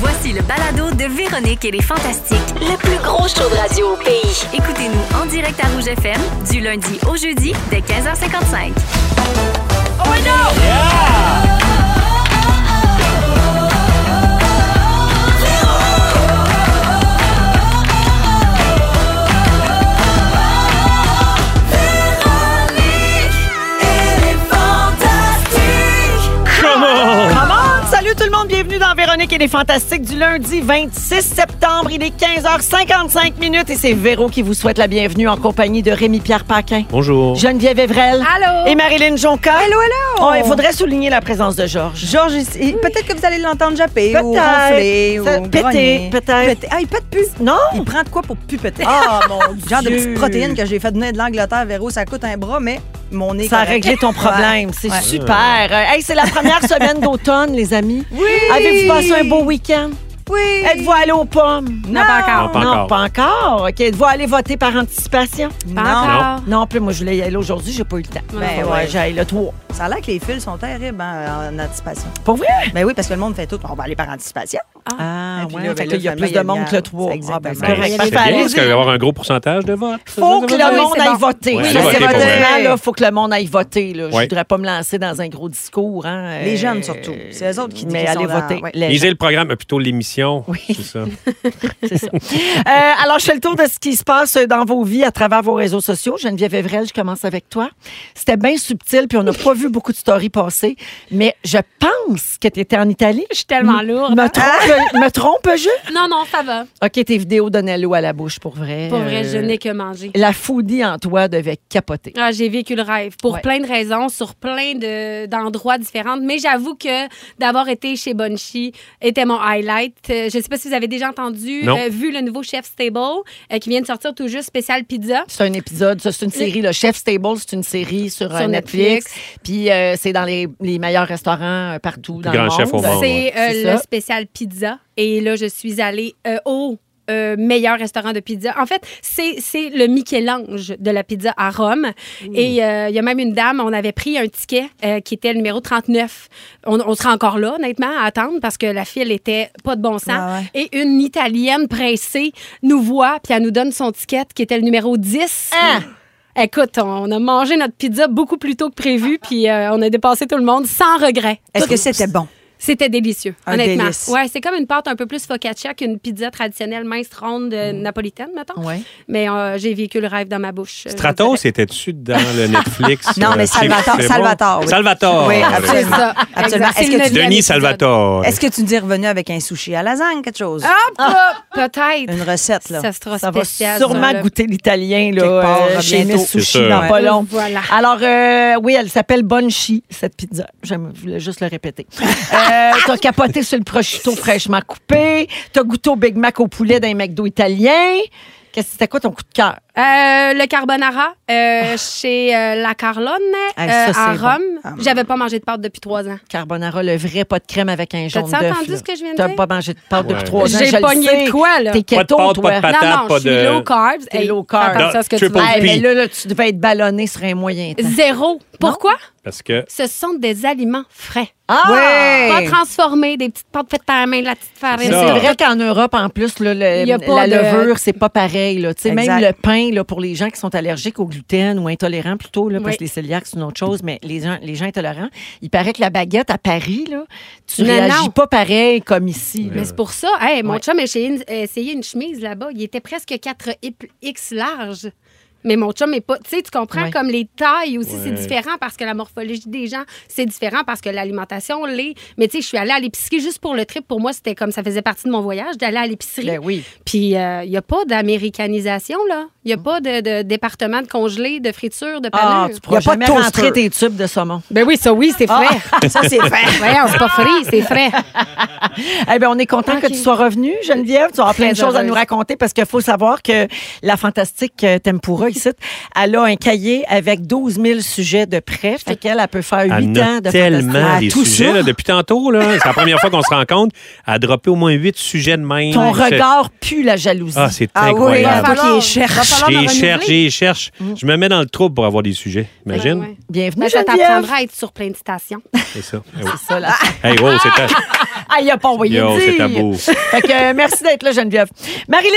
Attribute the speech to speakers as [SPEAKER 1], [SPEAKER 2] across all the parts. [SPEAKER 1] Voici le balado de Véronique et les Fantastiques.
[SPEAKER 2] Le plus gros show de radio au pays.
[SPEAKER 1] Écoutez-nous en direct à Rouge FM du lundi au jeudi dès 15h55.
[SPEAKER 3] Comment? Salut tout le monde, bienvenue dans Véronique et les Fantastiques du lundi 26 septembre. Il est 15h55 minutes et c'est Véro qui vous souhaite la bienvenue en compagnie de Rémi-Pierre Paquin,
[SPEAKER 4] Bonjour.
[SPEAKER 3] Geneviève Evrel
[SPEAKER 5] Allô?
[SPEAKER 3] et Marilyn Jonca.
[SPEAKER 5] Allô, allô?
[SPEAKER 3] Oh, il faudrait souligner la présence de Georges.
[SPEAKER 5] Georges, il- il- peut-être que vous allez l'entendre japper ou
[SPEAKER 3] Peut-être.
[SPEAKER 5] ronfler ou
[SPEAKER 3] Ça- péter,
[SPEAKER 5] grogner.
[SPEAKER 3] peut-être.
[SPEAKER 5] Péter. Ah, il pète plus.
[SPEAKER 3] Non?
[SPEAKER 5] Il prend de quoi pour plus péter? Ah, mon Dieu. Genre de
[SPEAKER 3] Dieu.
[SPEAKER 5] petites protéines que j'ai fait donner de l'Angleterre, Véro, ça coûte un bras, mais mon nez...
[SPEAKER 3] Ça a
[SPEAKER 5] correct.
[SPEAKER 3] réglé ton problème,
[SPEAKER 5] Ouais.
[SPEAKER 3] c'est
[SPEAKER 5] Ouais.
[SPEAKER 3] super. Euh, Hey, c'est la première semaine d'automne, les amis.
[SPEAKER 5] Oui!
[SPEAKER 3] Avez-vous passé un beau week-end?
[SPEAKER 5] Oui!
[SPEAKER 3] Êtes-vous allé aux pommes?
[SPEAKER 5] Non, pas encore.
[SPEAKER 4] Non, pas encore.
[SPEAKER 3] pas encore. OK, êtes-vous allé voter par anticipation?
[SPEAKER 5] Non.
[SPEAKER 4] encore.
[SPEAKER 3] Non, plus moi, je voulais y aller aujourd'hui, j'ai pas eu le temps.
[SPEAKER 5] Ben
[SPEAKER 3] ouais,
[SPEAKER 5] ouais.
[SPEAKER 3] j'aille le 3.
[SPEAKER 5] Ça a l'air que les fils sont terribles hein, en anticipation.
[SPEAKER 3] Pour vrai?
[SPEAKER 5] Ben oui, parce que le monde fait tout. On va aller par anticipation.
[SPEAKER 3] Ah,
[SPEAKER 5] Et puis
[SPEAKER 3] ouais,
[SPEAKER 5] là,
[SPEAKER 3] fait
[SPEAKER 5] ben
[SPEAKER 3] qu'il y a
[SPEAKER 5] là, finalement,
[SPEAKER 3] plus de monde que le 3.
[SPEAKER 5] exactement.
[SPEAKER 3] Ah, ben, c'est
[SPEAKER 5] Ben,
[SPEAKER 3] correct.
[SPEAKER 4] c'est
[SPEAKER 3] Parfait,
[SPEAKER 4] bien,
[SPEAKER 3] allez-y.
[SPEAKER 4] parce qu'il va y avoir un gros pourcentage de vote.
[SPEAKER 3] faut que le
[SPEAKER 5] Oui,
[SPEAKER 3] monde
[SPEAKER 5] c'est
[SPEAKER 3] aille
[SPEAKER 5] bon.
[SPEAKER 3] voter.
[SPEAKER 4] Ouais,
[SPEAKER 3] Ça,
[SPEAKER 4] allez
[SPEAKER 3] c'est
[SPEAKER 4] voter
[SPEAKER 3] vraiment,
[SPEAKER 4] pour
[SPEAKER 5] vrai.
[SPEAKER 3] là, faut que le monde aille voter. Là. Je
[SPEAKER 4] Ouais.
[SPEAKER 3] voudrais pas me lancer dans un gros discours. hein.
[SPEAKER 5] Les
[SPEAKER 3] Euh,
[SPEAKER 5] jeunes, surtout. C'est eux autres qui disent
[SPEAKER 3] Mais
[SPEAKER 5] qu'ils
[SPEAKER 3] allez
[SPEAKER 5] sont dans-
[SPEAKER 3] voter.
[SPEAKER 5] ouais.
[SPEAKER 3] Les
[SPEAKER 4] Lisez
[SPEAKER 3] gens.
[SPEAKER 4] le programme, mais plutôt l'émission. Oui. C'est ça.
[SPEAKER 3] C'est ça. Euh, alors, je fais le tour de ce qui se passe dans vos vies à travers vos réseaux sociaux. Geneviève Evrel, je commence avec toi. C'était bien subtil, puis on n'a pas vu beaucoup de stories passer, mais je pense que tu étais en Italie.
[SPEAKER 6] Je suis tellement lourde.
[SPEAKER 3] Me trompe, me trompe-je?
[SPEAKER 6] Non, non, ça va.
[SPEAKER 3] OK, tes vidéos donnaient l'eau à la bouche, pour vrai.
[SPEAKER 6] Pour vrai, je
[SPEAKER 3] Euh,
[SPEAKER 6] n'ai que mangé.
[SPEAKER 3] La foodie en toi devait capoter.
[SPEAKER 6] Ah, j'ai vécu le rêve pour
[SPEAKER 3] Ouais.
[SPEAKER 6] plein de raisons, sur plein de- d'endroits différents. Mais j'avoue que d'avoir été chez Bonchi était mon highlight. Euh, je ne sais pas si vous avez déjà entendu, euh,
[SPEAKER 4] Non.
[SPEAKER 6] vu le nouveau Chef Stable euh, qui vient de sortir tout juste spécial pizza.
[SPEAKER 3] C'est un épisode, ça, c'est une série. Le Chef Stable, c'est une série sur, euh, Netflix.
[SPEAKER 6] Netflix.
[SPEAKER 3] Puis euh, c'est dans les, les meilleurs restaurants euh, partout dans le
[SPEAKER 4] grand
[SPEAKER 3] monde.
[SPEAKER 4] chef au monde.
[SPEAKER 6] C'est euh,
[SPEAKER 3] C'est
[SPEAKER 6] le
[SPEAKER 3] ça.
[SPEAKER 6] spécial pizza. Et là, je suis allée euh, au euh, meilleur restaurant de pizza. En fait, c'est c'est le Michel-Ange de la pizza à Rome. Et euh, il y a même une dame, on avait pris un ticket euh, qui était le numéro 39. On, on sera encore là, honnêtement, à attendre parce que la file était pas de bon sens.
[SPEAKER 5] Ah
[SPEAKER 6] Et une Italienne pressée nous voit, puis elle nous donne son ticket qui était le numéro 10.
[SPEAKER 3] Ah!
[SPEAKER 6] Écoute, on a mangé notre pizza beaucoup plus tôt que prévu, puis euh, on a dépassé tout le monde sans regret.
[SPEAKER 5] Est-ce
[SPEAKER 6] Tout-
[SPEAKER 5] que c'était bon?
[SPEAKER 6] c'était délicieux,
[SPEAKER 5] Un
[SPEAKER 6] honnêtement.
[SPEAKER 5] délice.
[SPEAKER 6] Ouais, c'est comme une pâte un peu plus focaccia qu'une pizza traditionnelle mince ronde euh, napolitaine, mettons.
[SPEAKER 3] Mm. Ouais.
[SPEAKER 6] Mais euh, j'ai vécu le rêve dans ma bouche. euh,
[SPEAKER 4] Stratos
[SPEAKER 6] je dirais.
[SPEAKER 4] était dessus dans le Netflix?
[SPEAKER 5] Non,
[SPEAKER 4] euh,
[SPEAKER 5] mais
[SPEAKER 4] c'est-
[SPEAKER 5] Salvatore-
[SPEAKER 4] c'est bon?
[SPEAKER 5] Salvatore, oui.
[SPEAKER 4] Salvatore. Euh,
[SPEAKER 5] Oui,
[SPEAKER 6] C'est
[SPEAKER 5] absolument.
[SPEAKER 6] ça.
[SPEAKER 5] Absolument.
[SPEAKER 6] Exact.
[SPEAKER 5] Est-ce que
[SPEAKER 6] C'est le
[SPEAKER 5] tu-
[SPEAKER 6] neuvième
[SPEAKER 4] Denis
[SPEAKER 6] épisode.
[SPEAKER 4] Salvatore.
[SPEAKER 5] Est-ce que tu dis revenu avec un sushi à lasagne, quelque chose?
[SPEAKER 6] Ah, pe- peut-être.
[SPEAKER 5] Une recette, là.
[SPEAKER 6] Ça sera
[SPEAKER 3] Ça va
[SPEAKER 6] spécial.
[SPEAKER 3] sûrement
[SPEAKER 6] ça, là.
[SPEAKER 3] goûter l'italien là,
[SPEAKER 5] Quelque part,
[SPEAKER 3] euh, chez
[SPEAKER 5] bientôt.
[SPEAKER 3] Miss
[SPEAKER 4] C'est
[SPEAKER 3] Sushi
[SPEAKER 4] sûr.
[SPEAKER 3] dans pas
[SPEAKER 6] Ouais.
[SPEAKER 3] long.
[SPEAKER 6] Voilà.
[SPEAKER 3] Alors, euh, oui, elle s'appelle Bonchi, cette pizza. Je voulais juste le répéter. Euh, t'as capoté sur le prosciutto fraîchement coupé. T'as goûté au Big Mac au poulet d'un McDo italien. Qu'est-ce que c'était quoi ton coup de cœur?
[SPEAKER 6] Euh, le carbonara euh, chez euh, La Carlone
[SPEAKER 3] Ah,
[SPEAKER 6] euh,
[SPEAKER 3] ça,
[SPEAKER 6] à
[SPEAKER 3] c'est bon. Ah,
[SPEAKER 6] Rome. J'avais pas mangé de pâte depuis trois ans.
[SPEAKER 3] Carbonara, le vrai, pas de crème avec un jaune
[SPEAKER 6] T'as-tu
[SPEAKER 3] d'œuf.
[SPEAKER 6] entendu
[SPEAKER 3] là.
[SPEAKER 6] ce que je viens de
[SPEAKER 3] T'as
[SPEAKER 6] dire?
[SPEAKER 3] pas mangé de pâte depuis
[SPEAKER 4] Ouais.
[SPEAKER 3] trois ans.
[SPEAKER 6] J'ai
[SPEAKER 3] je le
[SPEAKER 6] pogné
[SPEAKER 3] sais.
[SPEAKER 6] de quoi, là?
[SPEAKER 3] T'es
[SPEAKER 4] Pas de
[SPEAKER 3] keto,
[SPEAKER 4] pâte,
[SPEAKER 3] toi.
[SPEAKER 4] pas de pâte.
[SPEAKER 6] non,
[SPEAKER 4] Patate,
[SPEAKER 6] non,
[SPEAKER 4] pas
[SPEAKER 6] je suis
[SPEAKER 4] de-
[SPEAKER 6] low carb.
[SPEAKER 3] T'es low carb.
[SPEAKER 6] Attention à ce que tu
[SPEAKER 4] Triple
[SPEAKER 6] vas
[SPEAKER 3] Hey,
[SPEAKER 6] dire.
[SPEAKER 3] mais là, là, tu devais être ballonné sur un moyen temps.
[SPEAKER 6] Zéro. Pourquoi?
[SPEAKER 4] Parce que
[SPEAKER 6] Ce sont des aliments frais.
[SPEAKER 3] Ah!
[SPEAKER 5] Ouais.
[SPEAKER 6] Pas transformé, des petites pâtes faites par la main, de la petite farine.
[SPEAKER 4] Ça.
[SPEAKER 3] C'est vrai qu'en Europe, en plus, là, le-
[SPEAKER 6] Il y
[SPEAKER 3] la
[SPEAKER 6] a pas de-
[SPEAKER 3] levure, c'est pas pareil. Là. Tu sais,
[SPEAKER 5] Exact.
[SPEAKER 3] Même le pain, là, pour les gens qui sont allergiques au gluten ou intolérants plutôt, là, parce
[SPEAKER 6] Oui.
[SPEAKER 3] que les celiaques, c'est une autre chose, mais les gens, les gens intolérants, il paraît que la baguette à Paris, là, tu
[SPEAKER 6] Non,
[SPEAKER 3] réagis
[SPEAKER 6] non.
[SPEAKER 3] pas pareil comme ici. là.
[SPEAKER 6] Mais c'est pour ça, hey, mon
[SPEAKER 3] Ouais.
[SPEAKER 6] chum a essayé une, a essayé une chemise là-bas. Il était presque 4X large. Mais mon chum est pas. Tu sais, tu comprends
[SPEAKER 3] Ouais.
[SPEAKER 6] comme les tailles aussi, c'est
[SPEAKER 4] Ouais.
[SPEAKER 6] différent parce que la morphologie des gens, c'est différent parce que l'alimentation l'est. Mais tu sais, je suis allée à l'épicerie juste pour le trip. Pour moi, c'était comme ça faisait partie de mon voyage d'aller à l'épicerie.
[SPEAKER 3] Ben oui.
[SPEAKER 6] Puis il n'y a pas d'américanisation, là. Il n'y a pas de, de département de congelé, de friture, de
[SPEAKER 3] Mm. Ah,
[SPEAKER 6] panure.
[SPEAKER 3] tu Ah. pourras
[SPEAKER 5] Y a pas de
[SPEAKER 3] jamais
[SPEAKER 5] toaster.
[SPEAKER 3] rentrer tes tubes de saumon.
[SPEAKER 6] Ben oui, ça oui, c'est frais.
[SPEAKER 5] Ça, c'est fait.
[SPEAKER 6] Ben, Voyons, c'est pas frais, c'est frais.
[SPEAKER 3] Eh bien, on est content que
[SPEAKER 6] Ok.
[SPEAKER 3] tu sois revenue, Geneviève. Tu auras plein de choses à
[SPEAKER 6] heureuse.
[SPEAKER 3] nous raconter parce qu'il faut savoir que la fantastique euh, Tempura, ici, elle a un cahier avec 12 000 sujets de près. Fait qu'elle, elle peut faire 8
[SPEAKER 4] elle
[SPEAKER 3] ans
[SPEAKER 4] a
[SPEAKER 3] de
[SPEAKER 4] tellement
[SPEAKER 3] fantastique.
[SPEAKER 4] des
[SPEAKER 3] Ah, tout
[SPEAKER 4] sujets.
[SPEAKER 3] ça.
[SPEAKER 4] là, depuis tantôt, là, c'est la première fois qu'on se rencontre. Elle a droppé au moins huit sujets de même.
[SPEAKER 3] Ton
[SPEAKER 4] C'est-
[SPEAKER 3] regard pue la jalousie.
[SPEAKER 4] Ah, c'est
[SPEAKER 5] Ah oui, il va
[SPEAKER 4] incroyable.
[SPEAKER 6] Ah,
[SPEAKER 5] falloir
[SPEAKER 6] Faut
[SPEAKER 5] qu'il
[SPEAKER 6] qu'il
[SPEAKER 5] cherche.
[SPEAKER 6] falloir
[SPEAKER 4] j'y
[SPEAKER 6] le
[SPEAKER 4] cherche,
[SPEAKER 6] renouveler.
[SPEAKER 4] j'y cherche. Je me mets dans le trouble pour avoir des sujets. Imagine?
[SPEAKER 6] Ouais, ouais.
[SPEAKER 3] Bienvenue,
[SPEAKER 6] Mais ça
[SPEAKER 3] Geneviève.
[SPEAKER 6] t'apprendra à être sur plein de stations.
[SPEAKER 4] C'est ça. Eh oui.
[SPEAKER 3] C'est ça, là.
[SPEAKER 4] Hey, wow, c'est ta...
[SPEAKER 3] Ah, il a pas envoyé
[SPEAKER 4] Yo,
[SPEAKER 3] le
[SPEAKER 4] c'est ta
[SPEAKER 3] dire.
[SPEAKER 4] bourse.
[SPEAKER 3] Fait que, euh, merci d'être là, Geneviève. Marilyn,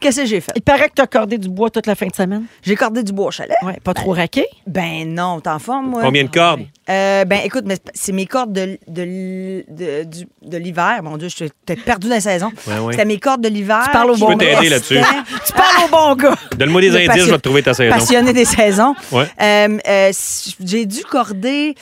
[SPEAKER 5] Qu'est-ce que j'ai fait?
[SPEAKER 3] il paraît que tu as cordé du bois toute la fin de semaine.
[SPEAKER 5] J'ai cordé du bois au chalet.
[SPEAKER 3] Ouais, pas trop raqué.
[SPEAKER 5] Ben non, t'en formes, moi.
[SPEAKER 4] Combien de cordes?
[SPEAKER 5] Euh, ben écoute, mais c'est- c'est mes cordes de, de, l- de- du- de l'hiver. Mon Dieu, je suis- t'es perdu dans la saison.
[SPEAKER 4] Ouais, ouais.
[SPEAKER 5] C'était mes cordes de l'hiver.
[SPEAKER 3] Tu parles au
[SPEAKER 5] qui
[SPEAKER 3] bon
[SPEAKER 4] Je peux t'aider
[SPEAKER 5] restaient-
[SPEAKER 4] là-dessus.
[SPEAKER 3] Tu parles au bon gars.
[SPEAKER 4] Donne-moi des
[SPEAKER 5] Le
[SPEAKER 4] indices, je vais te trouver ta saison.
[SPEAKER 5] Passionné des saisons.
[SPEAKER 4] Ouais.
[SPEAKER 5] Euh, euh, s- J'ai dû corder,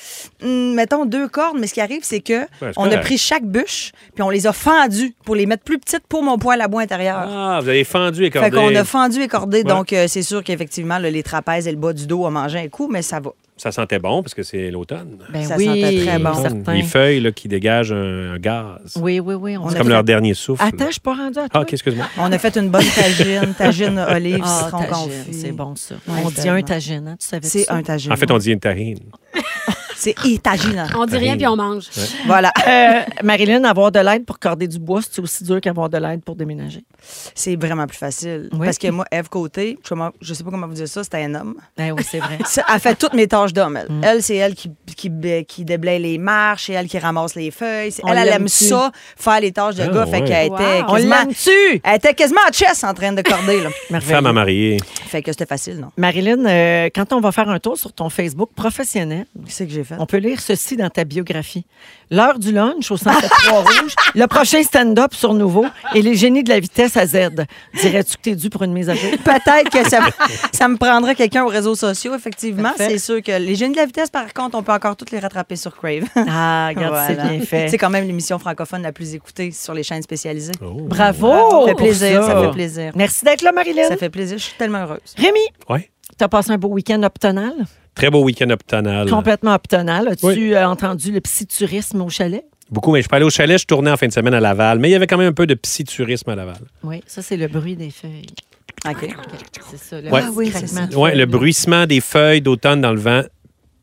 [SPEAKER 5] hum, mettons, deux cordes, mais ce qui arrive, c'est que
[SPEAKER 4] c'est
[SPEAKER 5] on a
[SPEAKER 4] correct.
[SPEAKER 5] pris chaque bûche, puis on les a fendues pour les mettre plus petites pour mon poêle à bois intérieur.
[SPEAKER 4] Ah, vous avez fendu et
[SPEAKER 5] Fait
[SPEAKER 4] cordé.
[SPEAKER 5] qu'on a fendu et cordé, donc euh, c'est sûr qu'effectivement, là, les trapèzes et le bas du dos ont mangé un coup, mais ça va.
[SPEAKER 4] Ça sentait bon parce que c'est l'automne.
[SPEAKER 3] Ben
[SPEAKER 5] Ça sentait très bon.
[SPEAKER 3] certain.
[SPEAKER 4] Les feuilles là, qui dégagent un, un gaz.
[SPEAKER 3] Oui, oui, oui. on
[SPEAKER 5] C'est
[SPEAKER 3] a
[SPEAKER 4] C'est comme
[SPEAKER 3] fait-
[SPEAKER 4] leur dernier souffle.
[SPEAKER 3] Attends, je suis pas rendue à toi.
[SPEAKER 4] Ah, ok, excuse-moi.
[SPEAKER 5] On a fait une bonne tagine, tagine olive,
[SPEAKER 3] Ah,
[SPEAKER 5] citron
[SPEAKER 3] tagine,
[SPEAKER 5] confit.
[SPEAKER 3] C'est bon, ça.
[SPEAKER 5] Ouais,
[SPEAKER 3] on dit
[SPEAKER 5] tellement.
[SPEAKER 3] un tagine, hein, tu savais
[SPEAKER 5] C'est
[SPEAKER 3] ça?
[SPEAKER 5] un tagine.
[SPEAKER 4] En fait, on dit une tarine.
[SPEAKER 5] C'est et tagine.
[SPEAKER 6] On dit rien
[SPEAKER 4] Hey.
[SPEAKER 6] puis on mange.
[SPEAKER 5] Voilà.
[SPEAKER 3] Euh, Marilyn, avoir de l'aide pour corder du bois, c'est aussi dur qu'avoir de l'aide pour déménager.
[SPEAKER 5] C'est vraiment plus facile.
[SPEAKER 3] Oui.
[SPEAKER 5] Parce que moi, Eve Côté, je comment- je sais pas comment vous dire ça, c'était un homme.
[SPEAKER 3] Ben oui, c'est vrai.
[SPEAKER 5] Ça- Elle fait toutes mes tâches d'homme, elle.
[SPEAKER 3] Mm.
[SPEAKER 5] Elle, c'est elle qui, qui, qui déblaye les marches, c'est elle qui ramasse les feuilles. c'est-
[SPEAKER 3] On
[SPEAKER 5] Elle, elle aime
[SPEAKER 3] l'aime-tu?
[SPEAKER 5] ça, faire les tâches de
[SPEAKER 4] Ah,
[SPEAKER 5] gars. Fait
[SPEAKER 4] ouais.
[SPEAKER 5] qu'elle était
[SPEAKER 6] Wow.
[SPEAKER 3] on
[SPEAKER 5] quasiment...
[SPEAKER 3] l'aime-tu?
[SPEAKER 5] Elle était quasiment en chess en train de corder, là.
[SPEAKER 4] Femme à marier.
[SPEAKER 5] fait que c'était facile, non?
[SPEAKER 3] Marilyn, euh, quand on va faire un tour sur ton Facebook professionnel,
[SPEAKER 5] Qu'est-ce que j'ai fait?
[SPEAKER 3] on peut lire ceci dans ta biographie. L'heure du lunch au centre de Trois-Rouges, le prochain stand-up sur Nouveau et les génies de la vitesse à Z. Dirais-tu que t'es dû pour une mise à jour?
[SPEAKER 5] Peut-être que ça, ça me prendrait quelqu'un aux réseaux sociaux, effectivement.
[SPEAKER 3] Parfait.
[SPEAKER 5] C'est sûr que les génies de la vitesse, par contre, on peut encore toutes les rattraper sur Crave.
[SPEAKER 3] Ah, regarde,
[SPEAKER 5] Voilà.
[SPEAKER 3] c'est bien fait.
[SPEAKER 5] C'est quand même l'émission francophone la plus écoutée sur les chaînes spécialisées.
[SPEAKER 4] Oh.
[SPEAKER 3] Bravo!
[SPEAKER 5] Ça fait plaisir,
[SPEAKER 3] pour
[SPEAKER 5] ça fait plaisir.
[SPEAKER 3] Merci d'être là, Marilyn.
[SPEAKER 5] Ça fait plaisir, je suis tellement heureuse.
[SPEAKER 3] Rémi,
[SPEAKER 4] Ouais.
[SPEAKER 3] t'as passé un beau week-end optonal,
[SPEAKER 4] Très beau week-end optonal.
[SPEAKER 3] complètement optonal. As-tu
[SPEAKER 4] Oui.
[SPEAKER 3] euh, entendu le psyturisme au chalet?
[SPEAKER 4] Beaucoup, mais je suis pas allé au chalet, je tournais en fin de semaine à Laval. Mais il y avait quand même un peu de psyturisme à Laval.
[SPEAKER 3] Oui, ça, c'est le bruit des feuilles. Ah,
[SPEAKER 5] OK.
[SPEAKER 3] C'est ça, le
[SPEAKER 4] Ouais.
[SPEAKER 3] petit
[SPEAKER 5] Ah oui, c'est
[SPEAKER 3] craquement
[SPEAKER 5] ça.
[SPEAKER 3] de
[SPEAKER 4] Oui,
[SPEAKER 3] feuilles.
[SPEAKER 4] le bruissement des feuilles d'automne dans le vent.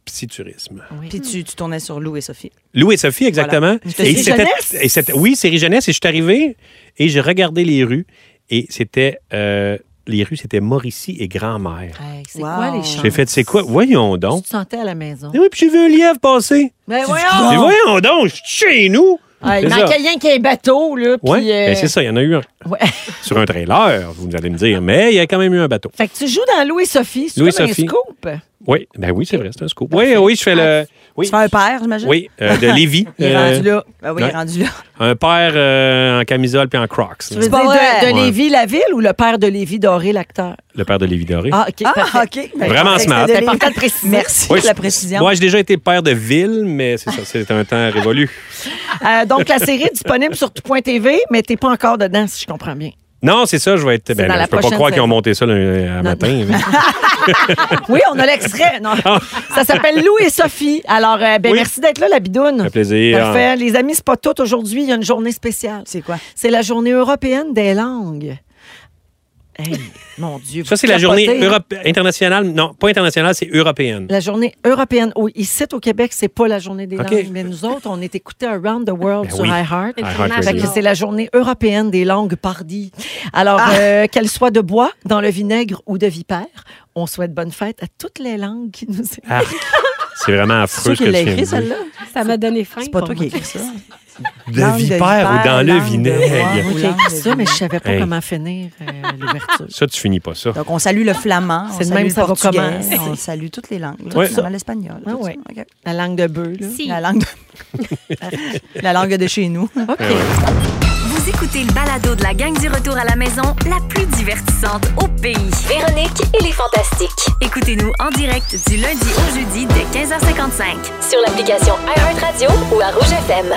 [SPEAKER 4] Psyturisme.
[SPEAKER 3] Oui.
[SPEAKER 5] Puis tu, tu tournais sur Lou et Sophie.
[SPEAKER 4] Lou et Sophie, exactement.
[SPEAKER 3] Série
[SPEAKER 4] Et c'était-
[SPEAKER 3] jeunesse?
[SPEAKER 4] et c'était- oui, série jeunesse. Et je suis arrivé et j'ai regardé les rues. Et c'était. euh, les rues, c'était Mauricie et Grand-Mère.
[SPEAKER 3] Hey, c'est
[SPEAKER 5] Wow.
[SPEAKER 3] quoi les chants?
[SPEAKER 4] J'ai fait, c'est quoi? Voyons
[SPEAKER 3] Tu
[SPEAKER 4] donc.
[SPEAKER 3] te sentais à la maison.
[SPEAKER 4] Et oui, puis j'ai vu un lièvre passer.
[SPEAKER 3] Mais
[SPEAKER 4] Mais
[SPEAKER 3] voyons!
[SPEAKER 4] voyons donc, je suis chez nous.
[SPEAKER 3] Ah, il
[SPEAKER 4] C'est ça.
[SPEAKER 3] manquait rien qu'il y ait un bateau, là. puis,
[SPEAKER 4] Oui,
[SPEAKER 3] euh,
[SPEAKER 4] c'est ça, il y en a eu un.
[SPEAKER 3] ouais.
[SPEAKER 4] Sur un trailer, vous allez me dire, mais il y a quand même eu un bateau.
[SPEAKER 3] Fait que tu joues dans Louis Sophie. C'est
[SPEAKER 4] Louis
[SPEAKER 3] comme
[SPEAKER 4] Sophie.
[SPEAKER 3] un scoop.
[SPEAKER 4] Oui, ben oui, c'est vrai, c'est un scoop. Oui, oui, je fais
[SPEAKER 3] Ah,
[SPEAKER 4] le. Oui,
[SPEAKER 5] Tu fais un père, j'imagine?
[SPEAKER 4] oui euh, de Lévis.
[SPEAKER 3] Il est
[SPEAKER 4] Euh,
[SPEAKER 3] rendu là.
[SPEAKER 5] Ben oui, il
[SPEAKER 4] Ouais.
[SPEAKER 5] est rendu là.
[SPEAKER 4] Un père euh, en camisole puis en crocs.
[SPEAKER 3] Tu veux
[SPEAKER 5] pas
[SPEAKER 3] dire de,
[SPEAKER 5] vrai.
[SPEAKER 3] de
[SPEAKER 4] Ouais.
[SPEAKER 3] Lévis, la ville, ou le père de Lévis Doré, l'acteur?
[SPEAKER 4] Le père de Lévis Doré.
[SPEAKER 3] Ah, OK. parfait.
[SPEAKER 5] Ah, OK. Ben,
[SPEAKER 4] Vraiment
[SPEAKER 5] c'est-
[SPEAKER 4] smart.
[SPEAKER 5] c'est
[SPEAKER 3] C'est important de préciser.
[SPEAKER 5] Merci
[SPEAKER 4] Oui,
[SPEAKER 5] pour la
[SPEAKER 4] je-
[SPEAKER 5] précision.
[SPEAKER 4] Moi, j'ai déjà été père de ville, mais c'est ça, c'est un temps révolu.
[SPEAKER 3] Euh, donc, la série est disponible sur tout.tv, mais t'es pas encore dedans, si je comprends bien.
[SPEAKER 4] Non, c'est ça, je vais être. Ben,
[SPEAKER 3] dans
[SPEAKER 4] là,
[SPEAKER 3] la
[SPEAKER 4] je peux pas
[SPEAKER 3] prochaine
[SPEAKER 4] croire qu'ils ont
[SPEAKER 3] saison.
[SPEAKER 4] monté ça le un matin. mais-
[SPEAKER 3] Oui, on a l'extrait. Non. Ça s'appelle Lou et Sophie. Alors, euh, ben,
[SPEAKER 4] Ah. Oui.
[SPEAKER 3] merci d'être là, la bidoune.
[SPEAKER 4] Ça fait plaisir.
[SPEAKER 3] Parfait. Les amis, c'est pas tout. Aujourd'hui, il y a une journée spéciale.
[SPEAKER 5] C'est quoi?
[SPEAKER 3] C'est la journée européenne des langues. Hey, mon Dieu.
[SPEAKER 4] Ça,
[SPEAKER 3] vous
[SPEAKER 4] c'est la
[SPEAKER 3] capotez.
[SPEAKER 4] journée Europe- internationale. Non, pas internationale, c'est européenne.
[SPEAKER 3] La journée européenne. Oui, ici, au Québec, c'est pas la journée des
[SPEAKER 4] OK.
[SPEAKER 3] langues. Mais nous autres, on est écoutés Around the World
[SPEAKER 4] Ben
[SPEAKER 3] sur
[SPEAKER 4] oui.
[SPEAKER 3] iHeart.
[SPEAKER 4] Ah,
[SPEAKER 3] Fait
[SPEAKER 4] oui.
[SPEAKER 3] que c'est la journée européenne des langues pardies. Alors, euh, qu'elles soient de bois, dans le vinaigre ou de vipère, on souhaite bonne fête à toutes les langues qui nous aiment.
[SPEAKER 4] Ah, c'est vraiment affreux ce que tu viens de dire.
[SPEAKER 6] Ça m'a donné faim.
[SPEAKER 5] C'est pas toi qui as écrit ça.
[SPEAKER 4] De vipère ou dans le vinaigre.
[SPEAKER 3] Moi, j'ai écrit ça, mais je savais pas
[SPEAKER 4] Hey.
[SPEAKER 3] comment finir euh, l'ouverture.
[SPEAKER 4] Ça, tu finis pas ça.
[SPEAKER 5] Donc, on salue le flamand, on
[SPEAKER 3] C'est de
[SPEAKER 5] salue
[SPEAKER 3] même
[SPEAKER 5] le
[SPEAKER 3] ça va
[SPEAKER 5] portugais,
[SPEAKER 3] commencer.
[SPEAKER 5] on salue toutes les langues.
[SPEAKER 4] Ouais.
[SPEAKER 5] Là, finalement, l'espagnol.
[SPEAKER 3] Ah
[SPEAKER 5] tout ça.
[SPEAKER 3] ouais.
[SPEAKER 5] OK.
[SPEAKER 3] La langue de bœuf, là.
[SPEAKER 6] Si.
[SPEAKER 5] La langue de... la langue de chez nous.
[SPEAKER 3] OK.
[SPEAKER 1] Vous écoutez le balado de la gang du retour à la maison, la plus divertissante au pays.
[SPEAKER 2] Véronique et les Fantastiques.
[SPEAKER 1] Écoutez-nous en direct du lundi au jeudi dès 15h55.
[SPEAKER 2] Sur l'application iHeartRadio ou à Rouge FM.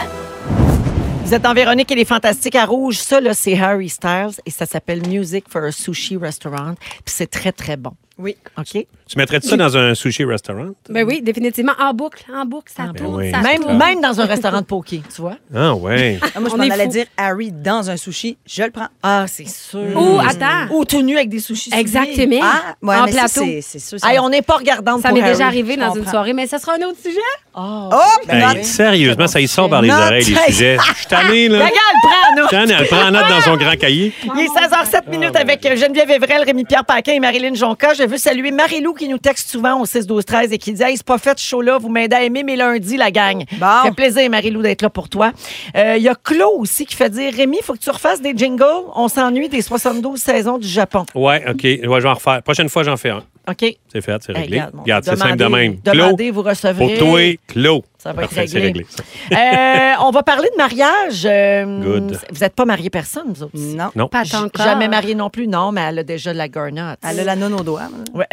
[SPEAKER 3] Vous êtes en Véronique et les Fantastiques à Rouge. Ça, là, c'est Harry Styles et ça s'appelle Music for a Sushi Restaurant. Puis c'est très, très bon.
[SPEAKER 5] Oui.
[SPEAKER 3] OK?
[SPEAKER 4] Tu mettrais ça dans un sushi restaurant?
[SPEAKER 6] Ben oui, définitivement. En boucle, en boucle, ça
[SPEAKER 3] En
[SPEAKER 6] tourne,
[SPEAKER 4] boucle.
[SPEAKER 6] ça
[SPEAKER 3] Même,
[SPEAKER 6] tourne.
[SPEAKER 3] même dans un restaurant de poké, tu vois?
[SPEAKER 4] Ah, ouais.
[SPEAKER 5] Ah, Moi, je
[SPEAKER 6] On
[SPEAKER 5] m'en
[SPEAKER 6] est
[SPEAKER 5] allais
[SPEAKER 6] fou.
[SPEAKER 5] dire Harry dans un sushi, je le prends.
[SPEAKER 3] Ah, c'est sûr.
[SPEAKER 6] Ou, attends.
[SPEAKER 3] Ou tout nu avec des sushis. souillés.
[SPEAKER 6] Exactement.
[SPEAKER 5] Ah, ouais,
[SPEAKER 6] en
[SPEAKER 5] mais ça,
[SPEAKER 6] plateau.
[SPEAKER 5] c'est- C'est sûr.
[SPEAKER 3] Hey, on n'est pas regardante
[SPEAKER 6] Ça
[SPEAKER 3] pour
[SPEAKER 6] m'est
[SPEAKER 3] Harry.
[SPEAKER 6] déjà arrivé dans une
[SPEAKER 5] comprends.
[SPEAKER 6] soirée, mais ça sera un autre sujet.
[SPEAKER 3] Oh.
[SPEAKER 5] Oh!
[SPEAKER 4] Hey, sérieusement, ça y sort par les
[SPEAKER 5] Non,
[SPEAKER 4] oreilles, les
[SPEAKER 5] t'es-
[SPEAKER 4] sujets. Je suis tanné, là.
[SPEAKER 3] Regarde, prends, note.
[SPEAKER 4] Tiens, elle prend en note dans son grand cahier.
[SPEAKER 3] Il est
[SPEAKER 5] Ah,
[SPEAKER 3] 16h07 minutes
[SPEAKER 5] ben,
[SPEAKER 3] avec euh, Geneviève Evrel, Rémi Pierre Paquin et Marilyn Jonca. Je veux saluer Marilou qui nous texte souvent au 6 12 13 et qui dit "Hey, c'est pas fait ce show là, vous m'aidez à aimer mes lundis la gang."
[SPEAKER 5] Oh, Bon.
[SPEAKER 3] Ça fait plaisir Marilou d'être là pour toi. Euh, Il y a Claude aussi qui fait dire "Rémi, faut que tu refasses des jingles, on s'ennuie des 72 saisons du Japon."
[SPEAKER 4] Ouais, OK. Ouais, je vais en refaire. Prochaine fois, j'en fais un.
[SPEAKER 3] OK. Hey,
[SPEAKER 4] C'est fait, c'est réglé.
[SPEAKER 3] mon
[SPEAKER 4] regarde,
[SPEAKER 3] Dieu,
[SPEAKER 4] c'est simple de
[SPEAKER 3] demandez-
[SPEAKER 4] même.
[SPEAKER 3] Demandez,
[SPEAKER 4] Clos.
[SPEAKER 3] vous recevrez.
[SPEAKER 4] Pour toi, clos.
[SPEAKER 3] Ça va être
[SPEAKER 4] Parfait, c'est
[SPEAKER 3] réglé.
[SPEAKER 4] réglé.
[SPEAKER 3] Euh, on va parler de mariage. Euh,
[SPEAKER 4] Good.
[SPEAKER 3] Vous n'êtes pas mariés personne, vous autres. ici?
[SPEAKER 5] Non.
[SPEAKER 4] Non.
[SPEAKER 6] Pas tant encore.
[SPEAKER 3] Jamais mariée non plus. Non, mais elle a déjà de la garnotte.
[SPEAKER 5] Elle a la nonne au doigt. là.
[SPEAKER 3] Ouais.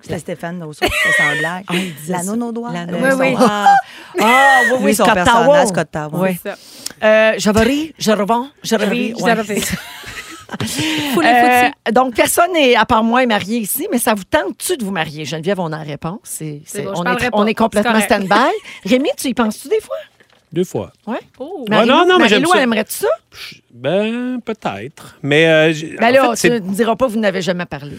[SPEAKER 5] C'était Stéphane Dosso qui fait sans blague.
[SPEAKER 6] Ah,
[SPEAKER 3] disait
[SPEAKER 5] la
[SPEAKER 3] ça.
[SPEAKER 5] nonne au doigt.
[SPEAKER 3] La
[SPEAKER 5] là,
[SPEAKER 3] nonne
[SPEAKER 5] son-
[SPEAKER 6] au doigt.
[SPEAKER 5] Ah,
[SPEAKER 3] Ah, oui,
[SPEAKER 5] Lui,
[SPEAKER 3] oui,
[SPEAKER 5] son
[SPEAKER 3] Scott
[SPEAKER 5] personnage,
[SPEAKER 3] Towell.
[SPEAKER 5] Scott Towell.
[SPEAKER 3] Oui.
[SPEAKER 6] C'est ça.
[SPEAKER 3] Euh, je ris, je revends, je revis.
[SPEAKER 6] Je
[SPEAKER 3] ouais.
[SPEAKER 6] l'avais. Fou les
[SPEAKER 3] Euh,
[SPEAKER 6] foutus.
[SPEAKER 3] donc, personne, n'est, à part moi, est marié ici, mais ça vous tente-tu de vous marier? Geneviève, on a la réponse. C'est- c'est-
[SPEAKER 6] bon, je
[SPEAKER 3] on,
[SPEAKER 6] parlerai
[SPEAKER 3] est,
[SPEAKER 6] pas.
[SPEAKER 3] on est complètement
[SPEAKER 6] C'est correct.
[SPEAKER 3] stand-by. Rémi, tu y penses-tu des fois?
[SPEAKER 4] Deux fois.
[SPEAKER 3] Oui.
[SPEAKER 6] Oh.
[SPEAKER 4] non, non, mais j'aime ça.
[SPEAKER 3] aimerais-tu ça?
[SPEAKER 4] Ben, peut-être. Mais. euh, j'ai-
[SPEAKER 3] Ben
[SPEAKER 4] en
[SPEAKER 3] là,
[SPEAKER 4] fait, c'est-
[SPEAKER 3] tu ne diras pas que vous n'avez jamais parlé.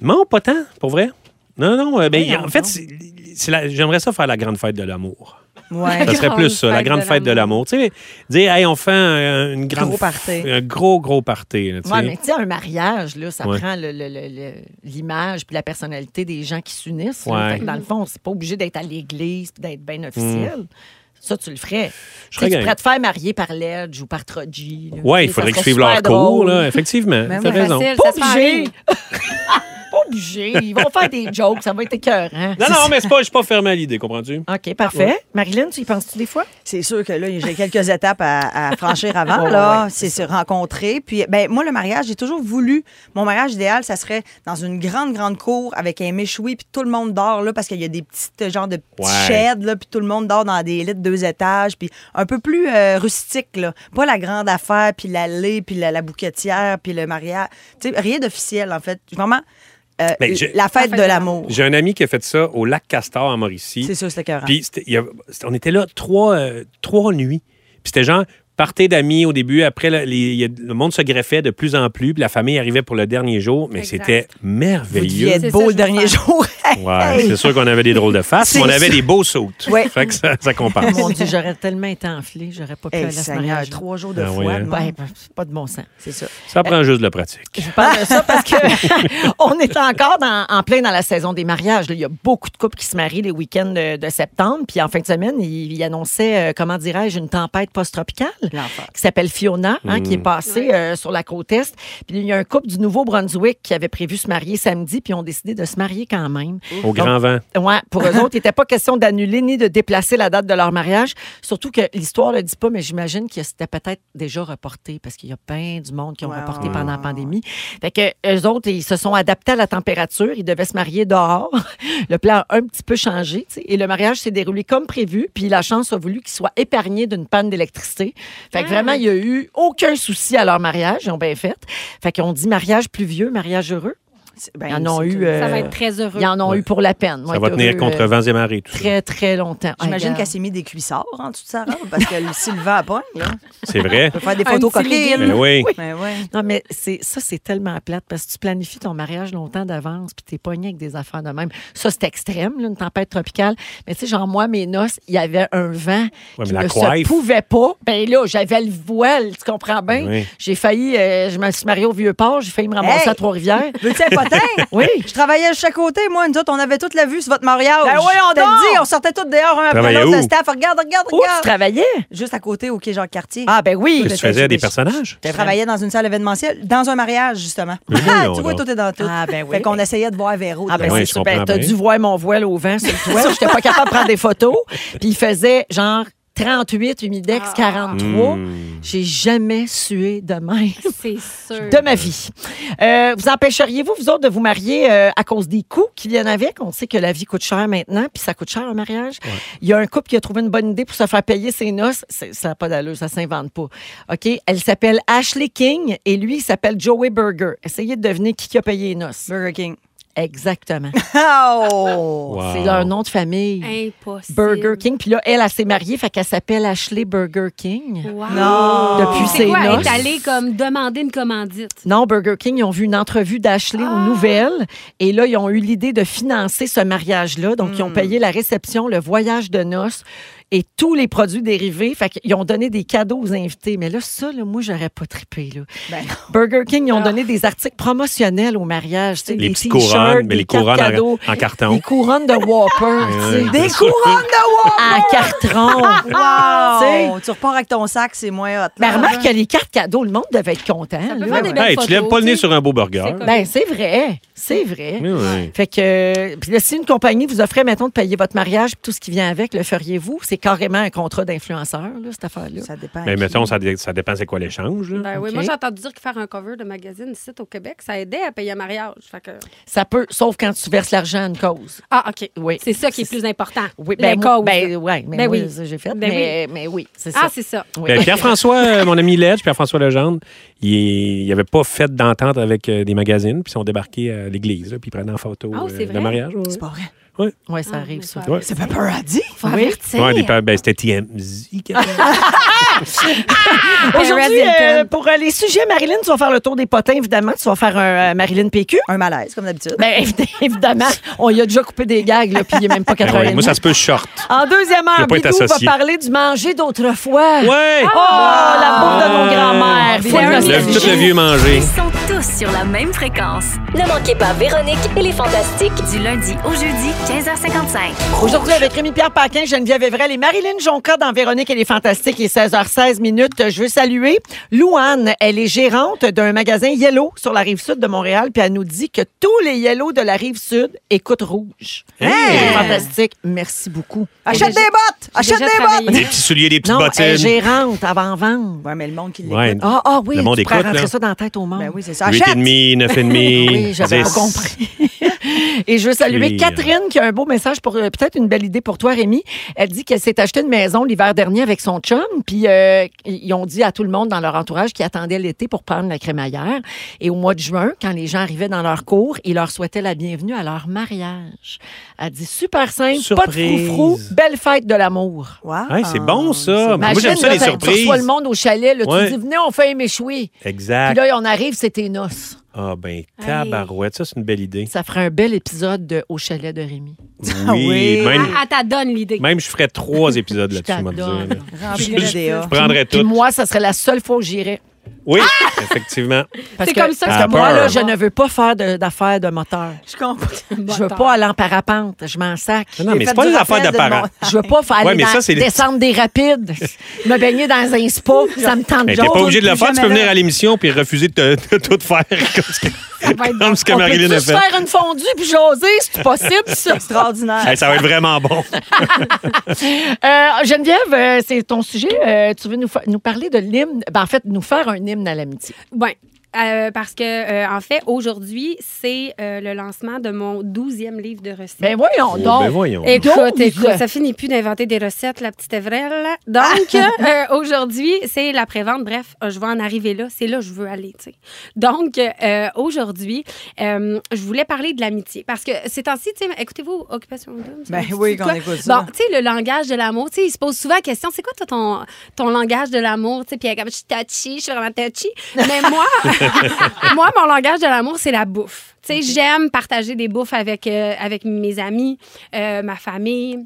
[SPEAKER 4] Non, pas tant, pour vrai. Non, non, euh, ben,
[SPEAKER 3] Voyons
[SPEAKER 4] en fait,
[SPEAKER 3] donc.
[SPEAKER 4] c'est- c'est la- j'aimerais ça faire la grande fête de l'amour.
[SPEAKER 5] Ouais.
[SPEAKER 4] Ça serait
[SPEAKER 6] grande
[SPEAKER 4] plus ça, la
[SPEAKER 6] fête
[SPEAKER 4] grande
[SPEAKER 6] de
[SPEAKER 4] fête de l'amour. Tu sais, dire, hey, on fait un, une grande.
[SPEAKER 5] Gros party.
[SPEAKER 4] Un gros, gros party. là, tu sais.
[SPEAKER 3] Oui, mais tu sais, un mariage, là, ça
[SPEAKER 4] Ouais.
[SPEAKER 3] prend le- le- le- le- l'image puis la personnalité des gens qui s'unissent. là.
[SPEAKER 4] Ouais.
[SPEAKER 3] Fait que dans le fond, c'est pas obligé d'être à l'église puis d'être bien officiel. Ça, tu le ferais. Tu
[SPEAKER 4] Mm. Je
[SPEAKER 3] sais,
[SPEAKER 4] serais
[SPEAKER 3] tu
[SPEAKER 4] game.
[SPEAKER 3] pourrais te faire marier par Ledge ou par Troji. là.
[SPEAKER 4] Ouais, il
[SPEAKER 3] Ça
[SPEAKER 4] faudrait
[SPEAKER 3] serait
[SPEAKER 4] qu'ils suivent
[SPEAKER 3] super
[SPEAKER 4] leur cours,
[SPEAKER 3] drôle.
[SPEAKER 4] là, effectivement.
[SPEAKER 5] Ben
[SPEAKER 4] T'as
[SPEAKER 5] oui.
[SPEAKER 4] raison.
[SPEAKER 6] Facile,
[SPEAKER 3] Pas
[SPEAKER 6] ça se fait en
[SPEAKER 3] obligé.
[SPEAKER 6] ligne.
[SPEAKER 3] Pas obligé. Ils vont faire des jokes. Ça va être écœurant.
[SPEAKER 4] Non, non, mais c'est pas, je suis pas fermé à l'idée, comprends-tu?
[SPEAKER 3] OK, parfait. Marilyn, tu y penses-tu des fois?
[SPEAKER 5] C'est sûr que là, j'ai quelques étapes à, à franchir avant.
[SPEAKER 3] Ouais, ouais,
[SPEAKER 5] là,
[SPEAKER 3] ouais,
[SPEAKER 5] c'est se rencontrer. Puis, ben, moi, le mariage, j'ai toujours voulu. Mon mariage idéal, ça serait dans une grande, grande cour avec un méchoui, puis tout le monde dort là, parce qu'il y a des petites euh, genres de petits
[SPEAKER 4] Ouais.
[SPEAKER 5] sheds, là, puis tout le monde dort dans des lits de deux étages, puis un peu plus euh, rustique, là. Pas la grande affaire, puis l'allée, puis la, la bouquetière, puis le mariage. Tu sais, rien d'officiel, en fait. Vraiment, euh,
[SPEAKER 4] Ben, je-
[SPEAKER 5] la fête de l'amour.
[SPEAKER 4] J'ai un ami qui a fait ça au lac Castor en Mauricie.
[SPEAKER 5] C'est sûr, c'était écœurant.
[SPEAKER 4] Puis c'était- il y a- c'était- on était là trois, euh, trois nuits. Puis c'était genre partez d'amis au début, après le, les- il y a- le monde se greffait de plus en plus, puis la famille arrivait pour le dernier jour, mais
[SPEAKER 6] Exact.
[SPEAKER 4] c'était
[SPEAKER 5] Vous deviez
[SPEAKER 4] merveilleux.
[SPEAKER 5] être
[SPEAKER 6] C'est
[SPEAKER 5] beau
[SPEAKER 6] ça,
[SPEAKER 5] le
[SPEAKER 6] je
[SPEAKER 5] dernier
[SPEAKER 6] veux
[SPEAKER 5] jour.
[SPEAKER 4] Ouais, c'est sûr qu'on avait des drôles de face, mais on
[SPEAKER 5] C'est
[SPEAKER 4] avait
[SPEAKER 5] sûr.
[SPEAKER 4] des beaux sautes.
[SPEAKER 5] Ouais.
[SPEAKER 4] Fait que ça, ça compense.
[SPEAKER 3] Mon Dieu, j'aurais tellement été enflée. J'aurais pas pu
[SPEAKER 5] Hey,
[SPEAKER 3] aller à ce
[SPEAKER 5] Seigneur,
[SPEAKER 3] mariage.
[SPEAKER 5] trois jours de
[SPEAKER 4] Ah oui,
[SPEAKER 5] foi.
[SPEAKER 4] hein?
[SPEAKER 5] non?
[SPEAKER 3] Ben, ben, c'est pas de bon sens.
[SPEAKER 5] C'est ça.
[SPEAKER 4] Ça prend juste de la pratique.
[SPEAKER 3] Je parle de ça parce que on est encore dans- en plein dans la saison des mariages. là. Il y a beaucoup de couples qui se marient les week-ends de, de septembre. Puis en fin de semaine, ils ils annonçaient, euh, comment dirais-je, une tempête post-tropicale
[SPEAKER 5] L'enfer.
[SPEAKER 3] qui s'appelle Fiona, hein, qui est passée euh, sur la côte Est. Puis il y a un couple du Nouveau-Brunswick qui avait prévu se marier samedi, puis ils ont décidé de se marier quand même.
[SPEAKER 4] Au grand vent.
[SPEAKER 3] Ouais, pour eux autres, il n'était pas question d'annuler ni de déplacer la date de leur mariage. Surtout que l'histoire ne le dit pas, mais j'imagine que c'était peut-être déjà reporté parce qu'il y a plein du monde qui ont
[SPEAKER 5] Wow.
[SPEAKER 3] reporté pendant la pandémie. Fait que eux autres, ils se sont adaptés à la température. Ils devaient se marier dehors. Le plan a un petit peu changé. tu sais. Et le mariage s'est déroulé comme prévu. Puis la chance a voulu qu'ils soient épargnés d'une panne d'électricité. Fait que vraiment, il n'y a eu aucun souci à leur mariage. Ils ont bien fait. Fait qu'on dit mariage pluvieux, mariage heureux.
[SPEAKER 5] C'est- ben,
[SPEAKER 3] Ils en ont
[SPEAKER 5] c'est
[SPEAKER 3] eu.
[SPEAKER 5] que-
[SPEAKER 6] Ça va
[SPEAKER 3] euh,
[SPEAKER 6] être très heureux.
[SPEAKER 3] ils en ont euh, eu pour la peine.
[SPEAKER 4] Ça va tenir contre vents et marées, tout ça.
[SPEAKER 3] Très, très longtemps.
[SPEAKER 5] J'imagine
[SPEAKER 3] Regarde.
[SPEAKER 5] qu'elle s'est mis des cuissards en dessous de sa robe parce que si le vent a pas, là,
[SPEAKER 4] C'est vrai.
[SPEAKER 5] on peut faire des
[SPEAKER 6] Un
[SPEAKER 5] photos
[SPEAKER 6] petit
[SPEAKER 5] coquines.
[SPEAKER 4] Ben oui.
[SPEAKER 5] Ben ouais.
[SPEAKER 3] Non, mais c'est ça, c'est tellement plate parce que tu planifies ton mariage longtemps d'avance puis t'es pogné avec des affaires de même. Ça, c'est extrême, là, une tempête tropicale. Mais tu sais, genre, moi, mes noces, il y avait un vent
[SPEAKER 4] Ouais,
[SPEAKER 3] qui
[SPEAKER 4] mais la
[SPEAKER 3] ne se
[SPEAKER 4] coiffe.
[SPEAKER 3] pouvait pas. Ben là, j'avais le voile, tu comprends bien?
[SPEAKER 4] Oui.
[SPEAKER 3] J'ai failli, euh, je me suis mariée au Vieux-Port, j'ai failli me ramasser
[SPEAKER 5] Hey!
[SPEAKER 3] à Trois-Rivières.
[SPEAKER 5] Veux-tu un potin?
[SPEAKER 3] Oui.
[SPEAKER 5] Je travaillais de chaque côté, moi, nous autres, on avait toute la vue sur votre mariage.
[SPEAKER 3] Ben voyons
[SPEAKER 5] Je te
[SPEAKER 3] donc!
[SPEAKER 5] le dis, on sortait toutes dehors, un après
[SPEAKER 4] Travaillais
[SPEAKER 5] l'autre, le
[SPEAKER 4] où?
[SPEAKER 5] staff. Regarde, regarde,
[SPEAKER 3] Où tu
[SPEAKER 5] regarde.
[SPEAKER 3] travaillais?
[SPEAKER 5] Juste à côté au quai Jean-Cartier.
[SPEAKER 3] Ah, ben oui.
[SPEAKER 4] Qu'est-ce que tu faisais des personnages?
[SPEAKER 5] Je travaillais dans une salle événementielle, dans un mariage, justement. Ah, tu
[SPEAKER 4] non,
[SPEAKER 5] vois,
[SPEAKER 4] non.
[SPEAKER 5] tout est dans tout.
[SPEAKER 3] Ah, ben oui.
[SPEAKER 5] Fait qu'on essayait de voir Véro.
[SPEAKER 3] Ah ben
[SPEAKER 4] Oui,
[SPEAKER 3] c'est
[SPEAKER 4] je
[SPEAKER 3] sûr. Ben,
[SPEAKER 4] comprends
[SPEAKER 3] t'as
[SPEAKER 4] bien.
[SPEAKER 3] dû voir mon voile au vent sur le toit. J'étais pas capable de prendre des photos. Puis il faisait genre 38, humidex, 43.
[SPEAKER 4] Hmm.
[SPEAKER 3] J'ai jamais sué de même
[SPEAKER 6] C'est sûr.
[SPEAKER 3] de ma vie. Euh, vous empêcheriez-vous, vous autres, de vous marier euh, à cause des coûts qui viennent avec? On sait que la vie coûte cher maintenant, puis ça coûte cher un mariage. Il y a un couple qui a trouvé une bonne idée pour se faire payer ses noces. C'est- Ça n'a pas d'allure, ça s'invente pas. OK? Elle s'appelle Ashley King et lui, il s'appelle Joey Burger. Essayez de deviner qui a payé les noces.
[SPEAKER 5] Burger King.
[SPEAKER 3] Exactement.
[SPEAKER 5] Oh!
[SPEAKER 4] Wow.
[SPEAKER 3] C'est leur nom de famille.
[SPEAKER 6] Impossible.
[SPEAKER 3] Burger King. Puis là, elle, elle s'est mariée, fait qu'elle s'appelle Ashley Burger King.
[SPEAKER 6] Wow.
[SPEAKER 5] Non!
[SPEAKER 3] Depuis
[SPEAKER 6] C'est
[SPEAKER 3] ses
[SPEAKER 6] quoi? Elle
[SPEAKER 3] noces.
[SPEAKER 6] est allée comme demander une commandite.
[SPEAKER 3] Non, Burger King, ils ont vu une entrevue d'Ashley
[SPEAKER 5] Ah.
[SPEAKER 3] aux nouvelles. Et là, ils
[SPEAKER 4] Hmm.
[SPEAKER 3] ont eu l'idée de financer ce mariage-là. Donc, ils ont payé la réception, le voyage de noces. et tous les produits dérivés. Fait qu'ils ont donné des cadeaux aux invités. Mais là, ça, là, moi, j'aurais pas trippé. Là.
[SPEAKER 5] Ben non.
[SPEAKER 3] Burger King, ils ont donné des articles promotionnels au mariage. tu sais,
[SPEAKER 4] Les
[SPEAKER 3] des
[SPEAKER 4] petites
[SPEAKER 3] t-shirts,
[SPEAKER 4] couronnes, mais
[SPEAKER 3] des
[SPEAKER 4] les
[SPEAKER 3] cartes
[SPEAKER 4] couronnes
[SPEAKER 3] cadeaux,
[SPEAKER 4] en, en carton.
[SPEAKER 3] Des couronnes de Whopper. tu sais,
[SPEAKER 5] Des
[SPEAKER 3] des
[SPEAKER 5] couronnes de Whopper!
[SPEAKER 3] à carton.
[SPEAKER 5] Wow!
[SPEAKER 3] Tu
[SPEAKER 5] Tu repars avec ton sac, c'est moins hot.
[SPEAKER 3] Mais
[SPEAKER 5] là.
[SPEAKER 3] Ben, remarque que les cartes cadeaux, le monde devait être content.
[SPEAKER 6] Ah, Ça peut
[SPEAKER 3] là.
[SPEAKER 6] faire des belles
[SPEAKER 4] Hey,
[SPEAKER 6] photos,
[SPEAKER 4] tu lèves pas le
[SPEAKER 6] tu
[SPEAKER 4] nez
[SPEAKER 6] sais.
[SPEAKER 4] sur un beau burger.
[SPEAKER 6] C'est quoi?
[SPEAKER 3] Ben, c'est vrai. C'est vrai.
[SPEAKER 4] Oui, oui.
[SPEAKER 3] Fait que puis là, si une compagnie vous offrait, mettons, de payer votre mariage puis tout ce qui vient avec, le feriez-vous? C'est carrément un contrat d'influenceur, là, cette affaire-là.
[SPEAKER 5] Ça dépend.
[SPEAKER 4] Mais
[SPEAKER 5] qui.
[SPEAKER 4] mettons, ça, dé- ça dépend c'est quoi l'échange. là.
[SPEAKER 6] Ben oui,
[SPEAKER 3] OK.
[SPEAKER 6] moi j'ai entendu dire que faire un cover de magazine ici au Québec, ça aidait à payer un mariage. Fait que-
[SPEAKER 3] Ça peut, sauf quand tu verses l'argent à une cause.
[SPEAKER 6] Ah, OK.
[SPEAKER 3] Oui.
[SPEAKER 6] C'est ça qui est plus important.
[SPEAKER 3] Oui,
[SPEAKER 6] la
[SPEAKER 3] ben, moi-
[SPEAKER 6] cause.
[SPEAKER 3] ben, ouais, mais
[SPEAKER 6] Ben
[SPEAKER 3] moi,
[SPEAKER 6] oui.
[SPEAKER 3] ça, j'ai fait.
[SPEAKER 6] Ben
[SPEAKER 3] mais, mais oui, c'est
[SPEAKER 6] ah,
[SPEAKER 3] ça.
[SPEAKER 6] c'est ça.
[SPEAKER 3] Oui.
[SPEAKER 4] Ben, Pierre-François, euh, mon ami Ledge, Pierre-François Legendre, il n'avait pas fait d'entente avec euh, des magazines, puis ils sont débarqués à l'église, là, puis ils prennent en photo
[SPEAKER 6] Ah, c'est
[SPEAKER 4] euh,
[SPEAKER 6] vrai?
[SPEAKER 4] le mariage. ouais.
[SPEAKER 5] C'est pas vrai.
[SPEAKER 3] Ouais, ça
[SPEAKER 6] Ah,
[SPEAKER 3] arrive,
[SPEAKER 6] mais
[SPEAKER 3] ça.
[SPEAKER 6] ça-
[SPEAKER 4] Ouais.
[SPEAKER 5] C'est pas peur à dire.
[SPEAKER 6] Faut
[SPEAKER 3] Oui.
[SPEAKER 6] avertir.
[SPEAKER 4] Ouais, des pa- ben, c'était TMZ. quand même. Ben
[SPEAKER 6] Ah,
[SPEAKER 3] Aujourd'hui,
[SPEAKER 6] Paris
[SPEAKER 3] euh,
[SPEAKER 6] Hilton.
[SPEAKER 3] pour euh, les sujets, Marilyn, tu vas faire le tour des potins, évidemment. Tu vas faire un euh, Marilyn PQ.
[SPEAKER 5] Un malaise, comme d'habitude.
[SPEAKER 3] Ben, évidemment, on y a déjà coupé des gags, là, puis il n'est même pas
[SPEAKER 4] Ben
[SPEAKER 3] 80
[SPEAKER 4] ouais, moi, ça se peut short.
[SPEAKER 3] En deuxième
[SPEAKER 4] Je
[SPEAKER 3] heure,
[SPEAKER 4] veux pas être
[SPEAKER 3] Bidou va
[SPEAKER 4] associé.
[SPEAKER 3] parler du manger d'autrefois.
[SPEAKER 4] Ouais!
[SPEAKER 3] Oh, la bouffe de nos
[SPEAKER 4] Ouais.
[SPEAKER 3] grands-mères. Faut
[SPEAKER 6] Le-
[SPEAKER 3] nostalgie.
[SPEAKER 4] Le- tout le vieux manger.
[SPEAKER 1] Ils sont tous sur la même fréquence.
[SPEAKER 2] Ne manquez pas Véronique et les Fantastiques.
[SPEAKER 1] Du lundi au jeudi, 15h55.
[SPEAKER 3] Aujourd'hui, avec Rémi-Pierre Paquin, Geneviève Evrel et Marilyn Jonca dans Véronique et les Fantastiques. Il est 16h16 minutes. Je veux saluer Louane. Elle est gérante d'un magasin Yellow sur la rive sud de Montréal. Puis elle nous dit que tous les Yellow de la rive sud écoutent rouge.
[SPEAKER 4] Hey!
[SPEAKER 3] C'est fantastique. Merci beaucoup.
[SPEAKER 5] Achète
[SPEAKER 6] déjà-
[SPEAKER 5] des bottes! Achète
[SPEAKER 6] déjà
[SPEAKER 5] des
[SPEAKER 6] travaillé.
[SPEAKER 5] bottes!
[SPEAKER 4] Des petits souliers, des petites
[SPEAKER 3] Non, elle est
[SPEAKER 4] bottines.
[SPEAKER 3] gérante avant vendre.
[SPEAKER 5] Ouais, mais le monde qui l'écoute.
[SPEAKER 4] Ouais.
[SPEAKER 3] Ah, ah oui,
[SPEAKER 4] Le monde
[SPEAKER 3] tu pourrais
[SPEAKER 4] écoute,
[SPEAKER 3] rentrer
[SPEAKER 4] là.
[SPEAKER 3] ça dans la tête au monde.
[SPEAKER 5] Ben oui, c'est ça. Achète!
[SPEAKER 4] 8,5, 9,5.
[SPEAKER 3] Oui, j'avais pas
[SPEAKER 4] 10.
[SPEAKER 3] compris. Et je veux saluer
[SPEAKER 4] Puis,
[SPEAKER 3] Catherine qui a un beau message pour euh, peut-être une belle idée pour toi, Rémi. Elle dit qu'elle s'est acheté une maison l'hiver dernier avec son chum, puis euh, ils ont dit à tout le monde dans leur entourage qui attendait l'été pour prendre la crémaillère. Et au mois de juin, quand les gens arrivaient dans leur cours, ils leur souhaitaient la bienvenue à leur mariage. Elle dit super simple, pas de
[SPEAKER 4] Surprise.
[SPEAKER 3] frou belle fête de l'amour.
[SPEAKER 5] Wow.
[SPEAKER 4] Hey, c'est bon, ça. Moi,
[SPEAKER 3] Imagine,
[SPEAKER 4] j'aime ça,
[SPEAKER 3] là,
[SPEAKER 4] les
[SPEAKER 3] t'as- Tu
[SPEAKER 4] surprises.
[SPEAKER 3] reçois le monde au chalet, là,
[SPEAKER 4] Ouais. Ah.
[SPEAKER 3] tu dis venez, on fait un méchoui. Puis
[SPEAKER 4] Exact.
[SPEAKER 3] là, on arrive, c'est tes noces.
[SPEAKER 4] Ah, ben, tabarouette, ça, c'est une belle idée.
[SPEAKER 3] Ça ferait un bel épisode de Au chalet de Rémi.
[SPEAKER 5] oui.
[SPEAKER 4] Même,
[SPEAKER 6] Ah, ah, t'as donne l'idée.
[SPEAKER 4] même je ferais trois épisodes là-dessus, je vais te
[SPEAKER 3] t'adore.
[SPEAKER 4] dire, là.
[SPEAKER 5] Remplis le DA.
[SPEAKER 4] Je prendrais
[SPEAKER 3] Puis
[SPEAKER 4] tout.
[SPEAKER 3] moi, ça serait la seule fois où j'irais.
[SPEAKER 4] Oui, effectivement.
[SPEAKER 3] Parce
[SPEAKER 6] C'est
[SPEAKER 3] que-
[SPEAKER 6] comme ça que
[SPEAKER 3] parce
[SPEAKER 4] ça
[SPEAKER 3] que moi,
[SPEAKER 4] part.
[SPEAKER 3] là, je ne veux pas faire de- d'affaires de, moteur.
[SPEAKER 5] Je comprends.
[SPEAKER 3] Je veux pas aller en parapente. Je m'en sac.
[SPEAKER 4] Non, non,
[SPEAKER 5] J'ai
[SPEAKER 4] mais
[SPEAKER 5] fait
[SPEAKER 4] c'est pas
[SPEAKER 5] du
[SPEAKER 4] des affaires
[SPEAKER 5] rappel de
[SPEAKER 4] de parents.
[SPEAKER 5] mon-
[SPEAKER 3] Je veux pas faire aller
[SPEAKER 4] Ouais, mais
[SPEAKER 3] dans-
[SPEAKER 4] ça, c'est les-
[SPEAKER 3] descendre des rapides, me baigner dans un spa. ça me tente
[SPEAKER 4] Mais t'es
[SPEAKER 3] jaune.
[SPEAKER 4] pas obligé de le
[SPEAKER 5] plus
[SPEAKER 4] faire. Tu peux
[SPEAKER 5] jamais
[SPEAKER 4] venir
[SPEAKER 5] là.
[SPEAKER 4] à l'émission puis refuser de, te- de tout faire comme ce que, comme ce que
[SPEAKER 3] On
[SPEAKER 4] Marilyn
[SPEAKER 3] peut
[SPEAKER 4] a
[SPEAKER 3] se
[SPEAKER 4] fait.
[SPEAKER 3] faire une fondue puis jaser, c'est possible ça.
[SPEAKER 5] Extraordinaire.
[SPEAKER 4] Hey, ça va être vraiment bon.
[SPEAKER 3] Euh, Geneviève, euh, c'est ton sujet. Euh, tu veux nous, fa- nous parler de l'hymne, ben, en fait, nous faire un hymne à l'amitié.
[SPEAKER 6] Oui. parce que, euh, en fait, aujourd'hui, c'est euh, le lancement de mon 12e livre de recettes.
[SPEAKER 3] Ben voyons donc.
[SPEAKER 4] Oh, voyons.
[SPEAKER 6] Écoute,
[SPEAKER 3] Douze.
[SPEAKER 6] écoute, ça finit plus d'inventer des recettes, la petite Evrel. Donc, euh, aujourd'hui, c'est l'après-vente. Bref, euh, je vais en arriver là. C'est là que je veux aller, tu sais. Donc, euh, aujourd'hui, euh, je voulais parler de l'amitié. Parce que ces temps-ci, tu sais, écoutez-vous, Occupation Double? ça
[SPEAKER 5] Ben
[SPEAKER 6] vous dit
[SPEAKER 5] oui,
[SPEAKER 6] de
[SPEAKER 5] qu'on
[SPEAKER 6] quoi?
[SPEAKER 5] écoute ça.
[SPEAKER 6] Bon, tu sais, le langage de l'amour, tu sais, il se pose souvent la question, c'est quoi, toi, ton, ton langage de l'amour? Tu sais, puis elle est comme, je suis touchy, je suis vraiment touchy. Mais moi, moi, mon langage de l'amour, c'est la bouffe. Tu sais, j'aime partager des bouffes avec, euh, avec mes amis, euh, ma famille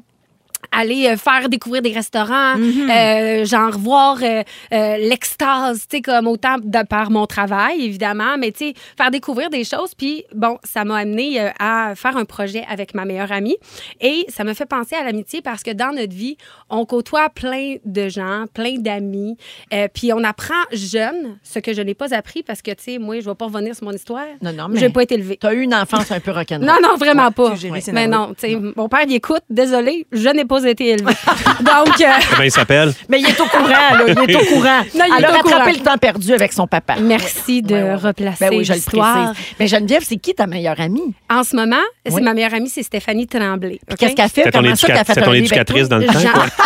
[SPEAKER 6] aller euh, faire découvrir des restaurants,
[SPEAKER 3] Mhm.
[SPEAKER 6] euh, genre voir euh, euh, l'extase, tu sais, comme autant de par mon travail, évidemment, mais tu sais, faire découvrir des choses. Puis, bon, ça m'a amené euh, à faire un projet avec ma meilleure amie. Et ça me fait penser à l'amitié parce que dans notre vie, on côtoie plein de gens, plein d'amis. euh, puis, on apprend jeune ce que je n'ai pas appris parce que, tu sais, moi, je vais pas revenir sur mon histoire.
[SPEAKER 3] Non, non, mais-
[SPEAKER 6] Je n'ai pas été élevée.
[SPEAKER 3] Tu as eu une enfance un peu rock'n'roll.
[SPEAKER 6] Non, non, vraiment pas.
[SPEAKER 5] tu gérais, c'est
[SPEAKER 6] Mais
[SPEAKER 5] normal.
[SPEAKER 6] non, tu sais, mon père, il écoute. Désolé, je n'ai pas été élevée. Donc, euh,
[SPEAKER 4] Comment il s'appelle?
[SPEAKER 3] Mais il est au courant, là. Il est au courant.
[SPEAKER 6] Non, il est
[SPEAKER 3] Elle a
[SPEAKER 6] au courant.
[SPEAKER 3] rattrapé le temps perdu avec son papa.
[SPEAKER 6] merci de
[SPEAKER 3] Ouais, ouais.
[SPEAKER 6] replacer
[SPEAKER 3] Ben oui, je le
[SPEAKER 6] l'histoire.
[SPEAKER 3] précise. Mais Geneviève, c'est qui ta meilleure amie?
[SPEAKER 6] En ce moment, c'est
[SPEAKER 3] Oui.
[SPEAKER 6] ma meilleure amie, c'est Stéphanie Tremblay. OK?
[SPEAKER 3] Qu'est-ce qu'elle fait?
[SPEAKER 4] C'était ton,
[SPEAKER 3] Comment ça
[SPEAKER 4] éduca-
[SPEAKER 3] qu'elle a fait
[SPEAKER 4] c'était
[SPEAKER 3] un
[SPEAKER 4] ton
[SPEAKER 3] livre avec
[SPEAKER 4] éducatrice
[SPEAKER 3] toi?
[SPEAKER 4] dans le temps.
[SPEAKER 6] Jean-
[SPEAKER 4] quoi.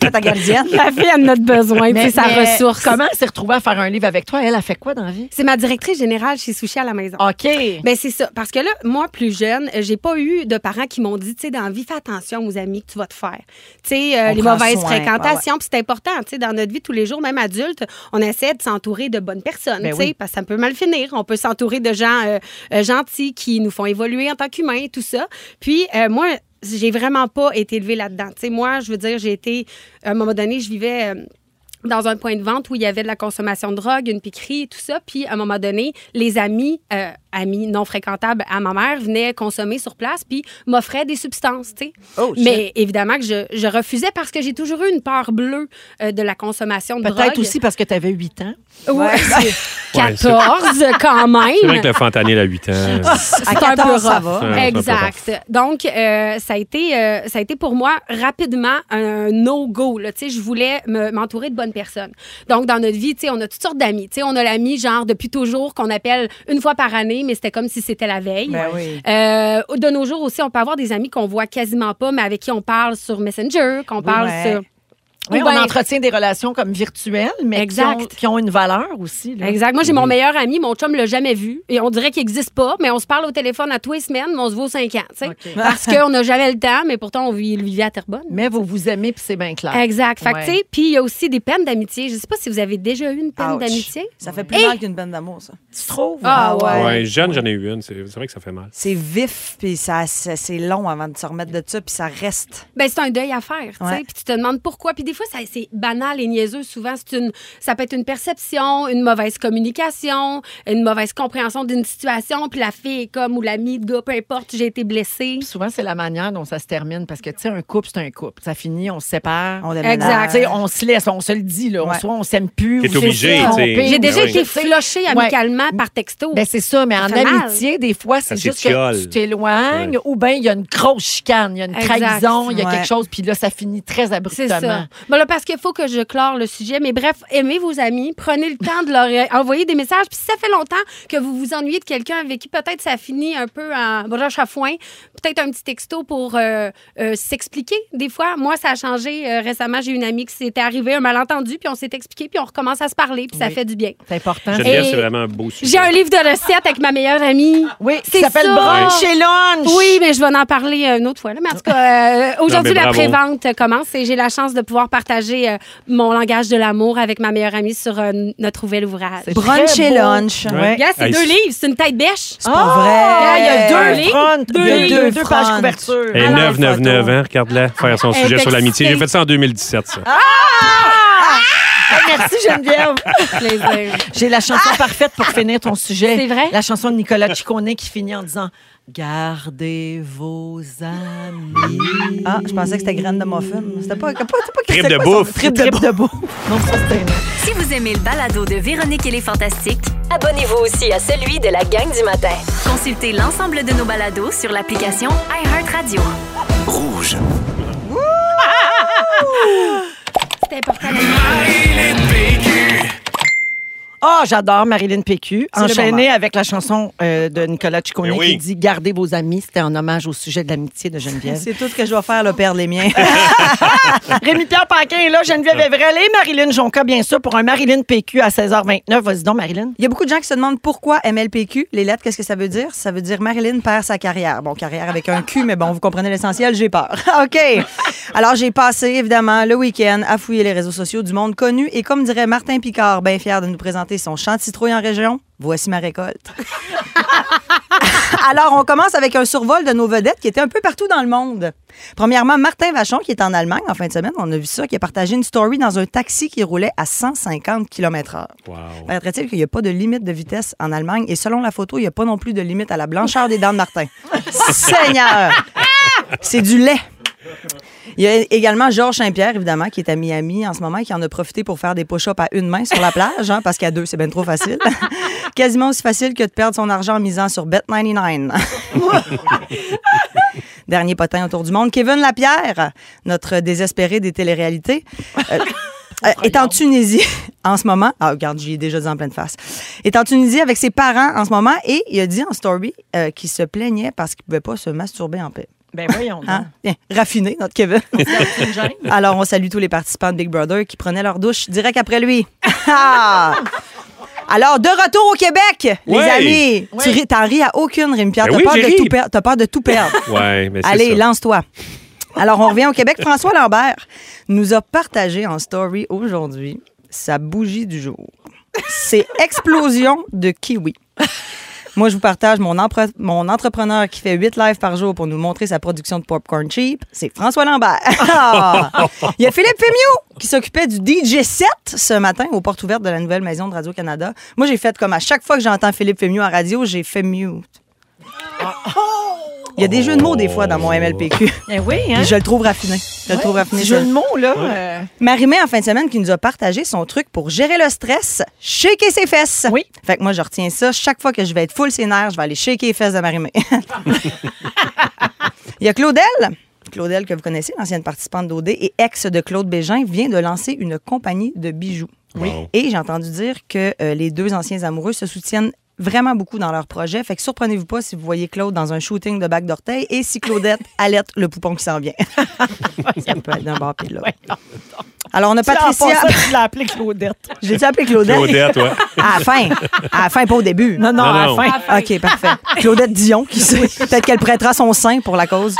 [SPEAKER 5] Toi, ta gardienne.
[SPEAKER 6] La fille a notre besoin, puis
[SPEAKER 3] Mais-
[SPEAKER 6] sa
[SPEAKER 3] mais
[SPEAKER 6] ressource.
[SPEAKER 3] Comment elle s'est retrouvée à faire un livre avec toi? Elle a fait quoi dans la vie?
[SPEAKER 6] C'est ma directrice générale chez Sushi à la maison.
[SPEAKER 3] OK.
[SPEAKER 6] Ben c'est ça. Parce que là, moi, plus jeune, euh, j'ai pas eu de parents qui m'ont dit, tu sais, dans la vie, fais attention aux amis que tu vas te faire. Tu sais, euh,
[SPEAKER 5] On
[SPEAKER 6] les
[SPEAKER 5] prend
[SPEAKER 6] mauvaises
[SPEAKER 5] soin,
[SPEAKER 6] fréquentations, puis c'est important. Tu sais, dans notre vie tous les jours, même adulte, on essaie de s'entourer de bonnes personnes,
[SPEAKER 3] Ben
[SPEAKER 6] tu sais,
[SPEAKER 3] oui.
[SPEAKER 6] parce que ça peut mal finir. On peut s'entourer de gens euh, euh, gentils qui nous font évoluer en tant qu'humains, tout ça. Puis, euh, moi... j'ai vraiment pas été élevée là-dedans. Tu sais, moi, je veux dire, j'ai été, à un moment donné, je vivais. euh, dans un point de vente où il y avait de la consommation de drogue, une piquerie, tout ça. Puis, à un moment donné, les amis, euh, amis non fréquentables à ma mère, venaient consommer sur place, puis m'offraient des substances, tu sais.
[SPEAKER 5] Oh, shit.
[SPEAKER 6] Mais évidemment que je, je refusais parce que j'ai toujours eu une peur bleue euh, de la consommation de drogue.
[SPEAKER 3] Peut-être aussi parce que tu avais 8 ans.
[SPEAKER 6] Ouais.
[SPEAKER 4] Ouais, c'est-
[SPEAKER 6] 14 quand même.
[SPEAKER 4] C'est vrai que le fentanyl à 8 ans.
[SPEAKER 5] À
[SPEAKER 6] C'est un
[SPEAKER 5] 14,
[SPEAKER 6] peu
[SPEAKER 5] ça
[SPEAKER 6] rough.
[SPEAKER 5] va.
[SPEAKER 4] Ouais, c'est un peu
[SPEAKER 6] Exact. Donc, euh, ça, a été, euh, ça a été pour moi rapidement un no-go. là. Tu sais, Je voulais me- m'entourer de bonnes personnes. Donc, dans notre vie, tu sais, on a toutes sortes d'amis. Tu sais, On a l'ami, genre, depuis toujours, qu'on appelle une fois par année, mais c'était comme si c'était la veille.
[SPEAKER 5] Ben oui.
[SPEAKER 6] Euh, de nos jours aussi, on peut avoir des amis qu'on voit quasiment pas, mais avec qui on parle sur Messenger, qu'on parle
[SPEAKER 5] ouais.
[SPEAKER 6] sur...
[SPEAKER 3] Oui,
[SPEAKER 6] Ou
[SPEAKER 3] on
[SPEAKER 6] ben-
[SPEAKER 3] entretient des relations comme virtuelles, mais qui ont,
[SPEAKER 6] Exact.
[SPEAKER 3] qui ont une valeur aussi. là.
[SPEAKER 6] Exact. Moi, j'ai
[SPEAKER 4] Mm-hmm.
[SPEAKER 6] mon meilleur ami, mon chum l'a jamais vu. Et on dirait qu'il n'existe pas, mais on se parle au téléphone à tous les semaines, mais on se voit aux cinq ans. tu sais. Parce qu'on n'a jamais le temps, mais pourtant, on vit, il vivait à Terrebonne.
[SPEAKER 3] Mais vous vous aimez, puis c'est bien clair.
[SPEAKER 6] Exact. Fait que,
[SPEAKER 3] Ouais.
[SPEAKER 6] tu sais, puis il y a aussi des peines d'amitié. Je ne sais pas si vous avez déjà eu une peine
[SPEAKER 5] Ouch.
[SPEAKER 6] d'amitié.
[SPEAKER 5] Ça fait plus mal qu'une peine d'amour, ça.
[SPEAKER 3] Tu trouves?
[SPEAKER 6] Ah, ouais.
[SPEAKER 4] Ouais, jeune, j'en ai eu une. C'est c'est vrai que ça fait mal.
[SPEAKER 5] C'est vif, puis ça, ça- c'est long avant de se remettre de ça, puis ça reste.
[SPEAKER 6] Ben, c'est un deuil à faire, tu sais.
[SPEAKER 5] Ouais.
[SPEAKER 6] Puis tu te demandes pourquoi. Puis des fois, ça, c'est banal et niaiseux. Souvent, c'est une, ça peut être une perception, une mauvaise communication, une mauvaise compréhension d'une situation. Puis la fille est comme, ou l'ami de gars, peu importe, j'ai été blessée.
[SPEAKER 3] Puis Souvent, c'est la manière dont ça se termine parce que, tu sais, un couple, c'est un couple. Ça finit, on se sépare.
[SPEAKER 5] On
[SPEAKER 3] Tu
[SPEAKER 5] déménage.
[SPEAKER 6] Exact.
[SPEAKER 3] sais, on se laisse, on se le dit, là. On-
[SPEAKER 5] Ouais.
[SPEAKER 3] Soit on s'aime plus.
[SPEAKER 4] T'es
[SPEAKER 3] ou c'est
[SPEAKER 4] obligé,
[SPEAKER 3] se
[SPEAKER 4] tu sais.
[SPEAKER 3] tromper.
[SPEAKER 6] J'ai
[SPEAKER 4] Ben
[SPEAKER 6] déjà
[SPEAKER 4] oui.
[SPEAKER 6] été flochée amicalement par texto.
[SPEAKER 3] Ben, c'est ça, mais en
[SPEAKER 6] Ça fait mal.
[SPEAKER 3] amitié, des fois, c'est
[SPEAKER 4] Ça
[SPEAKER 3] juste que
[SPEAKER 4] s'étiole.
[SPEAKER 3] tu t'éloignes ou bien il y a une grosse chicane, il y a une
[SPEAKER 6] Exact.
[SPEAKER 3] trahison, il y a
[SPEAKER 5] Ouais.
[SPEAKER 3] quelque chose, puis là, ça finit très
[SPEAKER 6] C'est
[SPEAKER 3] abruptement.
[SPEAKER 6] ça. Bon, là, parce qu'il faut que je clore le sujet, mais bref, aimez vos amis, prenez le temps de leur euh, envoyer des messages. Puis si ça fait longtemps que vous vous ennuyez de quelqu'un avec qui peut-être ça finit un peu en broche à foin, peut-être un petit texto pour euh, euh, s'expliquer. Des fois, moi, ça a changé. Euh, récemment, j'ai une amie qui s'était arrivée, un malentendu, puis on s'est expliqué, puis on recommence à se parler, puis ça
[SPEAKER 3] Oui.
[SPEAKER 6] fait du bien.
[SPEAKER 3] C'est important.
[SPEAKER 6] Et-
[SPEAKER 4] Geneviève, c'est vraiment un beau sujet.
[SPEAKER 6] J'ai un livre de recettes avec ma meilleure amie.
[SPEAKER 3] Oui,
[SPEAKER 6] c'est
[SPEAKER 3] ça s'appelle
[SPEAKER 6] ça.
[SPEAKER 3] brunch et lunch.
[SPEAKER 6] Oui, mais je vais en parler euh, une autre fois. Là. Mais en tout cas, euh, aujourd'hui,
[SPEAKER 4] Non, mais
[SPEAKER 6] la
[SPEAKER 4] bravo.
[SPEAKER 6] pré-vente euh, commence et j'ai la chance de pouvoir partager euh, mon langage de l'amour avec ma meilleure amie sur euh, notre nouvel ouvrage.
[SPEAKER 3] C'est
[SPEAKER 5] Brunch
[SPEAKER 3] très
[SPEAKER 5] et
[SPEAKER 3] beau.
[SPEAKER 5] lunch.
[SPEAKER 4] Ouais.
[SPEAKER 6] Regarde, c'est
[SPEAKER 4] Hey,
[SPEAKER 6] deux
[SPEAKER 4] c'est-
[SPEAKER 6] livres, c'est une tête bêche.
[SPEAKER 5] C'est pas vrai.
[SPEAKER 3] Ah, il y a
[SPEAKER 6] Euh,
[SPEAKER 3] deux
[SPEAKER 6] livres.
[SPEAKER 3] fronts,
[SPEAKER 6] deux
[SPEAKER 3] il y a
[SPEAKER 6] livres.
[SPEAKER 3] deux, deux pages
[SPEAKER 5] Front.
[SPEAKER 3] couverture.
[SPEAKER 4] Et
[SPEAKER 6] Alors,
[SPEAKER 4] 999, hein, regarde-la, faire son
[SPEAKER 6] Elle
[SPEAKER 4] sujet
[SPEAKER 6] est
[SPEAKER 4] sur l'amitié. J'ai
[SPEAKER 6] excitée.
[SPEAKER 4] fait ça en 2017, ça.
[SPEAKER 3] Ah, merci Geneviève.
[SPEAKER 6] Plaisir.
[SPEAKER 3] J'ai la chanson parfaite pour finir ton sujet.
[SPEAKER 6] C'est vrai?
[SPEAKER 3] La chanson de Nicolas Ciccone qui finit en disant Gardez vos amis.
[SPEAKER 5] Ah, je pensais que c'était graine de muffin. C'était pas, pas, pas, pas
[SPEAKER 4] Trip
[SPEAKER 5] c'était
[SPEAKER 4] de
[SPEAKER 5] quoi son-
[SPEAKER 4] bouffe.
[SPEAKER 5] Trip de bouffe.
[SPEAKER 3] de bouffe. Non, ça c'était une-
[SPEAKER 1] Si vous aimez le balado de Véronique et les Fantastiques,
[SPEAKER 2] Abonnez-vous aussi à celui de la gang du matin.
[SPEAKER 1] consultez l'ensemble de nos balados sur l'application iHeartRadio.
[SPEAKER 6] C'est important.
[SPEAKER 3] Ah, j'adore Marilyn Pécu.
[SPEAKER 5] le
[SPEAKER 3] Enchaînée
[SPEAKER 5] moment.
[SPEAKER 3] avec la chanson euh, de Nicolas Ciccone
[SPEAKER 4] Mais oui.
[SPEAKER 3] qui dit Gardez vos amis. C'était en hommage au sujet de l'amitié de Geneviève.
[SPEAKER 5] C'est tout ce que je vais faire, là, perdre les miens.
[SPEAKER 3] Rémi-Pierre Paquin est là, Geneviève Evrel et Marilyn Jonca, bien sûr, pour un Marilyn PQ à 16h29. Vas-y donc, Marilyn.
[SPEAKER 5] Il y a beaucoup de gens qui se demandent pourquoi MLPQ, les lettres, qu'est-ce que ça veut dire? Ça veut dire Marilyn perd sa carrière. Bon, carrière avec un Q, mais bon, vous comprenez l'essentiel, j'ai peur. OK. Alors, j'ai passé, évidemment, le week-end à fouiller les réseaux sociaux du monde connu et comme dirait Martin Picard, bien fier de nous présenter son champ de citrouille en région, voici ma récolte. Alors, on commence avec un survol de nos vedettes qui étaient un peu partout dans le monde. Premièrement, Martin Vachon, qui est en Allemagne en fin de semaine, on a vu ça, qui a partagé une story dans un taxi qui roulait à 150 km/h.
[SPEAKER 4] Wow.
[SPEAKER 5] Paraîtrait-il qu'il n'y a pas de limite de vitesse en Allemagne et selon la photo, il n'y a pas non plus de limite à la blancheur des dents de Martin. Seigneur! C'est du lait. Il y a également Georges Saint-Pierre, évidemment, qui est à Miami en ce moment et qui en a profité pour faire des push-ups à une main sur la plage, hein, parce qu'à deux, c'est bien trop facile. Quasiment aussi facile que de perdre son argent en misant sur Bet99. Dernier potin autour du monde, Kevin Lapierre, notre désespéré des téléréalités. euh, euh, est en Tunisie en ce moment. Ah, regarde, j'y ai déjà dit en pleine face. Est en Tunisie avec ses parents en ce moment et il a dit en story euh, qu'il se plaignait parce qu'il ne pouvait pas se masturber en paix.
[SPEAKER 3] Ben voyons.
[SPEAKER 5] Hein? Bien, raffiné, notre Kevin. Alors, on salue tous les participants de Big Brother qui prenaient leur douche direct après lui. Ah! Alors, de retour au Québec,
[SPEAKER 4] Ouais.
[SPEAKER 5] les amis. Tu ris- t'en ris à aucune, Rémi-Pierre.
[SPEAKER 4] Ben
[SPEAKER 5] T'as
[SPEAKER 4] oui,
[SPEAKER 5] peur
[SPEAKER 4] j'ai
[SPEAKER 5] de
[SPEAKER 4] ri.
[SPEAKER 5] tout per- t'as peur de tout perdre.
[SPEAKER 4] Ouais, mais c'est
[SPEAKER 5] Allez,
[SPEAKER 4] ça.
[SPEAKER 5] lance-toi. Alors, on revient au Québec. François Lambert nous a partagé en story aujourd'hui sa bougie du jour. C'est explosion de kiwi. Moi, je vous partage mon, empre- mon entrepreneur qui fait 8 lives par jour pour nous montrer sa production de popcorn cheap. C'est François Lambert. Ah! Il y a Philippe Fémiot qui s'occupait du DJ 7 ce matin aux portes ouvertes de la nouvelle maison de Radio-Canada. Moi, j'ai fait comme à chaque fois que j'entends Philippe Fémiot à radio, j'ai fait mute. Il y a des jeux de mots des fois dans mon MLPQ.
[SPEAKER 3] Eh oui, hein?
[SPEAKER 5] Je le trouve raffiné. Je le trouve raffiné.
[SPEAKER 3] Petit
[SPEAKER 5] je
[SPEAKER 3] jeu
[SPEAKER 5] le-
[SPEAKER 3] de mots, là. euh,
[SPEAKER 5] Marie-Mé, en fin de semaine, qui nous a partagé son truc pour gérer le stress, shaker ses fesses.
[SPEAKER 3] Oui.
[SPEAKER 5] Fait que moi, je retiens ça. Chaque fois que je vais être full sénère, je vais aller shaker les fesses de Marie-Mé. Il y a Claudel. Claudel, que vous connaissez, l'ancienne participante d'OD et ex de Claude Bégin, vient de lancer une compagnie de bijoux. Oui. Et j'ai entendu dire que euh, les deux anciens amoureux se soutiennent vraiment beaucoup dans leur projet. Fait que surprenez-vous pas si vous voyez Claude dans un shooting de bac d'orteil et si Claudette allaite le poupon qui s'en vient. Ça peut être d'un bord puis de l'autre. Alors, on a
[SPEAKER 3] Patricia.
[SPEAKER 5] Patricia.
[SPEAKER 3] tu l'as appelée Claudette.
[SPEAKER 5] J'ai-tu appelé Claudette?
[SPEAKER 4] Claudette, ouais.
[SPEAKER 5] À la fin. À la fin, pas au début.
[SPEAKER 3] Non, non,
[SPEAKER 4] Non,
[SPEAKER 3] à la
[SPEAKER 4] non.
[SPEAKER 3] fin.
[SPEAKER 5] Ah, OK, parfait. Claudette Dion, qui sait. Peut-être qu'elle prêtera son sein pour la cause.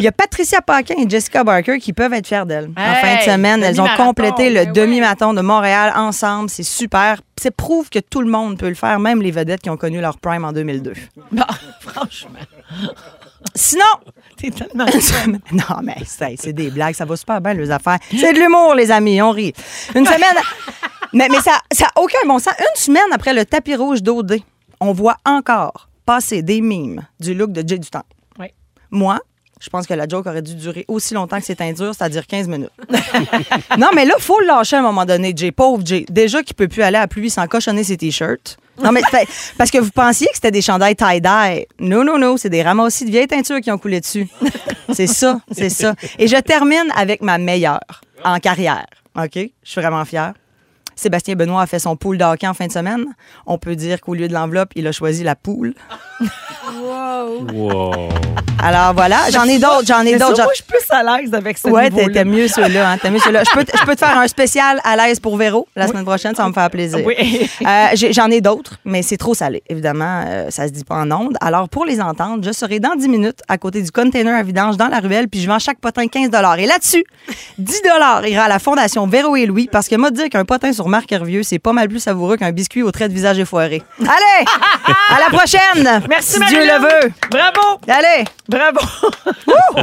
[SPEAKER 5] Il y a Patricia Paquin et Jessica Barker qui peuvent être fières d'elles. en
[SPEAKER 3] Hey,
[SPEAKER 5] fin de semaine, elles ont
[SPEAKER 3] demi-marathon,
[SPEAKER 5] complété le
[SPEAKER 3] ben
[SPEAKER 5] demi-marathon de Montréal ensemble. C'est super. Ça prouve que tout le monde peut le faire, même les vedettes qui ont connu leur prime en 2002.
[SPEAKER 3] Bon, franchement,
[SPEAKER 5] Sinon,
[SPEAKER 3] t'es tellement...
[SPEAKER 5] une semaine- Non, mais c'est c'est des blagues, ça va super bien, les affaires. C'est de l'humour, les amis, on rit. Une semaine. Mais, mais ça n'a aucun bon sens. Une semaine après le tapis rouge d'OD, on voit encore passer des mimes du look de Jay Dutemps.
[SPEAKER 3] Oui.
[SPEAKER 5] Moi, je pense que la joke aurait dû durer aussi longtemps que c'est indure, c'est-à-dire 15 minutes. non, mais là, faut le lâcher à un moment donné, Jay. Pauvre Jay. Déjà qu'il peut plus aller à la pluie sans cochonner ses T-shirts. Non, mais fait- parce que vous pensiez que c'était des chandails tie-dye. Non, non, non, c'est des ramassis de vieilles teintures qui ont coulé dessus. c'est ça, c'est ça. Et je termine avec ma meilleure en carrière. OK? Je suis vraiment fière. Sébastien Benoît a fait son pool de hockey en fin de semaine. On peut dire qu'au lieu de l'enveloppe, il a choisi la poule.
[SPEAKER 4] Wow.
[SPEAKER 5] Alors voilà, j'en ai d'autres, j'en ai
[SPEAKER 3] Mais ça,
[SPEAKER 5] d'autres. j'en-
[SPEAKER 3] moi, je suis plus à l'aise avec ce
[SPEAKER 5] Ouais, t'es-
[SPEAKER 3] niveau-là.
[SPEAKER 5] t'es mieux ceux-là. Hein, t'es mieux ceux-là. Je peux, te- je peux te faire un spécial à l'aise pour Véro la semaine prochaine, ça va me faire plaisir.
[SPEAKER 3] Oui.
[SPEAKER 5] Euh, j'ai- J'en ai, d'autres, mais c'est trop salé. Évidemment, euh, ça se dit pas en ondes. Alors, pour les entendre, je serai dans 10 minutes à côté du container à vidange dans la ruelle, puis je vends chaque potin 15 Et là-dessus, 10 ira à la Fondation Véro et Louis, parce que moi, dire qu'un potin sur Marc Hervieux, c'est pas mal plus savoureux qu'un biscuit au trait de visage effoiré. Allez! à la prochaine!
[SPEAKER 3] Merci,
[SPEAKER 5] Si Dieu
[SPEAKER 3] Marie-Lou.
[SPEAKER 5] le veut!
[SPEAKER 3] Bravo!
[SPEAKER 5] Allez!
[SPEAKER 3] Bravo!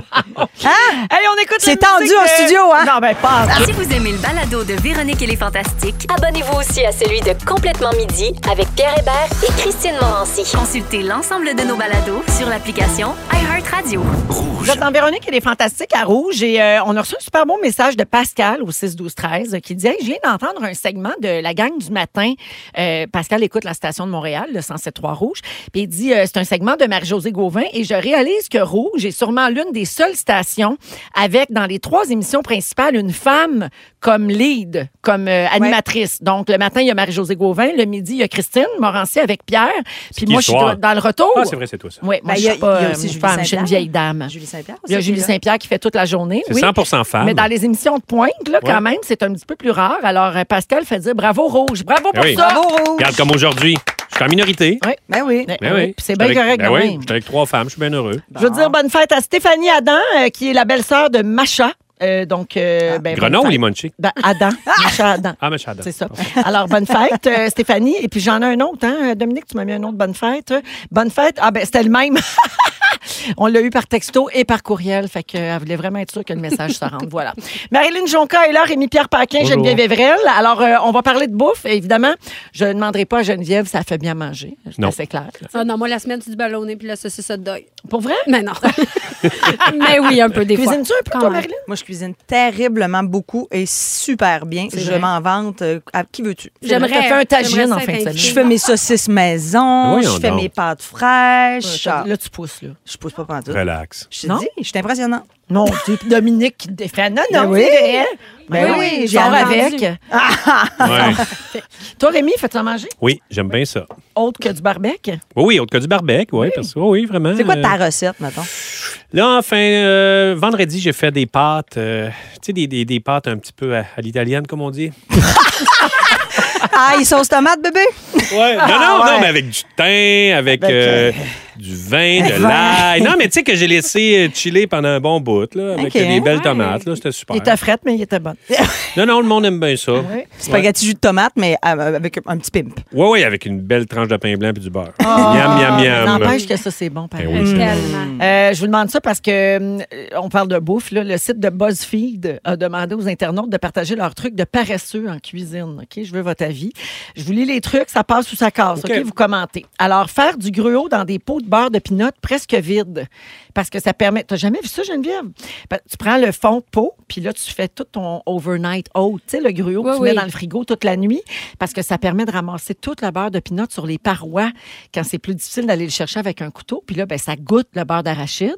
[SPEAKER 5] Hein?
[SPEAKER 3] Hey, on écoute la
[SPEAKER 5] C'est tendu
[SPEAKER 3] musique
[SPEAKER 5] en
[SPEAKER 3] de-
[SPEAKER 5] studio, hein?
[SPEAKER 3] Non, ben pas.
[SPEAKER 1] Si vous aimez le balado de Véronique et les Fantastiques,
[SPEAKER 2] Abonnez-vous aussi à celui de Complètement Midi avec Pierre Hébert et Christine Morancy.
[SPEAKER 1] consultez l'ensemble de nos balados sur l'application iHeartRadio.
[SPEAKER 3] Vous êtes en Véronique, elle est fantastique à Rouge. Et euh, on a reçu un super beau message de Pascal au 6-12-13 euh, qui dit Hey, Je viens d'entendre un segment de la gang du matin. Euh, Pascal écoute la station de Montréal, le 107-3 Rouge. Puis il dit euh, C'est un segment de Marie-Josée Gauvin. Et je réalise que Rouge est sûrement l'une des seules stations avec, dans les trois émissions principales, une femme comme lead, comme euh, animatrice. Donc, le matin, il y a Marie-Josée Gauvin. Le midi, il y a Christine Morancier avec Pierre. Puis
[SPEAKER 4] qui
[SPEAKER 3] moi,
[SPEAKER 4] le
[SPEAKER 3] je suis
[SPEAKER 4] soir.
[SPEAKER 3] dans dans le retour.
[SPEAKER 4] Ah, c'est vrai, c'est toi, ça.
[SPEAKER 3] Oui, moi,
[SPEAKER 5] Ben,
[SPEAKER 3] je
[SPEAKER 5] il y a-
[SPEAKER 3] suis pas
[SPEAKER 5] il y a
[SPEAKER 3] euh,
[SPEAKER 5] aussi
[SPEAKER 3] une
[SPEAKER 5] Julie
[SPEAKER 3] femme, je suis une
[SPEAKER 5] Saint-Pierre.
[SPEAKER 3] vieille dame.
[SPEAKER 5] Julie Saint-Pierre
[SPEAKER 3] Il y a
[SPEAKER 5] aussi,
[SPEAKER 3] Julie
[SPEAKER 5] là.
[SPEAKER 3] Saint-Pierre qui fait toute la journée.
[SPEAKER 4] C'est
[SPEAKER 3] oui.
[SPEAKER 4] 100% femme.
[SPEAKER 3] Mais dans les émissions de pointe, là, quand
[SPEAKER 4] Ouais.
[SPEAKER 3] même, c'est un petit peu plus rare. Alors, euh, Pascal fait dire bravo Rouge, bravo pour
[SPEAKER 4] Ben oui.
[SPEAKER 3] ça.
[SPEAKER 5] Bravo, Rouge!
[SPEAKER 4] Regarde, comme aujourd'hui, je suis en minorité.
[SPEAKER 3] Ouais.
[SPEAKER 5] Ben oui.
[SPEAKER 3] Ben
[SPEAKER 4] Ben
[SPEAKER 3] oui,
[SPEAKER 4] oui.
[SPEAKER 3] puis c'est
[SPEAKER 4] Je suis
[SPEAKER 3] bien correct
[SPEAKER 4] avec- ben
[SPEAKER 3] de
[SPEAKER 4] oui,
[SPEAKER 3] même. Ben,
[SPEAKER 4] Je suis avec trois femmes, je suis bien heureux.
[SPEAKER 3] Je veux dire bonne fête à Stéphanie Adam, euh, qui est la belle-sœur de Macha. Euh, donc,
[SPEAKER 4] Ah.
[SPEAKER 3] euh, ben, bonne
[SPEAKER 4] Grenon ou
[SPEAKER 3] fête.
[SPEAKER 4] Limonchi?
[SPEAKER 3] Ben, Adam, Macha Adam.
[SPEAKER 4] Ah, mais je suis Adam.
[SPEAKER 3] C'est ça. Alors, bonne fête, euh, Stéphanie. Et puis, j'en ai un autre, hein. Dominique, tu m'as mis un autre bonne fête. Bonne fête. Ah, ben, c'était le même. On l'a eu par texto et par courriel. Fait qu'elle voulait vraiment être sûre que le message se rende. Voilà. Marilyn Jonca est là, Rémi-Pierre Paquin,
[SPEAKER 4] Bonjour.
[SPEAKER 3] Geneviève Evrel. Alors, euh, on va parler de bouffe, évidemment. Je ne demanderai pas à Geneviève ça fait bien manger.
[SPEAKER 4] Non.
[SPEAKER 3] C'est clair.
[SPEAKER 6] Ah non, moi, la semaine, c'est du ballonné, puis là, ça, c'est ça de deuil.
[SPEAKER 3] Pour vrai?
[SPEAKER 6] Mais non. mais oui, un peu des fois.
[SPEAKER 3] Cuisines-tu un peu,
[SPEAKER 6] Quand
[SPEAKER 3] toi,
[SPEAKER 6] même.
[SPEAKER 3] Marilyn?
[SPEAKER 5] Moi, je cuisine terriblement beaucoup et super bien.
[SPEAKER 3] C'est
[SPEAKER 5] Je
[SPEAKER 3] vrai.
[SPEAKER 5] m'en vante. euh, à qui veux-tu?
[SPEAKER 6] J'aimerais-
[SPEAKER 3] T'as fait un tagine
[SPEAKER 6] j'aimerais
[SPEAKER 3] en
[SPEAKER 6] ça
[SPEAKER 3] fin de
[SPEAKER 6] être
[SPEAKER 3] semaine.
[SPEAKER 5] Je
[SPEAKER 6] invitée.
[SPEAKER 5] fais mes saucisses maison,
[SPEAKER 4] Voyons
[SPEAKER 5] je fais
[SPEAKER 4] donc.
[SPEAKER 5] mes pâtes fraîches.
[SPEAKER 3] Euh, Là, tu pousses, là.
[SPEAKER 5] je pousse pas pantoute.
[SPEAKER 4] Relax.
[SPEAKER 5] Je te
[SPEAKER 3] Non?
[SPEAKER 5] dis, je suis impressionnante.
[SPEAKER 3] Non, c'est Dominique qui te défend. Non, non,
[SPEAKER 5] Oui.
[SPEAKER 3] c'est vrai.
[SPEAKER 5] Ben
[SPEAKER 3] Ben
[SPEAKER 5] oui,
[SPEAKER 3] oui,
[SPEAKER 5] j'ai
[SPEAKER 3] j'en
[SPEAKER 6] entendu.
[SPEAKER 3] avec.
[SPEAKER 4] Ouais.
[SPEAKER 3] Toi, Rémi, fais-tu à manger?
[SPEAKER 4] Oui, j'aime bien ça.
[SPEAKER 3] Autre que du barbecue?
[SPEAKER 4] Oui, oui, autre que du barbecue, oui, parce que oui, oui,
[SPEAKER 3] Hum.
[SPEAKER 4] vraiment.
[SPEAKER 5] C'est quoi
[SPEAKER 4] euh,
[SPEAKER 5] ta recette, mettons?
[SPEAKER 4] Là, enfin, euh, vendredi, j'ai fait des pâtes, euh, tu sais, des, des- des pâtes un petit peu à, à l'italienne, comme on dit.
[SPEAKER 5] Ah, ils sauce tomate, bébé?
[SPEAKER 4] Ouais. Non, non,
[SPEAKER 5] Ah, ouais.
[SPEAKER 4] non, mais avec du thym,
[SPEAKER 5] Avec,
[SPEAKER 4] avec,
[SPEAKER 5] euh,
[SPEAKER 4] euh, du vin, de l'ail. Non, mais tu sais que j'ai laissé euh, chiller pendant un bon bout, là, avec
[SPEAKER 5] Ok.
[SPEAKER 4] euh, des belles
[SPEAKER 6] Ouais.
[SPEAKER 4] tomates. là, C'était super.
[SPEAKER 3] Il était frette, mais il était bon.
[SPEAKER 4] Non, non, le monde aime bien ça. Oui,
[SPEAKER 5] Spaghetti jus de tomate, mais euh, avec un petit pimp.
[SPEAKER 4] oui, avec une belle tranche de pain blanc et du beurre. miam, miam, miam.
[SPEAKER 3] N'empêche que ça, c'est bon, pareil.
[SPEAKER 4] Ben oui, c'est bon.
[SPEAKER 6] Tellement.
[SPEAKER 3] Euh, je vous demande ça parce que euh, on parle de bouffe. là. Le site de BuzzFeed a demandé aux internautes de partager leurs trucs de paresseux en cuisine. Ok, Je veux votre avis. Je vous lis les trucs, ça passe ou ça casse.
[SPEAKER 4] OK.
[SPEAKER 3] Ok, Vous commentez. Alors, faire du gruau dans des pots de beurre de pinot presque vides parce que ça permet... T'as jamais vu ça, Geneviève? Ben, tu prends le fond de pot, puis là, tu fais tout ton overnight oat, tu sais, le gruau
[SPEAKER 6] Oui,
[SPEAKER 3] que tu
[SPEAKER 6] oui.
[SPEAKER 3] mets dans le frigo toute la nuit parce que ça permet de ramasser toute la beurre de pinot sur les parois quand c'est plus difficile d'aller le chercher avec un couteau. Puis là, ben, ça goûte le beurre d'arachide.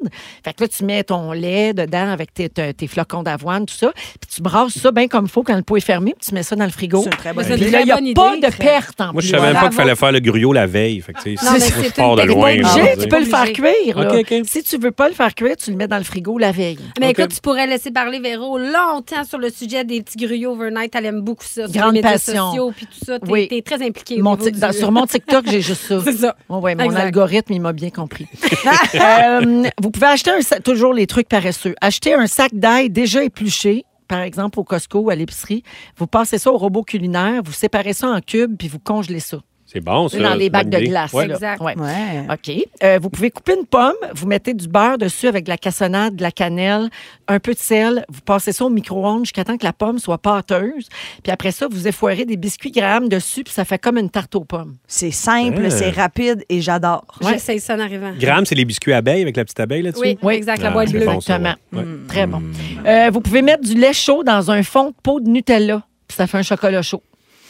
[SPEAKER 3] Fait que là, tu mets ton lait dedans avec tes, tes- tes flocons d'avoine, tout ça. Puis tu brasses ça bien comme il faut quand le pot est fermé. Puis tu mets ça dans le frigo.
[SPEAKER 5] C'est une très bonne
[SPEAKER 6] Mais c'est
[SPEAKER 3] Puis
[SPEAKER 6] une
[SPEAKER 3] là,
[SPEAKER 6] très
[SPEAKER 3] il n'y a
[SPEAKER 6] bonne
[SPEAKER 3] pas
[SPEAKER 6] idée,
[SPEAKER 3] de
[SPEAKER 6] très-
[SPEAKER 3] perte en
[SPEAKER 4] Moi, je
[SPEAKER 3] plus.
[SPEAKER 4] savais même pas
[SPEAKER 6] Voilà.
[SPEAKER 4] qu'il fallait faire le gruau la veille. Fait que, tu sais,
[SPEAKER 6] Non,
[SPEAKER 4] c'est-
[SPEAKER 6] mais
[SPEAKER 4] c'est-
[SPEAKER 6] c'est
[SPEAKER 4] je pars
[SPEAKER 6] une
[SPEAKER 4] de
[SPEAKER 6] technique
[SPEAKER 4] loin. là,
[SPEAKER 6] obligée,
[SPEAKER 4] je veux
[SPEAKER 3] Obligé,
[SPEAKER 4] dire.
[SPEAKER 3] tu peux le faire
[SPEAKER 6] Obligé.
[SPEAKER 3] cuire. là.
[SPEAKER 4] OK, OK.
[SPEAKER 3] Si tu veux pas le faire cuire, tu le mets dans le frigo la veille.
[SPEAKER 6] Mais
[SPEAKER 4] Ok.
[SPEAKER 6] écoute, tu pourrais laisser parler Véro longtemps sur le sujet des petits gruyots overnight. Elle aime beaucoup ça. sur
[SPEAKER 3] Grande
[SPEAKER 6] les médias
[SPEAKER 3] passion.
[SPEAKER 6] sociaux puis tout ça. T'es
[SPEAKER 3] Oui.
[SPEAKER 6] t'es très impliquée. au
[SPEAKER 3] Mon
[SPEAKER 6] niveau
[SPEAKER 3] tic-
[SPEAKER 6] du-
[SPEAKER 3] dans- sur mon TikTok, j'ai juste ça.
[SPEAKER 6] C'est ça.
[SPEAKER 3] Ouais, ouais, mon
[SPEAKER 6] Exact.
[SPEAKER 3] algorithme, il m'a bien compris. Euh, vous pouvez acheter un sac- toujours les trucs paresseux. Acheter un sac d'ail déjà épluché. Par exemple, au Costco ou à l'épicerie, vous passez ça au robot culinaire, vous séparez ça en cubes puis vous congelez ça.
[SPEAKER 4] C'est bon, ça.
[SPEAKER 3] dans les bacs
[SPEAKER 4] bonne
[SPEAKER 3] de
[SPEAKER 4] idée.
[SPEAKER 3] glace.
[SPEAKER 4] Ouais.
[SPEAKER 3] là.
[SPEAKER 6] Exact.
[SPEAKER 3] Ouais.
[SPEAKER 5] Ouais.
[SPEAKER 3] OK. Euh, vous pouvez couper une pomme, vous mettez du beurre dessus avec de la cassonade, de la cannelle, un peu de sel. Vous passez ça au micro-ondes jusqu'à temps que la pomme soit pâteuse. Puis après ça, vous effoirez des biscuits grammes dessus, puis ça fait comme une tarte aux pommes.
[SPEAKER 5] C'est simple,
[SPEAKER 4] Hein.
[SPEAKER 5] c'est rapide et j'adore.
[SPEAKER 6] J'essaye ça en arrivant.
[SPEAKER 4] Gramme, c'est les biscuits abeilles avec la petite abeille là-dessus.
[SPEAKER 6] Oui, exact. La
[SPEAKER 4] Ah,
[SPEAKER 6] boîte
[SPEAKER 4] c'est
[SPEAKER 6] bleue.
[SPEAKER 4] bon, ça,
[SPEAKER 3] Exactement.
[SPEAKER 4] ouais. Ouais.
[SPEAKER 3] Mm. Très bon.
[SPEAKER 4] Mm.
[SPEAKER 3] Euh, vous pouvez mettre du lait chaud dans un fond de pot de Nutella. Puis ça fait un chocolat chaud.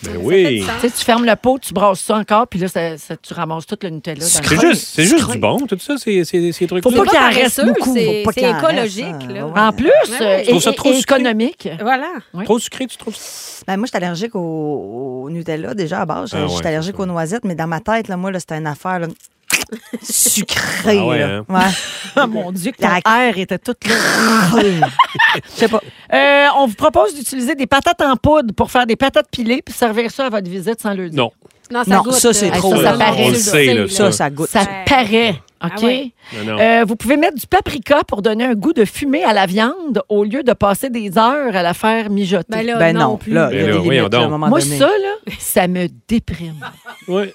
[SPEAKER 4] Ben
[SPEAKER 6] Ça fait
[SPEAKER 4] oui.
[SPEAKER 6] du sens.
[SPEAKER 3] Tu sais, tu fermes le pot, tu brasses ça encore, puis là, ça- ça- tu ramasses tout le Nutella. dans le
[SPEAKER 4] C'est
[SPEAKER 3] fond.
[SPEAKER 4] juste, c'est juste du bon, tout ça, ces, ces, ces trucs.
[SPEAKER 3] Faut
[SPEAKER 6] C'est
[SPEAKER 3] pas qu'il en reste
[SPEAKER 6] paresseux,
[SPEAKER 3] beaucoup,
[SPEAKER 6] c'est-
[SPEAKER 5] faut pas
[SPEAKER 6] C'est
[SPEAKER 5] qu'il en reste,
[SPEAKER 6] écologique.
[SPEAKER 5] hein,
[SPEAKER 6] là.
[SPEAKER 5] ouais.
[SPEAKER 3] En plus,
[SPEAKER 6] ouais.
[SPEAKER 3] euh,
[SPEAKER 6] Tu
[SPEAKER 4] trouves
[SPEAKER 3] et,
[SPEAKER 4] ça
[SPEAKER 3] et-
[SPEAKER 4] trop
[SPEAKER 3] et
[SPEAKER 4] sucré?
[SPEAKER 3] économique.
[SPEAKER 6] Voilà.
[SPEAKER 4] Trop sucré, tu trouves ça?
[SPEAKER 5] Ben, moi, je suis allergique au, au Nutella déjà à base. Je
[SPEAKER 4] Ah
[SPEAKER 5] je
[SPEAKER 4] ouais,
[SPEAKER 5] suis
[SPEAKER 4] c'est
[SPEAKER 5] allergique
[SPEAKER 4] ça.
[SPEAKER 5] aux noisettes, mais dans ma tête, là, moi, là, c'était une affaire là, sucrée.
[SPEAKER 4] Ah ouais,
[SPEAKER 5] là.
[SPEAKER 4] hein?
[SPEAKER 5] Ouais.
[SPEAKER 6] Oh
[SPEAKER 3] Ah, mon Dieu, que
[SPEAKER 5] La-
[SPEAKER 3] ton air était toute là.
[SPEAKER 5] Je sais pas.
[SPEAKER 3] Euh, on vous propose d'utiliser des patates en poudre pour faire des patates pilées puis servir ça à votre visite sans le dire.
[SPEAKER 4] Non.
[SPEAKER 6] Non, ça
[SPEAKER 5] Non,
[SPEAKER 6] goûte,
[SPEAKER 5] ça, c'est
[SPEAKER 6] euh,
[SPEAKER 5] trop,
[SPEAKER 6] ça,
[SPEAKER 5] là.
[SPEAKER 6] ça paraît
[SPEAKER 4] On le
[SPEAKER 6] sur
[SPEAKER 4] sait,
[SPEAKER 6] signe,
[SPEAKER 4] là,
[SPEAKER 5] Ça,
[SPEAKER 4] Ça.
[SPEAKER 5] ça goûte.
[SPEAKER 3] Ça
[SPEAKER 6] Ouais.
[SPEAKER 3] paraît, OK?
[SPEAKER 6] Ah ouais.
[SPEAKER 4] Non, non.
[SPEAKER 3] Euh, vous pouvez mettre du paprika pour donner un goût de fumée à la viande au lieu de passer des heures à la faire mijoter.
[SPEAKER 6] Ben là,
[SPEAKER 5] Ben
[SPEAKER 6] non,
[SPEAKER 5] non,
[SPEAKER 6] plus.
[SPEAKER 5] là, il y a
[SPEAKER 4] Ben
[SPEAKER 5] des
[SPEAKER 4] là, voyons
[SPEAKER 5] limites, là, à un
[SPEAKER 4] donc.
[SPEAKER 5] moment
[SPEAKER 3] Moi,
[SPEAKER 5] donné.
[SPEAKER 3] ça, là, ça me déprime.
[SPEAKER 4] Ouais.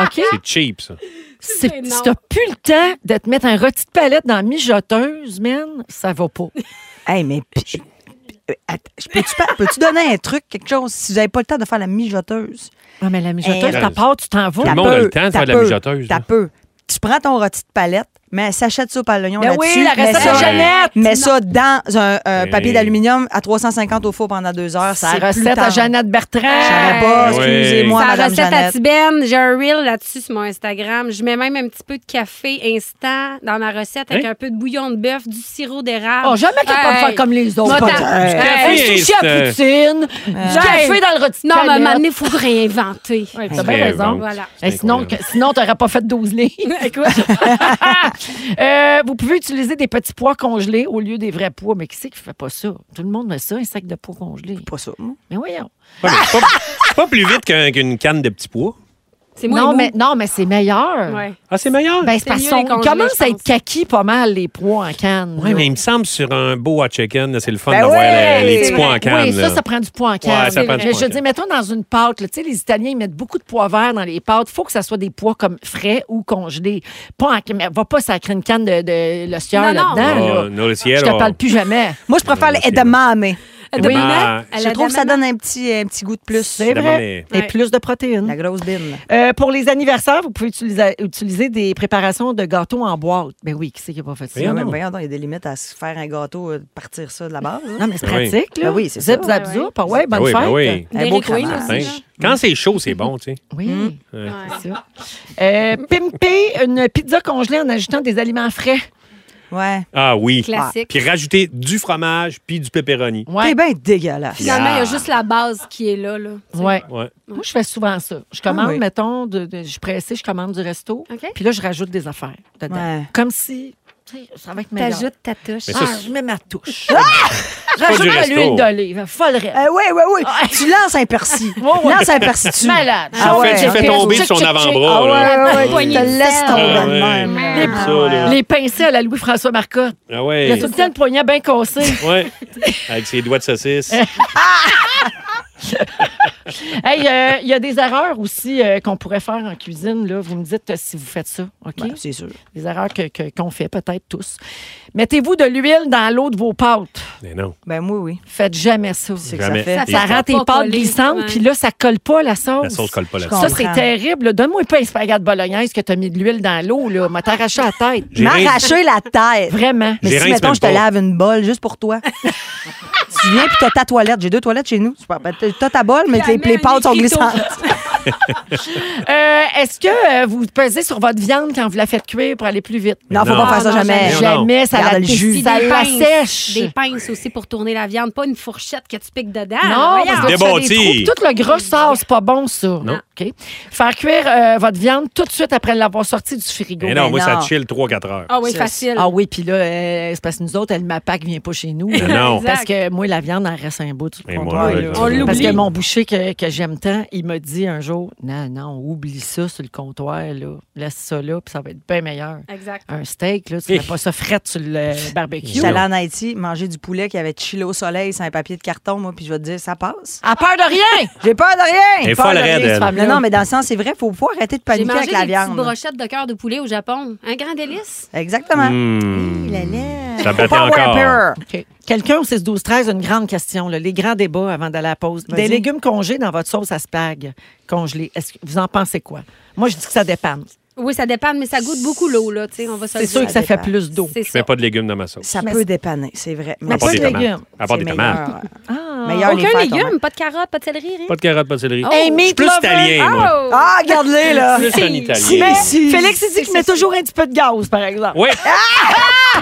[SPEAKER 3] OK?
[SPEAKER 4] C'est cheap, ça.
[SPEAKER 3] Ah, C'est-
[SPEAKER 6] C'est
[SPEAKER 3] Si
[SPEAKER 6] non.
[SPEAKER 3] t'as plus le temps de te mettre un rôti de palette dans la mijoteuse, man, ça va pas.
[SPEAKER 5] Hey, mais puis- euh, attends, je peux-tu pas- peux-tu donner un truc, quelque chose, si vous n'avez pas le temps de faire la mijoteuse?
[SPEAKER 3] Non, mais la mijoteuse,
[SPEAKER 4] Eh,
[SPEAKER 3] t'as peur, tu t'en vas.
[SPEAKER 4] Tout le monde a le temps de faire de la mijoteuse,
[SPEAKER 5] T'as
[SPEAKER 4] là.
[SPEAKER 5] peu. Tu prends ton rôti de palette, mets un sachet de soupe à l'oignon
[SPEAKER 3] Ben oui,
[SPEAKER 5] là-dessus.
[SPEAKER 3] la
[SPEAKER 5] mets
[SPEAKER 3] recette
[SPEAKER 5] ça-
[SPEAKER 3] de Jeannette!
[SPEAKER 5] Mets ça dans un euh,
[SPEAKER 4] Eh.
[SPEAKER 5] papier d'aluminium à 350 au four pendant deux heures.
[SPEAKER 3] Ah, C'est Ah,
[SPEAKER 5] plus
[SPEAKER 3] la recette à
[SPEAKER 5] tendre.
[SPEAKER 3] Jeannette
[SPEAKER 5] Je
[SPEAKER 3] Bertrand.
[SPEAKER 5] savais pas,
[SPEAKER 4] Eh oui.
[SPEAKER 5] excusez-moi,
[SPEAKER 6] Sa
[SPEAKER 5] Madame
[SPEAKER 6] recette à
[SPEAKER 5] Jeannette.
[SPEAKER 6] Tibène, j'ai un reel là-dessus sur mon Instagram. Je mets même un petit peu de café instant dans ma recette avec
[SPEAKER 4] Hein?
[SPEAKER 6] un peu de bouillon de bœuf, du sirop d'érable.
[SPEAKER 3] Oh, jamais capable de
[SPEAKER 6] Hey.
[SPEAKER 3] faire comme les autres.
[SPEAKER 6] Moi,
[SPEAKER 3] Pas
[SPEAKER 6] t'as-
[SPEAKER 3] de-
[SPEAKER 6] Hey.
[SPEAKER 3] Un sushi à
[SPEAKER 4] Hey.
[SPEAKER 3] poutine, du café dans le rôti de
[SPEAKER 6] Non, mais à un moment
[SPEAKER 3] palette.
[SPEAKER 6] donné, il faut réinventer.
[SPEAKER 3] T'as bien raison.
[SPEAKER 4] Bon.
[SPEAKER 6] Voilà.
[SPEAKER 3] Hey,
[SPEAKER 4] C'est
[SPEAKER 3] sinon,
[SPEAKER 4] incroyable.
[SPEAKER 3] que- sinon, tu n'aurais pas fait 12 livres. Euh, vous pouvez utiliser des petits pois congelés au lieu des vrais pois. Mais qui c'est qui fait pas ça? Tout le monde met ça, un sac de pois congelés.
[SPEAKER 5] Pas ça, moi.
[SPEAKER 3] Mais voyons.
[SPEAKER 4] Ouais, mais c'est pas, c'est pas plus vite qu'un- qu'une canne de petits pois.
[SPEAKER 6] C'est moi
[SPEAKER 3] Non mais, non, mais c'est meilleur.
[SPEAKER 6] Ouais.
[SPEAKER 4] Ah, c'est meilleur?
[SPEAKER 3] Ben, c'est
[SPEAKER 6] C'est
[SPEAKER 3] parce
[SPEAKER 6] mieux
[SPEAKER 3] qu'on
[SPEAKER 6] les congelés,
[SPEAKER 3] commence à
[SPEAKER 6] je
[SPEAKER 3] être
[SPEAKER 6] pense.
[SPEAKER 3] kaki pas mal, les pois en canne.
[SPEAKER 4] Oui,
[SPEAKER 3] là.
[SPEAKER 4] mais il me semble sur un beau hot chicken, là, c'est le fun
[SPEAKER 5] Ben
[SPEAKER 4] d'avoir
[SPEAKER 5] ouais,
[SPEAKER 4] les, les
[SPEAKER 6] c'est
[SPEAKER 4] petits pois
[SPEAKER 6] vrai.
[SPEAKER 4] en canne.
[SPEAKER 3] oui, ça,
[SPEAKER 4] là.
[SPEAKER 3] ça prend du pois en canne.
[SPEAKER 4] Ouais, ça prend du
[SPEAKER 3] mais
[SPEAKER 4] pois en
[SPEAKER 3] je dis,
[SPEAKER 4] canne.
[SPEAKER 3] mettons dans une pâte, là, tu sais, les Italiens, ils mettent beaucoup de pois verts dans les pâtes. Il faut que ça soit des pois comme frais ou congelés. Pas en- mais va pas sacrer une canne de, de l'ostiole
[SPEAKER 6] Non, non.
[SPEAKER 3] là-dedans. là.
[SPEAKER 4] Ah, non, le
[SPEAKER 3] Je
[SPEAKER 4] ciel.
[SPEAKER 3] te parle plus jamais.
[SPEAKER 5] Moi, je préfère
[SPEAKER 4] c'est
[SPEAKER 5] l'edamame.
[SPEAKER 4] Oui.
[SPEAKER 5] Je trouve que ça donne un petit, un petit goût de plus.
[SPEAKER 3] C'est
[SPEAKER 4] Évidemment,
[SPEAKER 3] vrai.
[SPEAKER 6] mais-
[SPEAKER 3] Et
[SPEAKER 6] Ouais.
[SPEAKER 3] plus de
[SPEAKER 5] La
[SPEAKER 3] protéines.
[SPEAKER 5] grosse bine.
[SPEAKER 3] Euh, pour les anniversaires, vous pouvez utiliser, utiliser des préparations de gâteaux en boîte. Ben oui, qui c'est qui n'a pas fait ça?
[SPEAKER 4] Voyons
[SPEAKER 5] Non, mais
[SPEAKER 4] donc.
[SPEAKER 5] voyons donc, il y a des limites à se faire un gâteau, euh, de partir ça de la base. hein.
[SPEAKER 3] Non, mais c'est
[SPEAKER 4] Ben oui.
[SPEAKER 3] pratique, là.
[SPEAKER 5] Ben oui, c'est
[SPEAKER 3] Zip,
[SPEAKER 5] ça.
[SPEAKER 3] zap,
[SPEAKER 6] Ouais,
[SPEAKER 3] zoup. Ah ouais, bonne
[SPEAKER 4] Ah oui,
[SPEAKER 3] fête.
[SPEAKER 4] ben oui.
[SPEAKER 5] Un beau cramage.
[SPEAKER 4] Hein? Quand c'est chaud, c'est bon, tu sais.
[SPEAKER 3] Oui,
[SPEAKER 5] Hmm.
[SPEAKER 4] Ouais.
[SPEAKER 3] c'est ça. Euh, pimper une pizza congelée en ajoutant des aliments frais.
[SPEAKER 5] Ouais.
[SPEAKER 4] Ah oui.
[SPEAKER 6] Classique.
[SPEAKER 4] Puis rajouter du fromage puis du pepperoni.
[SPEAKER 5] T'es
[SPEAKER 3] Ouais.
[SPEAKER 5] bien dégueulasse.
[SPEAKER 4] Yeah.
[SPEAKER 6] Finalement, il y a juste la base qui est là. là tu sais.
[SPEAKER 3] Ouais.
[SPEAKER 4] Ouais.
[SPEAKER 3] Moi, je fais souvent ça. Je commande,
[SPEAKER 5] Ah oui.
[SPEAKER 3] mettons, de, de- je suis pressée, je commande du resto.
[SPEAKER 6] OK.
[SPEAKER 3] Puis là, je rajoute des affaires dedans.
[SPEAKER 5] Ouais.
[SPEAKER 3] Comme si tu sais, ça va être meilleur.
[SPEAKER 6] T'ajoutes ta touche.
[SPEAKER 4] Mais
[SPEAKER 3] Ah,
[SPEAKER 4] ça, c'est-
[SPEAKER 3] je mets ma touche. Ah! Rajoute
[SPEAKER 4] du
[SPEAKER 3] de
[SPEAKER 4] resto.
[SPEAKER 3] l'huile d'olive. Folle raide.
[SPEAKER 5] Euh, oui, oui, oui. Tu lances un persil.
[SPEAKER 3] ouais.
[SPEAKER 5] Lance un persil dessus.
[SPEAKER 3] Malade.
[SPEAKER 5] Ah ouais,
[SPEAKER 4] tu
[SPEAKER 5] hein.
[SPEAKER 4] fais tomber sur son avant-bras.
[SPEAKER 5] Ah ouais,
[SPEAKER 4] là. Mm.
[SPEAKER 5] ouais, ouais,
[SPEAKER 6] Une poignée
[SPEAKER 5] tu te
[SPEAKER 6] de
[SPEAKER 5] laisses
[SPEAKER 6] sel.
[SPEAKER 5] tomber
[SPEAKER 4] Ah
[SPEAKER 5] de
[SPEAKER 4] ouais.
[SPEAKER 5] même.
[SPEAKER 4] Les-
[SPEAKER 5] Ah
[SPEAKER 4] ça, là.
[SPEAKER 5] ouais.
[SPEAKER 3] Les pincées à la Louis-François Marcotte.
[SPEAKER 4] Ah
[SPEAKER 3] Il a
[SPEAKER 4] ouais.
[SPEAKER 3] tout le temps le poignet bien cassé.
[SPEAKER 4] Ouais. Avec ses doigts de saucisse.
[SPEAKER 3] Hey, euh, il y a des erreurs aussi euh, qu'on pourrait faire en cuisine. Là. Vous me dites euh, si vous faites ça, OK?
[SPEAKER 5] Ben, c'est sûr.
[SPEAKER 3] des erreurs que- que- qu'on fait peut-être tous. Mettez-vous de l'huile dans l'eau de vos pâtes.
[SPEAKER 4] Mais non.
[SPEAKER 5] Ben oui, oui.
[SPEAKER 3] Faites jamais ça.
[SPEAKER 5] que
[SPEAKER 4] Jamais.
[SPEAKER 5] ça fait.
[SPEAKER 6] Ça
[SPEAKER 4] Et
[SPEAKER 6] fait
[SPEAKER 3] Ça rend
[SPEAKER 6] Pas
[SPEAKER 3] tes pâtes
[SPEAKER 6] collé,
[SPEAKER 3] glissantes,
[SPEAKER 6] ouais.
[SPEAKER 3] puis là, ça colle pas la sauce.
[SPEAKER 4] La sauce colle pas là
[SPEAKER 5] Je
[SPEAKER 3] Ça, c'est
[SPEAKER 5] comprends.
[SPEAKER 3] terrible. là. Donne-moi pas un spaghetti bolognaise que t'as mis de l'huile dans l'eau, là. M'a t'arraché la tête.
[SPEAKER 4] J'ai
[SPEAKER 5] M'arracher la tête.
[SPEAKER 3] Vraiment.
[SPEAKER 5] Mais
[SPEAKER 4] J'ai
[SPEAKER 5] si,
[SPEAKER 4] rince
[SPEAKER 5] mettons,
[SPEAKER 4] même
[SPEAKER 5] je te
[SPEAKER 4] pas.
[SPEAKER 5] lave une bolle juste pour toi. tu viens puis t'as ta toilette. J'ai deux toilettes chez nous. Tu peux- t'as- T'as ta bolle, mais
[SPEAKER 6] Puis
[SPEAKER 5] les,
[SPEAKER 6] elle met
[SPEAKER 5] les
[SPEAKER 6] un
[SPEAKER 5] pâtes sont
[SPEAKER 6] écriteau.
[SPEAKER 5] glissantes.
[SPEAKER 3] Euh, Est-ce que euh, vous pesez sur votre viande quand vous la faites cuire pour aller plus vite?
[SPEAKER 5] Non, faut
[SPEAKER 4] Non.
[SPEAKER 5] pas faire ça
[SPEAKER 6] Non, non,
[SPEAKER 5] jamais.
[SPEAKER 4] non, non.
[SPEAKER 3] Jamais, ça
[SPEAKER 5] Garde
[SPEAKER 3] la,
[SPEAKER 5] le jus.
[SPEAKER 3] ça la sèche.
[SPEAKER 6] Des pinces aussi pour tourner la viande, pas une fourchette que tu piques dedans.
[SPEAKER 3] Non, parce que tu fais des
[SPEAKER 4] Débâti.
[SPEAKER 3] trous, puis tout le gros sort, c'est pas bon, ça.
[SPEAKER 4] Non.
[SPEAKER 3] OK. Faire cuire euh, votre viande tout de suite après l'avoir sortie du frigo.
[SPEAKER 4] Mais Eh non,
[SPEAKER 5] mais
[SPEAKER 4] moi, ça
[SPEAKER 5] non.
[SPEAKER 4] chill 3-4 heures.
[SPEAKER 6] Ah oui, facile.
[SPEAKER 3] Ah oui, puis là, euh, c'est parce que nous autres, elle m'attaque, vient pas chez nous.
[SPEAKER 4] Mais non.
[SPEAKER 3] Parce que moi, la viande, elle reste un bout du
[SPEAKER 4] Mais
[SPEAKER 3] comptoir,
[SPEAKER 4] moi,
[SPEAKER 3] là.
[SPEAKER 4] ouais,
[SPEAKER 6] On
[SPEAKER 3] Parce
[SPEAKER 4] ouais.
[SPEAKER 6] l'oublie.
[SPEAKER 3] que mon boucher que, que j'aime tant, il m'a dit un jour Non, non, oublie ça sur le comptoir, là. Laisse ça là, puis ça va être bien meilleur.
[SPEAKER 6] Exact.
[SPEAKER 3] Un steak, là, tu
[SPEAKER 4] Eh.
[SPEAKER 3] mets pas ça fret sur le barbecue.
[SPEAKER 5] J'allais
[SPEAKER 3] À
[SPEAKER 5] en Haïti manger du poulet qui avait chillé au soleil sur un papier de carton, moi, puis je vais te dire, ça passe.
[SPEAKER 3] peur de rien!
[SPEAKER 5] J'ai peur de rien!
[SPEAKER 4] Elle est
[SPEAKER 3] Peur
[SPEAKER 4] folle
[SPEAKER 3] de rien,
[SPEAKER 4] raide,
[SPEAKER 3] cette
[SPEAKER 4] elle.
[SPEAKER 3] femme-là.
[SPEAKER 5] Non, non, mais dans le sens, c'est vrai, faut pas arrêter de
[SPEAKER 6] J'ai
[SPEAKER 5] paniquer
[SPEAKER 6] mangé
[SPEAKER 5] avec
[SPEAKER 6] des
[SPEAKER 5] la viande.
[SPEAKER 6] petites brochettes de cœur de poulet au Japon. Un grand délice.
[SPEAKER 5] Exactement.
[SPEAKER 4] Hmm. Ça
[SPEAKER 5] Faut
[SPEAKER 4] battait
[SPEAKER 5] pas avoir
[SPEAKER 4] encore.
[SPEAKER 5] peur.
[SPEAKER 3] OK. Quelqu'un au 6-12-13 a une grande question, là, les grands débats avant d'aller à la pause. Des
[SPEAKER 5] Vas-y.
[SPEAKER 3] légumes congelés dans votre sauce à spag congelés, est-ce que vous en pensez quoi? Moi, je dis que ça dépanne.
[SPEAKER 6] Oui, ça dépend, mais ça goûte beaucoup l'eau, là, tu sais, on va se
[SPEAKER 3] C'est
[SPEAKER 6] le
[SPEAKER 3] sûr
[SPEAKER 6] dire.
[SPEAKER 3] que ça fait
[SPEAKER 5] dépend.
[SPEAKER 3] plus d'eau.
[SPEAKER 6] C'est
[SPEAKER 4] Je mets
[SPEAKER 6] ça.
[SPEAKER 4] pas de légumes dans ma sauce.
[SPEAKER 5] Ça
[SPEAKER 3] Mais
[SPEAKER 5] peut
[SPEAKER 3] c'est-
[SPEAKER 5] dépanner, c'est vrai.
[SPEAKER 3] Mais
[SPEAKER 5] Mais
[SPEAKER 4] À part
[SPEAKER 3] pas
[SPEAKER 4] des
[SPEAKER 3] de légumes.
[SPEAKER 4] tomates. À part des tomates.
[SPEAKER 3] Ah.
[SPEAKER 5] Meilleur les
[SPEAKER 6] Aucun
[SPEAKER 5] faire
[SPEAKER 6] légume,
[SPEAKER 5] tomber.
[SPEAKER 6] pas de carottes, pas de céleri, rien.
[SPEAKER 4] Pas de carottes, pas de céleri.
[SPEAKER 3] Oh. Hey,
[SPEAKER 4] Je suis
[SPEAKER 3] meat
[SPEAKER 4] plus
[SPEAKER 3] lover.
[SPEAKER 4] italien, moi.
[SPEAKER 6] Oh!
[SPEAKER 5] Ah, regarde-les, là!
[SPEAKER 4] Plus un
[SPEAKER 5] Si,
[SPEAKER 4] italien.
[SPEAKER 5] si.
[SPEAKER 3] Félix, il dit qu'il met toujours un petit peu de gaz, par exemple.
[SPEAKER 4] Oui.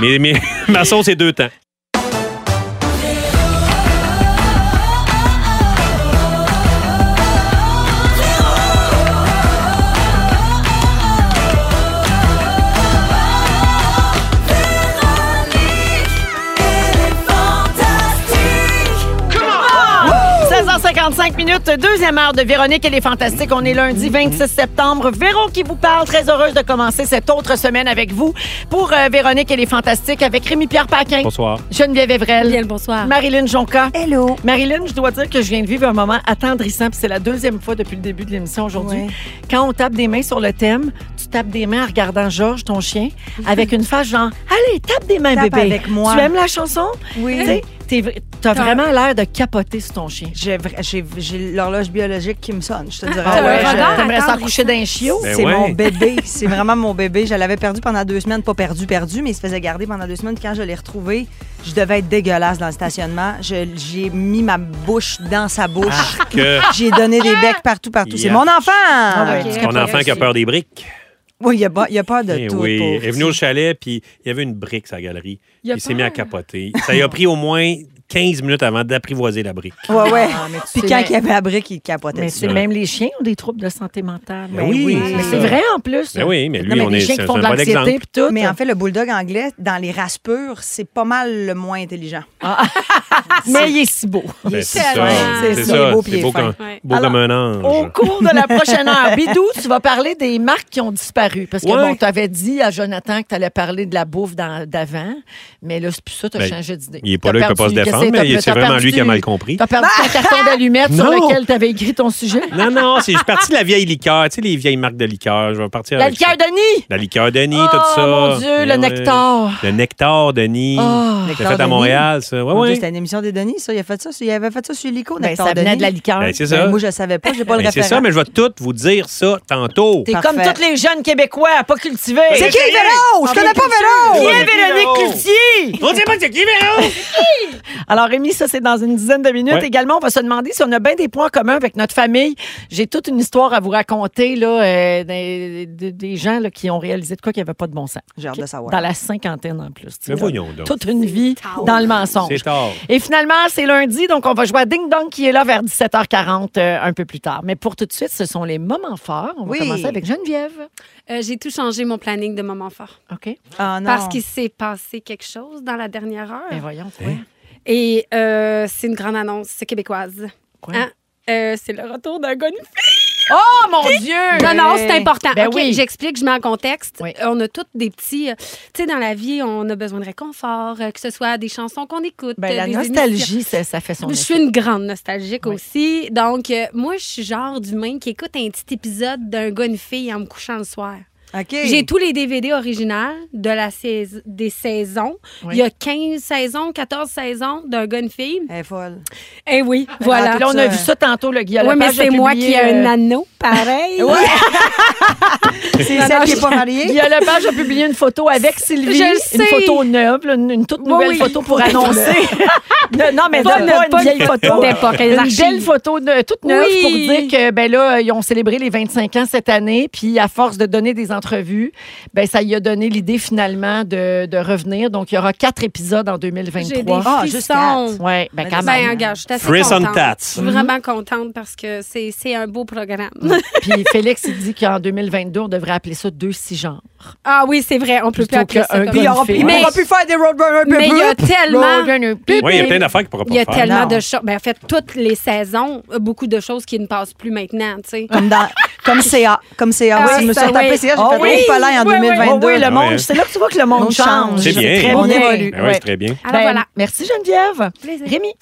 [SPEAKER 4] Mais, mais ma sauce est deux temps.
[SPEAKER 3] Wouh! 16h55 minutes, deuxième heure de Véronique et les Fantastiques. On est lundi 26 septembre. Véro qui vous parle, très heureuse de commencer cette autre semaine avec vous pour euh, Véronique et les Fantastiques avec Rémi-Pierre Paquin,
[SPEAKER 4] Bonsoir.
[SPEAKER 3] Geneviève Evrel,
[SPEAKER 6] Bien le bonsoir.
[SPEAKER 3] Marilyn Jonca.
[SPEAKER 5] Hello!
[SPEAKER 3] Marilyn, je dois dire que je viens de vivre un moment attendrissant, puis c'est la deuxième fois depuis le début de l'émission aujourd'hui.
[SPEAKER 5] Ouais.
[SPEAKER 3] Quand on tape des mains sur le thème, tu tapes des mains en regardant Georges, ton chien, avec une face genre Allez, tape des mains,
[SPEAKER 5] Tape
[SPEAKER 3] bébé.
[SPEAKER 5] avec moi.
[SPEAKER 3] Tu aimes la chanson? Tu
[SPEAKER 5] Oui.
[SPEAKER 3] sais, t'es v- T'as vraiment l'air de capoter sur ton chien.
[SPEAKER 5] J'ai vra- j'ai- j'ai l'horloge biologique qui me sonne, je te dirais.
[SPEAKER 6] Ah
[SPEAKER 3] Ah ouais,
[SPEAKER 6] ouais,
[SPEAKER 3] je-
[SPEAKER 6] regard
[SPEAKER 3] t'aimerais ça
[SPEAKER 6] attendrissant.
[SPEAKER 3] coucher d'un chiot.
[SPEAKER 4] Ben
[SPEAKER 5] C'est
[SPEAKER 4] ouais.
[SPEAKER 5] mon bébé, c'est vraiment mon bébé. Je l'avais perdu pendant deux semaines, pas perdu, perdu, mais il se faisait garder pendant deux semaines. Quand je l'ai retrouvé, je devais être dégueulasse dans le stationnement. Je- J'ai mis ma bouche dans sa
[SPEAKER 3] Ah.
[SPEAKER 5] bouche.
[SPEAKER 4] Que
[SPEAKER 5] J'ai donné des becs partout, partout. C'est
[SPEAKER 4] Yeah.
[SPEAKER 5] mon enfant!
[SPEAKER 3] Ah ouais.
[SPEAKER 6] Ok.
[SPEAKER 4] mon enfant qui a peur des briques.
[SPEAKER 5] Oui, il a, pas- il a peur de
[SPEAKER 4] Eh
[SPEAKER 5] tout.
[SPEAKER 4] oui.
[SPEAKER 5] pauvre.
[SPEAKER 4] Elle est venue au chalet, puis il y avait une brique, sa galerie.
[SPEAKER 6] Il a
[SPEAKER 4] Il s'est mis
[SPEAKER 6] peur.
[SPEAKER 4] à capoter. Ça lui a pris au moins 15 minutes avant d'apprivoiser la brique.
[SPEAKER 5] Ouais, ouais.
[SPEAKER 3] Ah, mais tu
[SPEAKER 5] Puis
[SPEAKER 3] sais,
[SPEAKER 5] quand
[SPEAKER 3] mais-
[SPEAKER 5] il y avait la brique, il capotait.
[SPEAKER 3] Mais
[SPEAKER 5] dessus.
[SPEAKER 3] c'est même les chiens ont des troubles de santé mentale.
[SPEAKER 4] Ben oui,
[SPEAKER 5] c'est
[SPEAKER 3] Mais
[SPEAKER 5] ça.
[SPEAKER 3] c'est vrai en plus.
[SPEAKER 4] Ben oui, mais lui,
[SPEAKER 3] Non,
[SPEAKER 4] on
[SPEAKER 3] des
[SPEAKER 4] est-
[SPEAKER 3] chiens
[SPEAKER 4] c'est
[SPEAKER 3] qui font
[SPEAKER 4] un
[SPEAKER 3] de
[SPEAKER 4] bon
[SPEAKER 3] l'anxiété
[SPEAKER 4] exemple.
[SPEAKER 3] puis tout.
[SPEAKER 5] Mais en fait, le bulldog anglais, dans les races pures, c'est pas mal le moins intelligent.
[SPEAKER 3] mais il est si beau.
[SPEAKER 4] Ben, C'est ça.
[SPEAKER 6] tellement-
[SPEAKER 4] C'est
[SPEAKER 5] c'est
[SPEAKER 4] ça.
[SPEAKER 5] beau, puis
[SPEAKER 4] C'est
[SPEAKER 5] il est
[SPEAKER 4] beau
[SPEAKER 5] fin.
[SPEAKER 4] comme
[SPEAKER 6] Ouais.
[SPEAKER 4] beau
[SPEAKER 3] Alors,
[SPEAKER 4] comme un ange.
[SPEAKER 3] Au cours de la prochaine heure, Bidou, tu vas parler des marques qui ont disparu. Parce que,
[SPEAKER 4] Ouais.
[SPEAKER 3] bon, tu avais dit à Jonathan que tu allais parler de la bouffe dans- d'avant, mais là, c'est plus ça, tu as
[SPEAKER 4] Ben,
[SPEAKER 3] changé d'idée.
[SPEAKER 4] il est pas là, il peut pas se défendre, mais c'est vraiment lui qui a mal compris. Ah!
[SPEAKER 3] Tu as perdu ton carton d'allumettes sur
[SPEAKER 4] Non. Ah,
[SPEAKER 3] lequel tu avais écrit ton sujet.
[SPEAKER 4] Non, non, c'est- je suis parti de la vieille liqueur. Tu sais, les vieilles marques de liqueur. Je vais partir
[SPEAKER 3] La
[SPEAKER 4] avec ça.
[SPEAKER 3] liqueur de nid!
[SPEAKER 4] La liqueur Denis,
[SPEAKER 3] Oh,
[SPEAKER 4] tout ça.
[SPEAKER 3] mon Dieu, le nectar.
[SPEAKER 4] Le nectar Denis.
[SPEAKER 3] Oh.
[SPEAKER 4] C'était
[SPEAKER 5] Nectar
[SPEAKER 4] fait à
[SPEAKER 5] Denis.
[SPEAKER 4] Montréal, ça. Ouais,
[SPEAKER 5] Mon Dieu,
[SPEAKER 4] ouais.
[SPEAKER 5] C'était une émission des Denis, ça. Il, a fait ça, sur- il avait fait ça sur Lico,
[SPEAKER 3] Ah Ben,
[SPEAKER 5] Nectar
[SPEAKER 3] ça venait
[SPEAKER 5] Denis.
[SPEAKER 3] de la liqueur.
[SPEAKER 4] Ben, c'est
[SPEAKER 5] Ben,
[SPEAKER 4] ça.
[SPEAKER 5] moi, je savais pas, j'ai pas le
[SPEAKER 4] Ben, c'est
[SPEAKER 5] référent.
[SPEAKER 4] ça, mais je vais tout vous dire ça tantôt.
[SPEAKER 3] T'es
[SPEAKER 5] Parfait.
[SPEAKER 3] comme tous les jeunes Québécois, pas cultivés.
[SPEAKER 5] C'est qui Véro? Je connais pas
[SPEAKER 3] Qui
[SPEAKER 5] Véro!
[SPEAKER 3] est Véronique
[SPEAKER 4] Véro.
[SPEAKER 3] Cloutier?
[SPEAKER 4] On sait pas c'est qui, mais
[SPEAKER 3] Alors, Rémi, ça, c'est dans une dizaine de minutes.
[SPEAKER 4] Ouais.
[SPEAKER 3] Également, on va se demander si on a bien des points communs avec notre famille. J'ai toute une histoire à vous raconter, là, euh, des, des- des gens là, qui ont réalisé de quoi qu'il n'y avait pas de bon sens.
[SPEAKER 5] J'ai hâte de savoir.
[SPEAKER 3] Dans la cinquantaine, en plus. tu sais,
[SPEAKER 4] Mais
[SPEAKER 3] là.
[SPEAKER 4] voyons donc.
[SPEAKER 3] Toute une vie dans le mensonge.
[SPEAKER 4] C'est tard.
[SPEAKER 3] Et finalement, c'est lundi, donc on va jouer à Ding Dong qui est là vers 17h40 euh, un peu plus tard. Mais pour tout de suite, ce sont les moments forts. On va
[SPEAKER 5] Oui.
[SPEAKER 3] commencer avec Geneviève.
[SPEAKER 6] Euh, J'ai tout changé mon planning de moment fort.
[SPEAKER 3] OK?
[SPEAKER 5] Ah, non.
[SPEAKER 6] Parce qu'il s'est passé quelque chose dans la dernière
[SPEAKER 3] Ben
[SPEAKER 6] heure.
[SPEAKER 3] voyons. quoi.
[SPEAKER 4] Hein?
[SPEAKER 6] Et euh, c'est une grande annonce québécoise.
[SPEAKER 3] Quoi?
[SPEAKER 6] Hein? Euh, c'est le retour d'un gars.
[SPEAKER 3] Oh mon Dieu!
[SPEAKER 6] Non, non, c'est important.
[SPEAKER 3] Ben
[SPEAKER 6] OK,
[SPEAKER 3] oui.
[SPEAKER 6] j'explique, je mets en contexte.
[SPEAKER 3] Oui.
[SPEAKER 6] Euh, On a toutes des petits... euh, tu sais, dans la vie, on a besoin de réconfort, euh, que ce soit des chansons qu'on écoute.
[SPEAKER 3] Ben, la
[SPEAKER 6] euh, des émissions.
[SPEAKER 3] nostalgie, ça, ça fait son
[SPEAKER 6] Je suis
[SPEAKER 3] effet.
[SPEAKER 6] une grande nostalgique
[SPEAKER 3] Oui.
[SPEAKER 6] aussi. Donc, euh, moi, je suis genre d'humain qui écoute un petit épisode d'un gars, une fille en me couchant le soir.
[SPEAKER 5] OK.
[SPEAKER 6] J'ai tous les DVD originales de la sais- des saisons.
[SPEAKER 3] Oui.
[SPEAKER 6] Il y a 15 saisons, 14 saisons d'un gars, une fille.
[SPEAKER 5] Elle est folle.
[SPEAKER 6] Eh oui, voilà.
[SPEAKER 3] Ah, Puis Là, on a
[SPEAKER 5] Ça-
[SPEAKER 3] vu ça tantôt, le Guillaume.
[SPEAKER 6] Oui, mais c'est moi qui ai
[SPEAKER 3] euh,
[SPEAKER 6] un anneau pareil.
[SPEAKER 5] C'est celle qui n'est pas mariée?
[SPEAKER 3] Guillaume Lepage a publié une photo avec Sylvie,
[SPEAKER 6] Je le
[SPEAKER 3] une
[SPEAKER 6] sais.
[SPEAKER 3] photo neuve, là, une, une toute
[SPEAKER 6] Oui,
[SPEAKER 3] nouvelle
[SPEAKER 6] oui.
[SPEAKER 3] photo pour annoncer. non, non, mais
[SPEAKER 6] Pas
[SPEAKER 3] non,
[SPEAKER 6] ne-
[SPEAKER 3] pas, une
[SPEAKER 6] pas
[SPEAKER 3] vieille photo.
[SPEAKER 6] d'époque, les
[SPEAKER 3] une
[SPEAKER 6] archives.
[SPEAKER 3] belle photo de, toute neuve
[SPEAKER 6] Oui.
[SPEAKER 3] pour dire que ben là, ils ont célébré les 25 ans cette année, puis à force de donner des entrevues, ben ça y a donné l'idée finalement de, de revenir. Donc il y aura quatre épisodes en
[SPEAKER 6] J'ai des
[SPEAKER 3] 2023.
[SPEAKER 5] Ah,
[SPEAKER 6] frissons.
[SPEAKER 5] juste quatre.
[SPEAKER 3] Ouais, ben
[SPEAKER 5] Ben,
[SPEAKER 3] quand
[SPEAKER 6] Ben,
[SPEAKER 3] même.
[SPEAKER 6] regarde, je suis assez
[SPEAKER 4] Fris on
[SPEAKER 6] contente.
[SPEAKER 4] tats.
[SPEAKER 6] Je suis vraiment contente parce que c'est c'est un beau
[SPEAKER 3] Mm.
[SPEAKER 6] programme.
[SPEAKER 3] Puis Félix, il dit qu'en 2022, on devrait appeler ça deux six genres.
[SPEAKER 6] Ah oui, c'est vrai, on peut
[SPEAKER 3] Plutôt
[SPEAKER 6] plus appeler ça
[SPEAKER 3] qu'un gars,
[SPEAKER 5] Puis
[SPEAKER 6] comme
[SPEAKER 3] une
[SPEAKER 5] on aura
[SPEAKER 3] fille.
[SPEAKER 5] pu
[SPEAKER 6] Mais-
[SPEAKER 5] faire des roadrunners.
[SPEAKER 6] Mais il y a tellement...
[SPEAKER 4] Oui, il y a plein d'affaires qui pourraient pas
[SPEAKER 6] Il y a
[SPEAKER 4] faire.
[SPEAKER 6] tellement
[SPEAKER 5] Non.
[SPEAKER 6] de choses. Ben, en fait, toutes les saisons, euh, beaucoup de choses qui ne passent plus maintenant, tu sais.
[SPEAKER 5] Comme, dans, comme CA. Comme CA.
[SPEAKER 6] Ah
[SPEAKER 5] Moi,
[SPEAKER 6] oui,
[SPEAKER 5] je me suis
[SPEAKER 6] ça,
[SPEAKER 5] retapée
[SPEAKER 6] oui.
[SPEAKER 5] CA. J'ai
[SPEAKER 3] Oh
[SPEAKER 5] fait
[SPEAKER 3] oui,
[SPEAKER 5] oui, palais en
[SPEAKER 6] oui, oui.
[SPEAKER 3] Oh
[SPEAKER 5] 2022.
[SPEAKER 7] Ah
[SPEAKER 3] oui, le monde.
[SPEAKER 4] Ouais.
[SPEAKER 3] C'est là que tu vois que le monde
[SPEAKER 5] monde
[SPEAKER 3] change.
[SPEAKER 5] change.
[SPEAKER 4] C'est bien.
[SPEAKER 3] Très
[SPEAKER 4] On
[SPEAKER 3] évolue.
[SPEAKER 4] Ben ouais, c'est très bien.
[SPEAKER 6] Alors
[SPEAKER 3] Ben,
[SPEAKER 6] voilà.
[SPEAKER 3] Merci Geneviève.
[SPEAKER 6] Plaisir.
[SPEAKER 3] Rémi.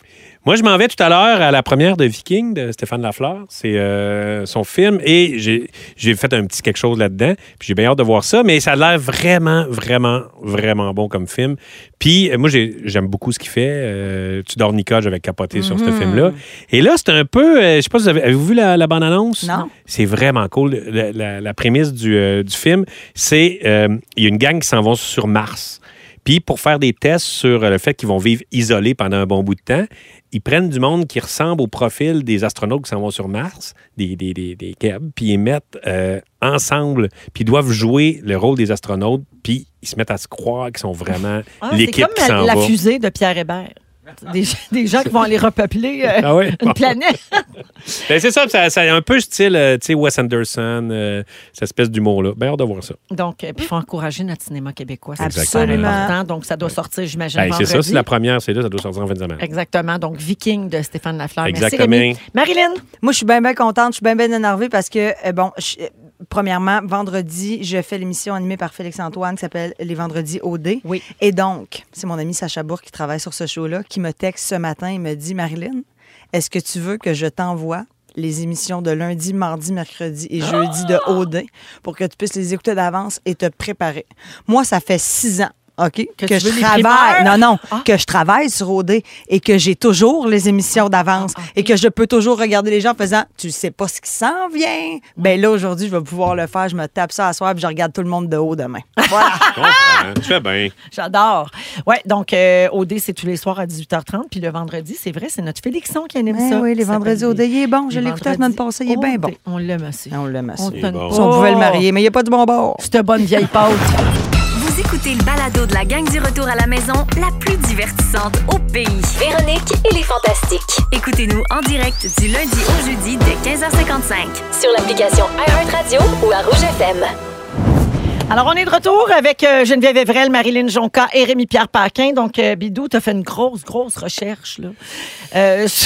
[SPEAKER 4] Moi, je m'en vais tout à l'heure à la première de Viking de Stéphane Lafleur. C'est euh, son film et j'ai j'ai fait un petit quelque chose là-dedans. Puis j'ai bien hâte de voir ça, mais ça a l'air vraiment, vraiment, vraiment bon comme film. Puis euh, moi, j'ai- j'aime beaucoup ce qu'il fait. Euh, Tudor Nicole, j'avais capoté sur ce film-là. Et là, c'est un peu, euh, je sais pas si vous avez, avez vu la, la bande-annonce.
[SPEAKER 5] Non.
[SPEAKER 4] C'est vraiment cool. La, la- la prémisse du, euh, du film, c'est euh, il y a une gang qui s'en va sur Mars. Puis pour faire des tests sur le fait qu'ils vont vivre isolés pendant un bon bout de temps, ils prennent du monde qui ressemble au profil des astronautes qui s'en vont sur Mars, des, des, des, des Keb, puis ils mettent euh, ensemble, puis ils doivent jouer le rôle des astronautes, puis ils se mettent à se croire qu'ils sont vraiment
[SPEAKER 3] Ah, c'est
[SPEAKER 4] l'équipe
[SPEAKER 3] comme
[SPEAKER 4] qui s'en
[SPEAKER 3] la
[SPEAKER 4] va.
[SPEAKER 3] fusée de Pierre Hébert. Des, des gens qui vont aller repeupler euh,
[SPEAKER 4] Ah ouais?
[SPEAKER 3] une planète.
[SPEAKER 4] Ben, c'est ça, ça, ça a un peu style, euh, tu sais, Wes Anderson, euh, cette espèce d'humour-là. Ben, hâte de voir ça.
[SPEAKER 3] Donc, euh, puis il faut encourager notre cinéma québécois. C'est
[SPEAKER 4] Exactement.
[SPEAKER 3] super important. Donc, ça doit sortir, j'imagine,
[SPEAKER 4] Ben, c'est ça,
[SPEAKER 3] vendredi.
[SPEAKER 4] c'est la première, c'est là, ça doit sortir en fin de semaine.
[SPEAKER 3] Exactement. Donc, Viking de Stéphane Lafleur. Ah, Merci,
[SPEAKER 4] Exactement.
[SPEAKER 3] Rémi. Marilyn.
[SPEAKER 5] Moi, je suis bien, bien contente. Je suis bien, bien énervée parce que, euh, bon, je- euh, premièrement, vendredi, je fais l'émission animée par Félix-Antoine qui s'appelle Les Vendredis OD.
[SPEAKER 3] Oui.
[SPEAKER 5] Et donc, c'est mon ami Sacha Bourg qui travaille sur ce show-là qui me texte ce matin et me dit Marilyn, est-ce que tu veux que je t'envoie les émissions de lundi, mardi, mercredi et jeudi de
[SPEAKER 3] Ah!
[SPEAKER 5] OD pour que tu puisses les écouter d'avance et te préparer? Moi, ça fait six ans. OK? Que,
[SPEAKER 3] tu veux
[SPEAKER 5] je
[SPEAKER 3] les Ah!
[SPEAKER 5] travaille.
[SPEAKER 3] primeurs?
[SPEAKER 5] Non, non. Que je travaille sur OD et que j'ai toujours les émissions d'avance
[SPEAKER 3] Ah,
[SPEAKER 5] et que je peux toujours regarder les gens en faisant Tu sais pas ce qui s'en vient. Ben là, aujourd'hui, je vais pouvoir le faire. Je me tape ça à soir puis je regarde tout le monde de haut demain.
[SPEAKER 4] Comprends. hein. tu fais bien.
[SPEAKER 3] J'adore. Ouais, donc, euh, OD, c'est tous les soirs à 18h30. Puis le vendredi, c'est vrai, c'est notre Félixon qui anime
[SPEAKER 5] Ben
[SPEAKER 3] ça.
[SPEAKER 5] oui, les
[SPEAKER 3] Ça
[SPEAKER 5] vendredis
[SPEAKER 3] s'appelle
[SPEAKER 5] OD, il est bon.
[SPEAKER 3] les
[SPEAKER 5] Je l'ai écouté la semaine
[SPEAKER 3] vendredis
[SPEAKER 5] passée, il est bien
[SPEAKER 3] OD.
[SPEAKER 5] bon. Ah
[SPEAKER 3] On l'aime assez.
[SPEAKER 5] On l'aime assez.
[SPEAKER 3] On
[SPEAKER 4] C'est
[SPEAKER 3] donne
[SPEAKER 4] bon.
[SPEAKER 3] pas.
[SPEAKER 5] Si on pouvait le marier, mais il n'y a pas du bon bord.
[SPEAKER 3] Cette bonne vieille pâte.
[SPEAKER 1] Vous écoutez le balado de la gang du retour à la maison, la plus divertissante au pays.
[SPEAKER 2] Véronique et les Fantastiques.
[SPEAKER 1] Écoutez-nous en direct du lundi au jeudi dès 15h55.
[SPEAKER 2] Sur l'application iHeartRadio ou à Rouge FM.
[SPEAKER 3] Alors, on est de retour avec euh, Geneviève Evrel, Marilyn Jonca et Rémi-Pierre Paquin. Donc, euh, Bidou, t'as fait une grosse, grosse recherche là, euh, sur,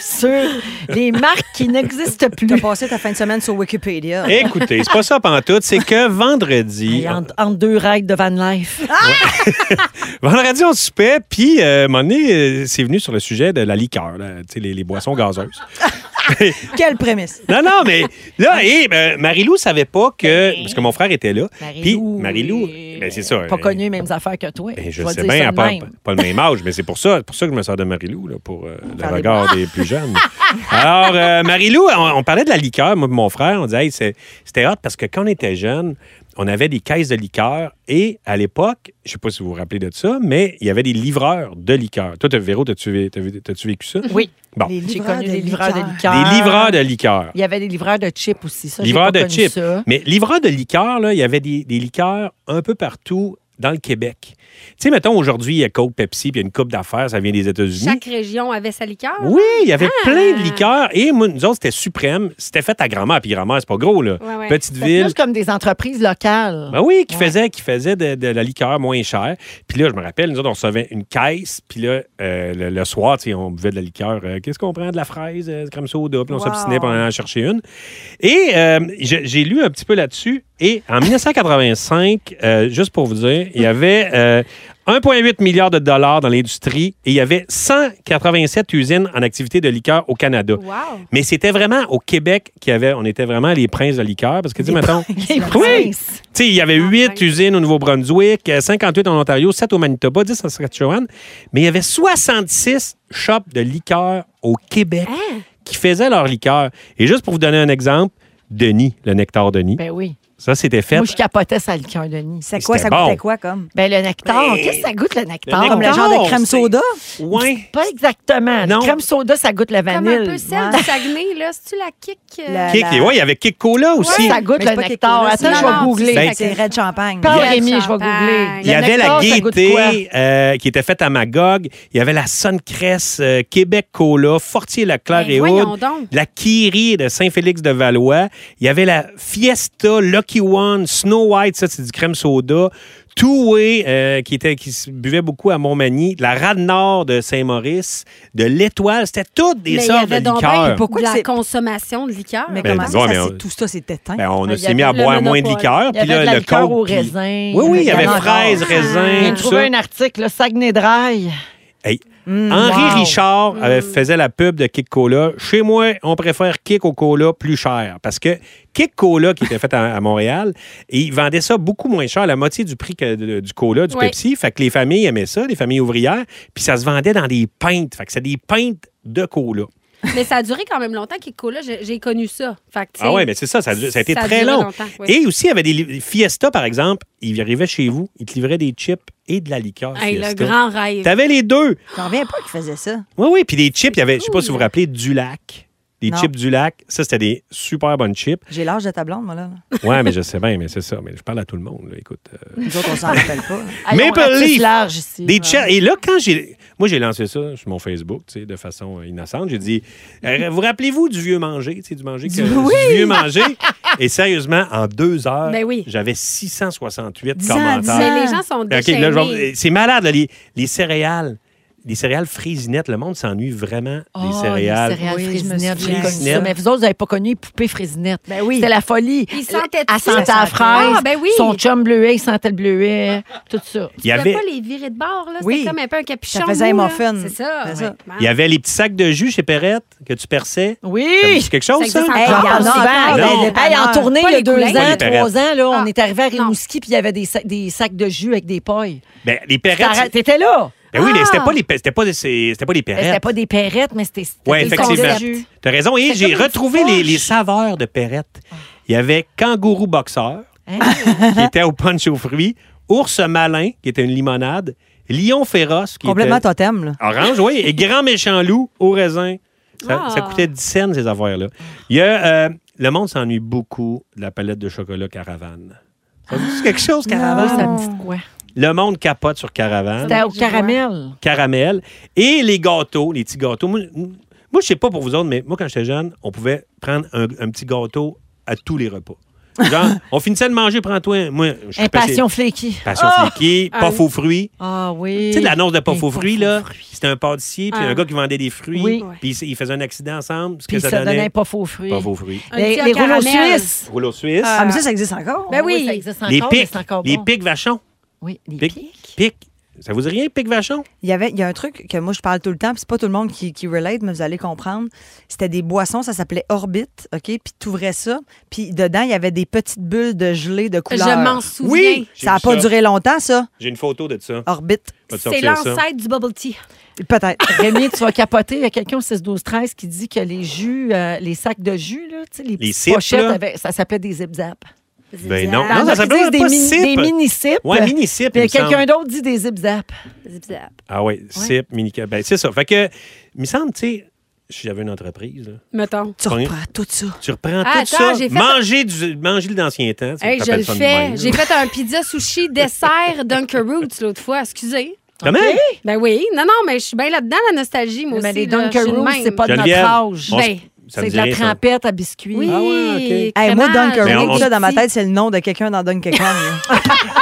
[SPEAKER 3] sur les marques qui n'existent
[SPEAKER 5] T'as
[SPEAKER 3] plus.
[SPEAKER 5] passé ta fin de semaine sur Wikipédia.
[SPEAKER 4] Écoutez, c'est pas ça pantoute, c'est que vendredi,
[SPEAKER 3] Et En, en deux règles de Van Life.
[SPEAKER 4] Vendredi, on soupait, puis euh, à un moment donné, euh, c'est venu sur le sujet de la liqueur, là, tu sais, les, les boissons gazeuses.
[SPEAKER 5] Quelle prémisse.
[SPEAKER 4] Non, non, mais là, et, euh, Marilou savait pas que... Parce que mon frère était là. Puis Marilou,
[SPEAKER 3] euh,
[SPEAKER 4] ben, c'est ça.
[SPEAKER 3] Pas
[SPEAKER 4] euh,
[SPEAKER 3] connu les mêmes affaires que toi.
[SPEAKER 4] ben, je
[SPEAKER 3] vais
[SPEAKER 4] sais
[SPEAKER 3] dire ça
[SPEAKER 4] bien,
[SPEAKER 3] de
[SPEAKER 4] pas,
[SPEAKER 3] même.
[SPEAKER 4] pas le même âge, mais c'est pour ça, c'est pour ça que je me sers de Marilou, là, pour euh, le
[SPEAKER 5] Faire des
[SPEAKER 4] regard des plus jeunes. Alors, euh, Marilou, on, on parlait de la liqueur, moi et mon frère, on disait, Hey, c'est- c'était hot parce que quand on était jeune, on avait des caisses de liqueur et à l'époque, je sais pas si vous vous rappelez de ça, mais il y avait des livreurs de liqueur. Toi, t'as- Véro, t'as-tu vé- t'as vé- t'as-tu vécu ça?
[SPEAKER 3] Oui.
[SPEAKER 4] Bon.
[SPEAKER 3] Les livreurs
[SPEAKER 5] livreurs de
[SPEAKER 3] des livreurs de
[SPEAKER 5] liqueurs.
[SPEAKER 3] liqueurs.
[SPEAKER 4] Des livreurs de liqueur.
[SPEAKER 3] Il y avait des livreurs de chips aussi. Ça, j'ai
[SPEAKER 4] Livreurs
[SPEAKER 3] pas
[SPEAKER 4] de
[SPEAKER 3] connu
[SPEAKER 4] chips.
[SPEAKER 3] ça.
[SPEAKER 4] Mais livreurs de liqueurs, là, il y avait des, des liqueurs un peu partout dans le Québec. Tu sais, mettons, aujourd'hui, il y a Coke, Pepsi, puis il y a une coupe d'affaires, ça vient des États-Unis.
[SPEAKER 6] Chaque région avait sa liqueur. hein? Ah!
[SPEAKER 4] Oui, il y avait plein de liqueurs. Et moi, nous autres, c'était suprême. C'était fait à grand-mère. Puis grand-mère, c'est pas gros, là.
[SPEAKER 6] Ouais, ouais.
[SPEAKER 4] Petite
[SPEAKER 3] C'était
[SPEAKER 4] ville.
[SPEAKER 3] plus comme des entreprises locales.
[SPEAKER 4] Ben oui, qui
[SPEAKER 3] Ouais.
[SPEAKER 4] faisait, qui faisait de, de la liqueur moins chère. Puis là, je me rappelle, nous autres, on recevait une caisse. Puis là, euh, le, le soir, tu sais, on buvait de la liqueur. Euh, Qu'est-ce qu'on prend? De la fraise, euh, crème soda. Puis on
[SPEAKER 5] Wow.
[SPEAKER 4] s'obstinait pour en chercher une. Et euh, je- j'ai lu un petit peu là-dessus. Et en 1985, euh, juste pour vous dire, il y avait euh, 1,8 milliard de dollars dans l'industrie et il y avait 187 usines en activité de liqueur au Canada.
[SPEAKER 6] Wow.
[SPEAKER 4] Mais c'était vraiment au Québec qu'il y avait, on était vraiment les princes de liqueur. Parce que, tu sais, mettons,
[SPEAKER 3] Les
[SPEAKER 4] Oui.
[SPEAKER 3] princes.
[SPEAKER 4] tu sais, il y avait
[SPEAKER 6] Ah,
[SPEAKER 4] huit
[SPEAKER 6] ouais.
[SPEAKER 4] usines au Nouveau-Brunswick, euh, 58 en Ontario, 7 au Manitoba, 10 en Saskatchewan. Mais il y avait 66 shops de liqueurs au Québec
[SPEAKER 3] Hein?
[SPEAKER 4] qui faisaient leur liqueur. Et juste pour vous donner un exemple, Denis, le nectar Denis.
[SPEAKER 3] Ben oui.
[SPEAKER 4] ça, c'était fait.
[SPEAKER 3] Moi, je capotais sa liqueur de Nice.
[SPEAKER 5] C'est quoi, ça
[SPEAKER 4] C'était bon.
[SPEAKER 5] goûtait quoi comme?
[SPEAKER 3] Ben le nectar.
[SPEAKER 4] Mais-
[SPEAKER 3] Qu'est-ce que ça goûte, le nectar?
[SPEAKER 4] Le
[SPEAKER 5] Comme le
[SPEAKER 4] nectar.
[SPEAKER 5] genre de crème
[SPEAKER 4] c'est-
[SPEAKER 5] soda?
[SPEAKER 4] Ouais.
[SPEAKER 3] Pas exactement.
[SPEAKER 4] Non.
[SPEAKER 3] La crème soda, ça goûte le
[SPEAKER 6] Comme
[SPEAKER 3] vanille.
[SPEAKER 6] un peu celle
[SPEAKER 5] Ouais.
[SPEAKER 6] du Saguenay, là. C'est-tu la kick? euh,
[SPEAKER 5] La-
[SPEAKER 4] Kick, et ouais, il y avait Kick Cola aussi.
[SPEAKER 3] Ça goûte
[SPEAKER 5] Mais c'est
[SPEAKER 3] le
[SPEAKER 5] pas
[SPEAKER 3] nectar.
[SPEAKER 5] Coca-Cola, c'est-
[SPEAKER 3] Attends, je vais
[SPEAKER 5] Non, non,
[SPEAKER 3] googler.
[SPEAKER 4] Ben,
[SPEAKER 5] c'est- C'est Red Champagne.
[SPEAKER 3] Parle,
[SPEAKER 6] Il y a
[SPEAKER 3] Rémi,
[SPEAKER 6] le
[SPEAKER 3] je vais googler.
[SPEAKER 6] champagne.
[SPEAKER 4] Il y
[SPEAKER 3] Le
[SPEAKER 4] avait
[SPEAKER 3] nectar,
[SPEAKER 4] la
[SPEAKER 3] ça goûte quoi?
[SPEAKER 4] gaieté euh, qui était faite à Magog. Il y avait la Suncress, euh, Québec Cola, Fortier Leclerc
[SPEAKER 6] Ben,
[SPEAKER 4] et
[SPEAKER 6] voyons
[SPEAKER 4] autres.
[SPEAKER 6] donc.
[SPEAKER 4] La Kiri de Saint-Félix de Valois. Il y avait la Fiesta, Lucky One, Snow White, ça c'est du crème soda. Two Way, euh, qui, était, qui se buvait beaucoup à Montmagny. La Rade Nord de Saint-Maurice. De l'Étoile. C'était toutes des
[SPEAKER 6] Mais il y
[SPEAKER 4] sortes de
[SPEAKER 6] avait donc bien
[SPEAKER 4] liqueurs.
[SPEAKER 5] Pourquoi
[SPEAKER 6] de la
[SPEAKER 5] c'est-
[SPEAKER 6] consommation de liqueur.
[SPEAKER 5] Mais
[SPEAKER 4] Ben,
[SPEAKER 5] comment
[SPEAKER 4] dis-moi,
[SPEAKER 5] ça,
[SPEAKER 4] mais
[SPEAKER 5] c'est-
[SPEAKER 4] on-
[SPEAKER 5] tout ça, c'est éteint?
[SPEAKER 4] Ben, on
[SPEAKER 3] hein? Il
[SPEAKER 4] a
[SPEAKER 3] y
[SPEAKER 4] s'est
[SPEAKER 3] avait
[SPEAKER 4] mis à
[SPEAKER 6] le
[SPEAKER 4] boire moins de
[SPEAKER 6] monopole.
[SPEAKER 4] liqueur.
[SPEAKER 3] Il y
[SPEAKER 4] Puis
[SPEAKER 3] avait
[SPEAKER 4] là,
[SPEAKER 3] de la
[SPEAKER 4] le
[SPEAKER 3] liqueur
[SPEAKER 4] coke.
[SPEAKER 3] au
[SPEAKER 4] puis-
[SPEAKER 3] raisin.
[SPEAKER 4] Oui, oui, il y avait
[SPEAKER 3] en a
[SPEAKER 4] fraises,
[SPEAKER 3] encore.
[SPEAKER 4] raisins,
[SPEAKER 3] J'ai
[SPEAKER 4] tout
[SPEAKER 3] trouvé
[SPEAKER 4] ça.
[SPEAKER 3] un article, le Saguenay Dry.
[SPEAKER 4] Hey,
[SPEAKER 5] Mm,
[SPEAKER 4] Henri
[SPEAKER 3] wow.
[SPEAKER 4] Richard
[SPEAKER 6] Mm.
[SPEAKER 4] euh, faisait la pub de Kick Cola. Chez moi, on préfère Kick au Cola plus cher. Parce que Kick Cola, qui était fait à, à Montréal, et ils vendaient ça beaucoup moins cher, la moitié du prix que de- du Cola, du
[SPEAKER 6] Ouais.
[SPEAKER 4] Pepsi. Fait que les familles aimaient ça, les familles ouvrières. Puis ça se vendait dans des pintes. Fait que c'est des pintes de Cola.
[SPEAKER 6] Mais ça a duré quand même longtemps, Kick Cola. J'ai j'ai connu ça. Fait que, tu sais,
[SPEAKER 4] Ah ouais, mais c'est ça, ça a, du- ça a été
[SPEAKER 6] ça a
[SPEAKER 4] très
[SPEAKER 6] duré
[SPEAKER 4] long.
[SPEAKER 6] longtemps, oui.
[SPEAKER 4] Et aussi, il y avait des li- Fiesta, par exemple. Ils arrivaient chez vous, ils te livraient des chips et de la liqueur.
[SPEAKER 6] hey, le
[SPEAKER 4] Fiesta.
[SPEAKER 6] grand rêve.
[SPEAKER 4] T'avais les deux.
[SPEAKER 5] J'en reviens pas qu'il faisait ça.
[SPEAKER 4] Oui, oui. Puis des chips, il y avait, je sais pas si vous vous
[SPEAKER 6] cool.
[SPEAKER 4] rappelez, du lac. Des
[SPEAKER 5] Non.
[SPEAKER 4] chips du lac. Ça, c'était des super bonnes chips.
[SPEAKER 5] J'ai l'âge de ta blonde, moi, là.
[SPEAKER 4] Ouais, mais je sais bien, mais c'est ça. Mais je parle à tout le monde, là, écoute. euh.
[SPEAKER 5] Nous autres, on s'en rappelle pas.
[SPEAKER 3] Allez, on
[SPEAKER 4] Maple
[SPEAKER 3] ratisse
[SPEAKER 4] Leaf.
[SPEAKER 3] large ici.
[SPEAKER 4] Des chips. Et là, quand j'ai. Moi, j'ai lancé ça sur mon Facebook, tu sais, de façon euh, innocente. J'ai dit euh, Vous rappelez-vous du vieux manger, tu sais, du manger que- du, vieux manger. Et sérieusement, en deux heures,
[SPEAKER 6] Ben oui.
[SPEAKER 4] j'avais 668
[SPEAKER 5] Dix ans, dix
[SPEAKER 4] commentaires.
[SPEAKER 5] ans.
[SPEAKER 6] Mais les gens sont
[SPEAKER 4] OK,
[SPEAKER 6] déchaînés.
[SPEAKER 4] là, je vais- C'est malade, là, les, les céréales. Les céréales fraisinettes, le monde s'ennuie vraiment
[SPEAKER 3] Oh,
[SPEAKER 4] des
[SPEAKER 3] Les céréales
[SPEAKER 5] Oui, je me
[SPEAKER 3] fraisinettes, j'ai
[SPEAKER 5] souviens.
[SPEAKER 3] connu ça. Mais vous autres, vous n'avez pas connu les poupées fraisinettes.
[SPEAKER 5] Ben oui.
[SPEAKER 3] C'était la folie.
[SPEAKER 6] Ils sentaient
[SPEAKER 3] Elle
[SPEAKER 6] tout.
[SPEAKER 3] sentait
[SPEAKER 5] Ça
[SPEAKER 3] la
[SPEAKER 5] sentait.
[SPEAKER 3] fraise.
[SPEAKER 6] Ah, ben oui.
[SPEAKER 3] Son chum bleuet, il sentait le bleuet. Tout ça.
[SPEAKER 4] Il y
[SPEAKER 6] Tu
[SPEAKER 4] avait,
[SPEAKER 6] pouvais pas les virer de bord, là.
[SPEAKER 5] Oui.
[SPEAKER 6] C'était comme un peu un capuchon.
[SPEAKER 5] Ça faisait un
[SPEAKER 6] mou, là.
[SPEAKER 5] muffin.
[SPEAKER 6] C'est ça.
[SPEAKER 5] C'est
[SPEAKER 6] ouais.
[SPEAKER 5] ça.
[SPEAKER 4] il y avait les petits sacs de jus chez Perrette que tu perçais. Ça vous dit
[SPEAKER 3] Oui!
[SPEAKER 4] quelque chose, ça?
[SPEAKER 6] Ça existe
[SPEAKER 5] Hey,
[SPEAKER 3] J'en
[SPEAKER 5] il y en a
[SPEAKER 3] parle
[SPEAKER 5] encore
[SPEAKER 3] souvent.
[SPEAKER 4] dans les
[SPEAKER 3] Non. Hey, en
[SPEAKER 5] dépanneurs.
[SPEAKER 3] tournée,
[SPEAKER 6] Pas
[SPEAKER 3] il y a
[SPEAKER 6] les
[SPEAKER 3] deux
[SPEAKER 6] coulins.
[SPEAKER 4] Pas
[SPEAKER 3] ans,
[SPEAKER 4] les
[SPEAKER 3] trois ans, là, on
[SPEAKER 6] Ah.
[SPEAKER 3] est arrivé à Rimouski,
[SPEAKER 6] Non.
[SPEAKER 3] puis il y avait des, sa- des sacs de jus avec des pailles.
[SPEAKER 4] Ben, les Perrettes.
[SPEAKER 3] T'arrêtes-
[SPEAKER 4] c'est-
[SPEAKER 3] T'étais là!
[SPEAKER 4] Ben oui, mais c'était
[SPEAKER 6] Ah!
[SPEAKER 4] pas les, pe- c'était pas des- c'est- c'était pas les
[SPEAKER 3] Mais C'était
[SPEAKER 4] Perrettes.
[SPEAKER 3] pas des perrettes, mais c'était c'était
[SPEAKER 4] Oui,
[SPEAKER 3] des
[SPEAKER 4] effectivement.
[SPEAKER 3] concepts.
[SPEAKER 4] T'as raison. Et
[SPEAKER 6] C'était
[SPEAKER 4] j'ai
[SPEAKER 6] comme une
[SPEAKER 4] retrouvé les,
[SPEAKER 6] fourche.
[SPEAKER 4] les saveurs de Perrette. Il y avait Kangourou Boxeur,
[SPEAKER 3] Hein? Ah,
[SPEAKER 4] qui était au punch aux fruits, Ours Malin, qui était une limonade, Lion Féroce, qui
[SPEAKER 5] Complètement
[SPEAKER 4] était
[SPEAKER 5] totem, là.
[SPEAKER 4] orange, oui, et Grand Méchant Loup au raisin. Ça,
[SPEAKER 6] Ah.
[SPEAKER 4] ça coûtait 10 cents, ces affaires-là. Il y a, euh, le monde s'ennuie beaucoup de la palette de chocolat Caravane. Ça vous dit quelque chose, Caravane?
[SPEAKER 3] Ah. Ça me dit de quoi?
[SPEAKER 4] Le monde capote sur Caravane.
[SPEAKER 3] C'était au caramel.
[SPEAKER 4] caramel et les gâteaux, les petits gâteaux. Moi, moi, je sais pas pour vous autres, mais moi, quand j'étais jeune, on pouvait prendre un, un petit gâteau à tous les repas. Genre, on finissait de manger, prends-toi un. Moi, je
[SPEAKER 3] Un
[SPEAKER 4] suis passé-
[SPEAKER 3] passion flaky.
[SPEAKER 4] Passion fliquée,
[SPEAKER 6] Ah
[SPEAKER 4] puff aux fruits.
[SPEAKER 3] Ah oui.
[SPEAKER 4] Tu sais, l'annonce de puff
[SPEAKER 3] Un
[SPEAKER 4] aux fruits,
[SPEAKER 3] puff
[SPEAKER 4] là,
[SPEAKER 3] aux fruits.
[SPEAKER 4] c'était un pâtissier, puis
[SPEAKER 6] Ah.
[SPEAKER 4] un gars qui vendait des fruits,
[SPEAKER 3] Oui.
[SPEAKER 4] puis ils faisaient un accident ensemble, ce que
[SPEAKER 3] Puis
[SPEAKER 4] ça,
[SPEAKER 3] ça donnait un
[SPEAKER 4] donnait.
[SPEAKER 3] puff aux fruits.
[SPEAKER 4] Puff aux fruits.
[SPEAKER 6] Un
[SPEAKER 3] Les,
[SPEAKER 6] petit
[SPEAKER 3] les
[SPEAKER 6] au
[SPEAKER 3] rouleaux
[SPEAKER 6] caramel.
[SPEAKER 3] suisses.
[SPEAKER 4] Rouleau suisse.
[SPEAKER 5] Ah, mais ça, ça existe encore?
[SPEAKER 6] Ben oui.
[SPEAKER 3] ça existe
[SPEAKER 4] les
[SPEAKER 3] encore, mais
[SPEAKER 4] pics.
[SPEAKER 3] c'est encore
[SPEAKER 4] Les
[SPEAKER 3] bon.
[SPEAKER 4] pics vachons.
[SPEAKER 3] Oui, les
[SPEAKER 4] Pics.
[SPEAKER 3] pics.
[SPEAKER 4] Pics. Ça vous dit rien, pics vachons?
[SPEAKER 5] Il y avait, il y a un truc que moi je parle tout le temps, puis c'est pas tout le monde qui, qui relate, mais vous allez comprendre. C'était des boissons, ça s'appelait Orbite, ok. Puis t'ouvrais ça, puis dedans il y avait des petites bulles de gelée de couleur.
[SPEAKER 6] Je m'en souviens.
[SPEAKER 4] Oui. J'ai
[SPEAKER 5] Ça a
[SPEAKER 4] vu
[SPEAKER 5] pas
[SPEAKER 4] ça.
[SPEAKER 5] duré longtemps, ça.
[SPEAKER 4] J'ai une photo de ça.
[SPEAKER 5] Orbite,
[SPEAKER 4] Va te
[SPEAKER 6] C'est
[SPEAKER 4] sortir ça.
[SPEAKER 6] l'ancêtre du bubble tea.
[SPEAKER 5] peut-être.
[SPEAKER 3] Rémi, tu vas capoter. Il y a quelqu'un au 6 12 13 qui dit que les jus, euh, les sacs de jus, là, tu sais, les, petites
[SPEAKER 4] zips,
[SPEAKER 3] pochettes,
[SPEAKER 4] là.
[SPEAKER 3] avec- ça s'appelait des zip-zap.
[SPEAKER 4] Ben non.
[SPEAKER 3] Dans
[SPEAKER 4] Non, ça
[SPEAKER 3] notre,
[SPEAKER 4] s'appelle
[SPEAKER 3] ils disent des,
[SPEAKER 4] pas
[SPEAKER 3] mini-
[SPEAKER 4] sip.
[SPEAKER 3] des mini-sips.
[SPEAKER 4] Ouais, mini-sip, il
[SPEAKER 3] Puis
[SPEAKER 4] me
[SPEAKER 3] quelqu'un
[SPEAKER 4] semble.
[SPEAKER 3] d'autre dit des zip-zap.
[SPEAKER 6] Zip-zap.
[SPEAKER 4] Ah oui, sip, mini Ben, c'est ça. Fait que, il me semble, tu sais, si j'avais une entreprise, là,
[SPEAKER 6] Mettons.
[SPEAKER 5] Tu
[SPEAKER 4] Pogné.
[SPEAKER 5] reprends tout ça.
[SPEAKER 4] tu reprends
[SPEAKER 6] Ah,
[SPEAKER 4] tout ça,
[SPEAKER 6] attends, j'ai fait-
[SPEAKER 4] manger, du, manger le d'ancien temps. ça
[SPEAKER 6] Hey, je
[SPEAKER 4] s'appelle
[SPEAKER 6] le
[SPEAKER 4] ça de
[SPEAKER 6] fais.
[SPEAKER 4] même.
[SPEAKER 6] J'ai fait un pizza sushi dessert Dunkeroots l'autre fois. Excusez.
[SPEAKER 4] Comment?
[SPEAKER 6] Ben oui. Non, non, mais je suis bien là-dedans, la nostalgie, moi
[SPEAKER 3] Mais
[SPEAKER 6] aussi.
[SPEAKER 3] les
[SPEAKER 6] là, je suis de
[SPEAKER 3] Dunkaroos,
[SPEAKER 6] même.
[SPEAKER 3] c'est pas de notre
[SPEAKER 4] Geneviève,
[SPEAKER 3] âge.
[SPEAKER 4] on s-
[SPEAKER 6] Ben,
[SPEAKER 4] ça me
[SPEAKER 3] C'est de
[SPEAKER 4] dit
[SPEAKER 3] la
[SPEAKER 4] rien, ça.
[SPEAKER 3] trempette à biscuits.
[SPEAKER 6] Oui.
[SPEAKER 3] Ah ouais.
[SPEAKER 5] Hey, moi,
[SPEAKER 6] crémage,
[SPEAKER 5] Dunker
[SPEAKER 4] Mais on-
[SPEAKER 5] là, dans ma tête, c'est le nom de quelqu'un dans Dunkerque.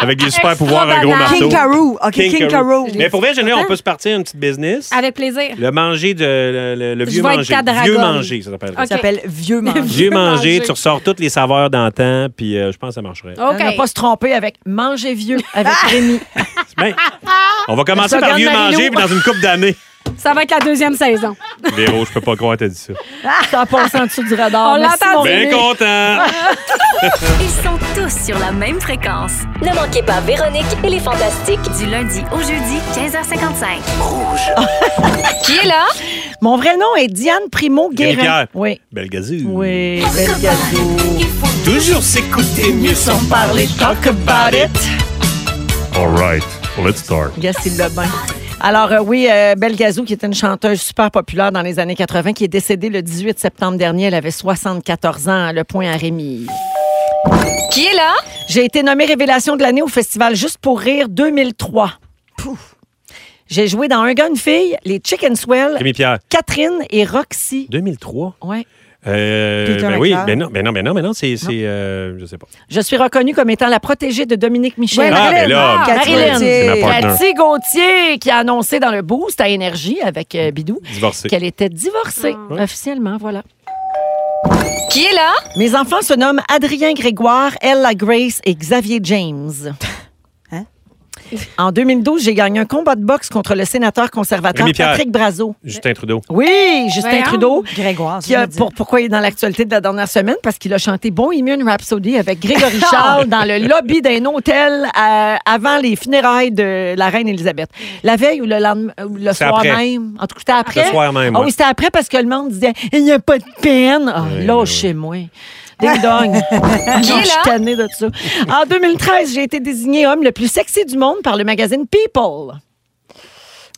[SPEAKER 4] Avec des super
[SPEAKER 6] Extra
[SPEAKER 4] pouvoirs, un gros
[SPEAKER 6] banane.
[SPEAKER 4] marteau.
[SPEAKER 5] King Karoo. OK,
[SPEAKER 4] King
[SPEAKER 5] King
[SPEAKER 4] Karoo.
[SPEAKER 5] Karoo.
[SPEAKER 4] Mais pour vrai, Geneviève, on peut se partir une petite business.
[SPEAKER 6] Avec plaisir.
[SPEAKER 4] Le manger, de, le, le- le
[SPEAKER 6] Je
[SPEAKER 4] vieux
[SPEAKER 6] vais être
[SPEAKER 4] manger.
[SPEAKER 6] ta dragonne.
[SPEAKER 4] Vieux manger, ça s'appelle.
[SPEAKER 6] Ok.
[SPEAKER 5] Ça s'appelle Vieux Mange.
[SPEAKER 4] Vieux
[SPEAKER 6] Vieux
[SPEAKER 4] manger,
[SPEAKER 6] manger.
[SPEAKER 4] tu ressors toutes les saveurs d'antan, puis euh, je pense que ça marcherait.
[SPEAKER 3] On n'a
[SPEAKER 6] OK.
[SPEAKER 3] pas se tromper avec manger vieux avec Rémi.
[SPEAKER 4] Ben, on va commencer
[SPEAKER 3] Slogan
[SPEAKER 4] par vieux
[SPEAKER 3] de Marilou.
[SPEAKER 4] manger, puis dans une coupe d'années.
[SPEAKER 6] Ça va être la deuxième saison.
[SPEAKER 4] Véro, je peux pas croire que t'as dit ça.
[SPEAKER 3] Ça passe en dessous du radar.
[SPEAKER 5] Ah,
[SPEAKER 6] On
[SPEAKER 3] Merci,
[SPEAKER 6] l'entend
[SPEAKER 3] mon
[SPEAKER 6] dire.
[SPEAKER 4] Bien
[SPEAKER 3] Rémi.
[SPEAKER 4] content!
[SPEAKER 1] Ils sont tous sur la même fréquence.
[SPEAKER 2] Ne manquez pas Véronique et les Fantastiques.
[SPEAKER 1] Du lundi au jeudi, 15h55.
[SPEAKER 6] Qui est là?
[SPEAKER 3] Mon vrai nom est Diane Primo Guérin.
[SPEAKER 4] Guérin-Pierre.
[SPEAKER 3] Oui.
[SPEAKER 4] Belle gazou.
[SPEAKER 3] Oui, bel gâteau.
[SPEAKER 4] Toujours s'écouter mieux sans
[SPEAKER 3] Parler, talk about it.
[SPEAKER 4] All right, let's start.
[SPEAKER 3] Yes, il l'a bien. Alors euh, oui, euh, Belle Gazou, qui était une chanteuse super populaire dans les années 80, qui est décédée le 18 septembre dernier. Elle avait 74 ans, le point à Rémi.
[SPEAKER 6] Qui est là?
[SPEAKER 3] J'ai été nommée Révélation de l'année au festival Juste pour rire 2003. J'ai joué dans Un gars, une fille, les Chicken Swell,
[SPEAKER 4] Rémi Pierre,
[SPEAKER 3] Catherine et Roxy.
[SPEAKER 4] 2003.
[SPEAKER 3] Ouais.
[SPEAKER 4] Euh,
[SPEAKER 5] Peter
[SPEAKER 4] ben oui,
[SPEAKER 5] McLeod.
[SPEAKER 4] ben non, ben non, ben non, ben non, c'est, c'est euh, je sais pas.
[SPEAKER 3] Je suis reconnue comme étant la protégée de Dominique Michel.
[SPEAKER 5] Ouais,
[SPEAKER 4] ah,
[SPEAKER 5] Marilyn.
[SPEAKER 4] ben là,
[SPEAKER 6] Ah,
[SPEAKER 4] Catherine,
[SPEAKER 3] Marilyn.
[SPEAKER 4] c'est ma partner.
[SPEAKER 3] Cathy Gauthier qui a annoncé dans le Boost à Énergie avec euh, Bidou
[SPEAKER 4] Divorcée.
[SPEAKER 3] qu'elle était divorcée officiellement, voilà.
[SPEAKER 6] Qui est là?
[SPEAKER 3] Mes enfants se nomment Adrien Grégoire, Ella Grace et Xavier James.
[SPEAKER 5] Hein?
[SPEAKER 3] En 2012, j'ai gagné un combat de boxe contre le sénateur conservateur
[SPEAKER 4] Rémi-Pierre.
[SPEAKER 3] Patrick Brazo.
[SPEAKER 4] Justin Trudeau.
[SPEAKER 3] Oui, Justin
[SPEAKER 6] Voyons.
[SPEAKER 3] Trudeau.
[SPEAKER 5] Grégoire,
[SPEAKER 3] Qui
[SPEAKER 5] ça
[SPEAKER 3] a-
[SPEAKER 5] veut dire.
[SPEAKER 3] pour, pourquoi il est dans l'actualité de la dernière semaine? Parce qu'il a chanté Bohemian Rhapsody avec Grégory Charles dans le lobby d'un hôtel euh, avant les funérailles de la reine Élisabeth. La veille ou le, lendemain, ou le
[SPEAKER 4] C'est
[SPEAKER 3] soir
[SPEAKER 4] après.
[SPEAKER 3] même? En tout cas, c'était après.
[SPEAKER 4] Le soir même,
[SPEAKER 3] Ah
[SPEAKER 4] ouais.
[SPEAKER 3] oui, c'était après parce que le monde disait Il n'y a pas de peine. Ah,
[SPEAKER 4] Oui,
[SPEAKER 3] Lâchez-moi. Ding dong. Non, je suis tannée de ça. En 2013, j'ai été désigné homme le plus sexy du monde par le magazine People.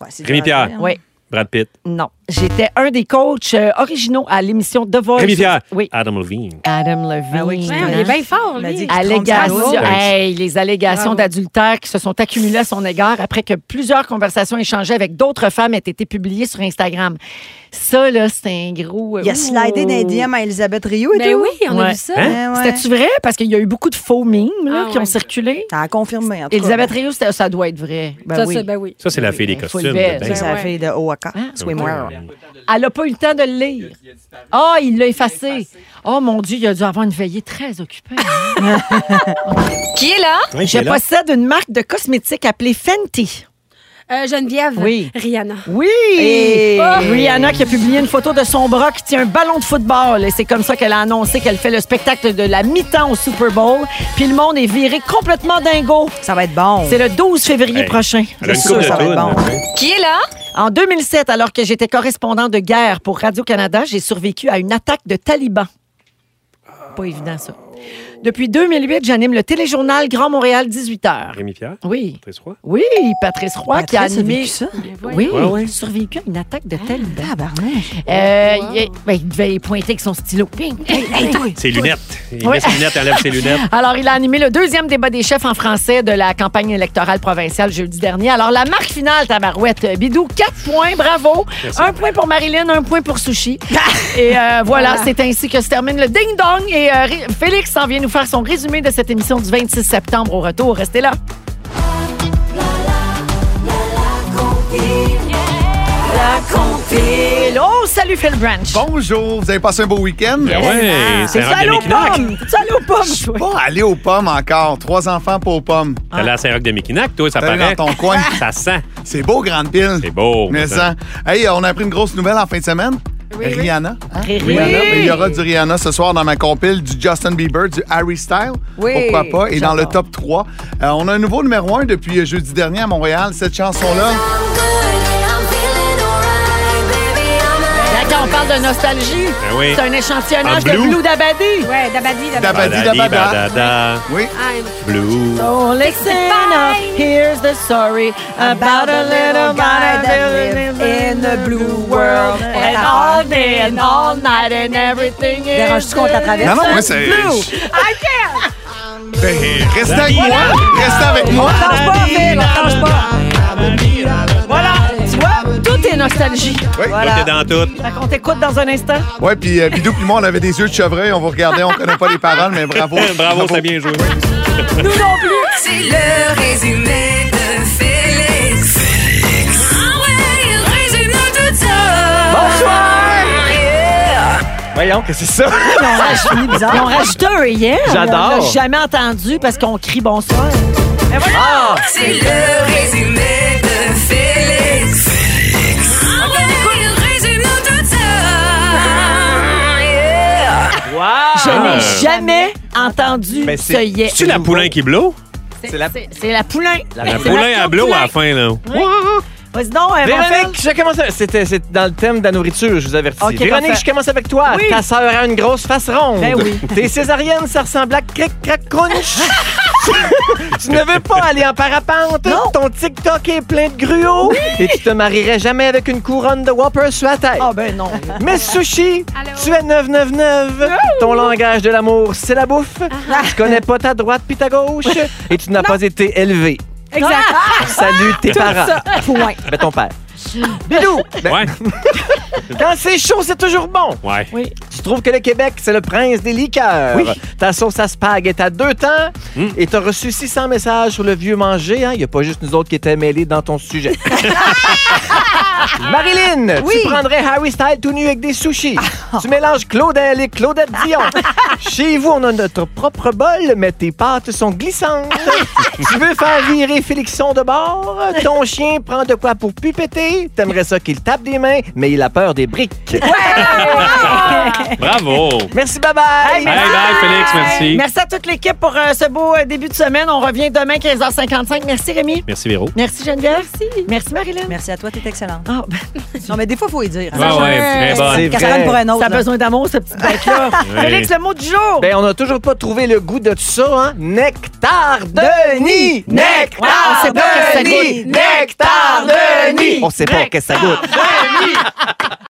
[SPEAKER 5] Ouais, c'est
[SPEAKER 4] Rémi
[SPEAKER 5] dur à dire.
[SPEAKER 4] Pierre.
[SPEAKER 3] Oui.
[SPEAKER 4] Brad Pitt.
[SPEAKER 3] Non. J'étais un des coachs euh, originaux à l'émission The Voice.
[SPEAKER 4] Rémi Pierre.
[SPEAKER 3] Oh, Oui.
[SPEAKER 4] Adam Levine.
[SPEAKER 3] Adam Levine. Hein?
[SPEAKER 5] Ah oui, qui
[SPEAKER 6] Ouais, il est bien fort,
[SPEAKER 5] Il m'a dit
[SPEAKER 6] lui.
[SPEAKER 5] qu'il trompe
[SPEAKER 3] Allégations,
[SPEAKER 5] sa
[SPEAKER 4] route.
[SPEAKER 3] hey, les allégations
[SPEAKER 6] Bravo.
[SPEAKER 3] d'adultère qui se sont accumulées à son égard après que plusieurs conversations échangées avec d'autres femmes aient été publiées sur Instagram. Ça, là, c'est un gros.
[SPEAKER 5] Il a slidé d'un DM à Elisabeth Rio et
[SPEAKER 6] Ben
[SPEAKER 5] tout.
[SPEAKER 6] oui, on
[SPEAKER 3] Ouais.
[SPEAKER 6] a vu ça.
[SPEAKER 4] Hein?
[SPEAKER 5] Ouais, ouais.
[SPEAKER 3] C'était-tu vrai? Parce qu'il y a eu beaucoup de faux mimes là,
[SPEAKER 6] Ah
[SPEAKER 3] qui ont
[SPEAKER 6] ouais.
[SPEAKER 3] circulé.
[SPEAKER 5] Ça a confirmé, en tout cas. ben.
[SPEAKER 3] Elisabeth Rio, c'était- ça doit être vrai. Ben
[SPEAKER 6] ça,
[SPEAKER 3] oui.
[SPEAKER 6] c'est ben oui.
[SPEAKER 4] Ça, c'est la
[SPEAKER 3] Oui,
[SPEAKER 4] fille des
[SPEAKER 3] ben, faut
[SPEAKER 4] costumes.
[SPEAKER 3] le
[SPEAKER 4] de
[SPEAKER 3] faire.
[SPEAKER 4] danse.
[SPEAKER 5] Ça, Ah, C'est la
[SPEAKER 6] Ouais.
[SPEAKER 5] fille de Oaxaca.
[SPEAKER 3] Hein?
[SPEAKER 5] Swimwear.
[SPEAKER 3] Elle n'a pas eu le temps de le lire. Ah, il l'a effacé. Ah. Oh mon Dieu, il a dû avoir une veillée très occupée.
[SPEAKER 6] Qui est là?
[SPEAKER 4] Ouais,
[SPEAKER 3] Je
[SPEAKER 4] c'est là.
[SPEAKER 3] possède une marque de cosmétiques appelée Fenty.
[SPEAKER 6] Euh, Geneviève.
[SPEAKER 3] Oui.
[SPEAKER 6] Rihanna.
[SPEAKER 3] Oui!
[SPEAKER 5] Et-
[SPEAKER 3] Rihanna qui a publié une photo de son bras qui tient un ballon de football. Et c'est comme ça qu'elle a annoncé qu'elle fait le spectacle de la mi-temps au Super Bowl. Puis le monde est viré complètement dingo.
[SPEAKER 5] Ça va être bon.
[SPEAKER 3] C'est le 12 février
[SPEAKER 4] Hey.
[SPEAKER 3] prochain.
[SPEAKER 4] Elle a une
[SPEAKER 5] C'est
[SPEAKER 4] coupe de
[SPEAKER 5] sûr, ça va être
[SPEAKER 4] toune, hein,
[SPEAKER 5] bon.
[SPEAKER 4] tu sais.
[SPEAKER 6] Qui est là?
[SPEAKER 3] En 2007, alors que j'étais correspondant de guerre pour Radio-Canada, j'ai survécu à une attaque de talibans. Pas évident, ça. Depuis 2008, j'anime le téléjournal Grand Montréal 18h.
[SPEAKER 4] Rémi Pierre.
[SPEAKER 3] Oui.
[SPEAKER 4] Patrice Roy.
[SPEAKER 3] Oui, Patrice Roy qui a
[SPEAKER 5] Patrice a
[SPEAKER 3] animé.
[SPEAKER 5] vécu ça?
[SPEAKER 3] Oui,
[SPEAKER 4] Ouais, ouais.
[SPEAKER 3] survécu à une attaque de talibans.
[SPEAKER 5] Tabarnak.
[SPEAKER 3] Euh,
[SPEAKER 6] Wow.
[SPEAKER 3] il, ben, il devait y pointer avec son stylo. Ping, ping, ping.
[SPEAKER 4] Ses lunettes. Il
[SPEAKER 3] Ouais.
[SPEAKER 4] met ses lunettes, elle enlève ses lunettes.
[SPEAKER 3] Alors, il a animé le deuxième débat des chefs en français de la campagne électorale provinciale jeudi dernier. Alors, la marque finale, Tabarouette euh, Bidou, 4 points, bravo. Un point pour Marilyn, un point pour Sushi. et euh, voilà, c'est ainsi que se termine le ding-dong. Et euh, Ré- Félix s'en vient nous faire son résumé de cette émission du 26 septembre au retour. Restez là. La compile. Oh, salut Phil Branch.
[SPEAKER 8] Bonjour, vous avez passé un beau week-end?
[SPEAKER 4] Ben ouais, c'est
[SPEAKER 3] T'es-tu
[SPEAKER 4] un rock
[SPEAKER 3] allé
[SPEAKER 4] de
[SPEAKER 3] aux
[SPEAKER 4] Mekinac.
[SPEAKER 3] pommes? T'es-tu allé aux pommes, toi?
[SPEAKER 8] Pas aller Oh, aux pommes encore. Trois enfants pas aux pommes.
[SPEAKER 4] T'es allé à Saint-Roch de Mekinac, toi, ça
[SPEAKER 8] T'es allé
[SPEAKER 4] paraît.
[SPEAKER 8] dans ton coin.
[SPEAKER 4] Ça sent.
[SPEAKER 8] C'est beau, grande pile.
[SPEAKER 4] C'est beau.
[SPEAKER 8] Mais ça. Hey, on a appris une grosse nouvelle en fin de semaine. Rihanna. hein? Rihanna. Mais il y aura du Rihanna ce soir dans ma compile, du Justin Bieber, du Harry Style.
[SPEAKER 5] Oui,
[SPEAKER 8] Pourquoi pas? Et dans le
[SPEAKER 5] j'adore.
[SPEAKER 8] top 3, euh, on a un nouveau numéro 1 depuis euh, jeudi dernier à Montréal. Cette chanson-là.
[SPEAKER 3] La on parle de nostalgie.
[SPEAKER 4] Ben oui.
[SPEAKER 3] C'est un échantillonnage
[SPEAKER 4] En
[SPEAKER 3] de
[SPEAKER 4] Blue.
[SPEAKER 3] Blue Dabadi.
[SPEAKER 6] Ouais, Dabadi, Dabadi.
[SPEAKER 8] Dabadi.
[SPEAKER 4] Badadi,
[SPEAKER 8] Badada.
[SPEAKER 4] badada,
[SPEAKER 8] Oui.
[SPEAKER 6] I'm
[SPEAKER 4] blue.
[SPEAKER 3] Oh, listen up, here's the story about a little guy that lives in the blue world. And all day and all night and everything is
[SPEAKER 5] Dérange-tu qu'on te la traverse?
[SPEAKER 3] Ah,
[SPEAKER 8] Non, non, moi, c'est.
[SPEAKER 3] I can't!
[SPEAKER 8] Ben, restez avec moi. Restez avec moi.
[SPEAKER 5] On change pas, Phil, on change pas.
[SPEAKER 3] Voilà, tu vois, tout est nostalgie.
[SPEAKER 8] Oui.
[SPEAKER 4] Tout est dans tout.
[SPEAKER 3] Fait qu'on t'écoute dans un instant.
[SPEAKER 8] Ouais, puis euh, Bidou puis moi, on avait des yeux de chevreuil, on vous regardait, on connaît pas les paroles, mais bravo.
[SPEAKER 4] Bravo, c'est bien joué.
[SPEAKER 9] C'est le résumé de Félix. Félix. Ah ouais, il résume tout ça. Bonsoir.
[SPEAKER 7] Voyons que c'est ça.
[SPEAKER 3] Ah, Ils ont rajouté un hier.
[SPEAKER 7] J'adore.
[SPEAKER 3] On l'a jamais entendu parce qu'on crie bonsoir. Ah!
[SPEAKER 9] C'est le résumé de Félix. Félix. Ah ouais, il résume tout ça.
[SPEAKER 7] Wow!
[SPEAKER 3] Je n'ai jamais entendu
[SPEAKER 7] Ben, Ah. c'est-
[SPEAKER 3] ce hier.
[SPEAKER 4] C'est-tu la poulain qui blow?
[SPEAKER 7] C'est la...
[SPEAKER 3] C'est la poulain.
[SPEAKER 4] La
[SPEAKER 7] C'est
[SPEAKER 4] poulain à blow à la fin, là.
[SPEAKER 3] Vas-y donc, euh, Raphaël.
[SPEAKER 7] Véronique, je commence avec... C'était c'est dans le thème de la nourriture, je vous avertis.
[SPEAKER 3] Ok,
[SPEAKER 7] Véronique,
[SPEAKER 3] parfait.
[SPEAKER 7] je commence avec toi.
[SPEAKER 3] Oui.
[SPEAKER 7] Ta sœur a une grosse face ronde.
[SPEAKER 3] Ben oui.
[SPEAKER 7] Tes césariennes, ça ressemble à cric crac crunch. tu ne veux pas aller en parapente.
[SPEAKER 3] Non.
[SPEAKER 7] Ton TikTok est plein de gruaux. Et tu te marierais jamais avec une couronne de Whopper sur la tête.
[SPEAKER 3] Ah ben non.
[SPEAKER 7] Mais Sushi,
[SPEAKER 6] Allô?
[SPEAKER 7] tu es 999. Ton langage de l'amour, c'est la bouffe.
[SPEAKER 6] Ah,
[SPEAKER 7] Tu connais pas ta droite puis ta gauche. Et tu n'as pas été élevé. Ah!
[SPEAKER 6] Exact.
[SPEAKER 7] Salut tes parents.
[SPEAKER 3] Point.
[SPEAKER 7] Ben, ton père. Bidou,
[SPEAKER 4] Ouais.
[SPEAKER 7] quand c'est chaud, c'est toujours bon.
[SPEAKER 4] Ouais.
[SPEAKER 3] Oui.
[SPEAKER 7] Tu trouves que le Québec, c'est le prince des liqueurs. Ta sauce à spag est à deux temps et t'as reçu 600 messages sur le vieux manger. Il n'y a pas juste nous autres qui étaient mêlés dans ton sujet. Marilyn, tu prendrais Harry Styles tout nu avec des sushis. tu mélanges Claudel et Claudette Dion. Chez vous, on a notre propre bol, mais tes pâtes sont glissantes. tu veux faire virer Félixon de bord. Ton chien prend de quoi pour pupéter. T'aimerais ça qu'il tape des mains, mais il a peur des briques.
[SPEAKER 4] Bravo.
[SPEAKER 7] Merci, bye-bye.
[SPEAKER 4] Bye bye, Félix, merci.
[SPEAKER 3] Merci à toute l'équipe pour euh, ce beau euh, début de semaine. On revient demain 15h55. Merci Rémi.
[SPEAKER 4] Merci, Véro.
[SPEAKER 3] Merci Geneviève. Merci. Merci Marilyn.
[SPEAKER 5] Merci à toi, t'es excellente.
[SPEAKER 3] Ah, ben,
[SPEAKER 5] Non, mais des fois, il faut y dire.
[SPEAKER 4] Ouais, ouais, très bonne.
[SPEAKER 5] Qu'elle s'arrête pour un autre.
[SPEAKER 3] ça a
[SPEAKER 5] là.
[SPEAKER 3] besoin d'amour, cette petite bête-là.
[SPEAKER 4] Oui.
[SPEAKER 3] Félix, le mot du jour.
[SPEAKER 7] Ben, on n'a toujours pas trouvé le goût de tout ça, hein? Nectar de nid!
[SPEAKER 3] Ouais, on
[SPEAKER 7] Nectar
[SPEAKER 3] sait pas que ça
[SPEAKER 7] de nid!
[SPEAKER 3] goûte.
[SPEAKER 7] Nectar de nid! On sait pas que ça goûte.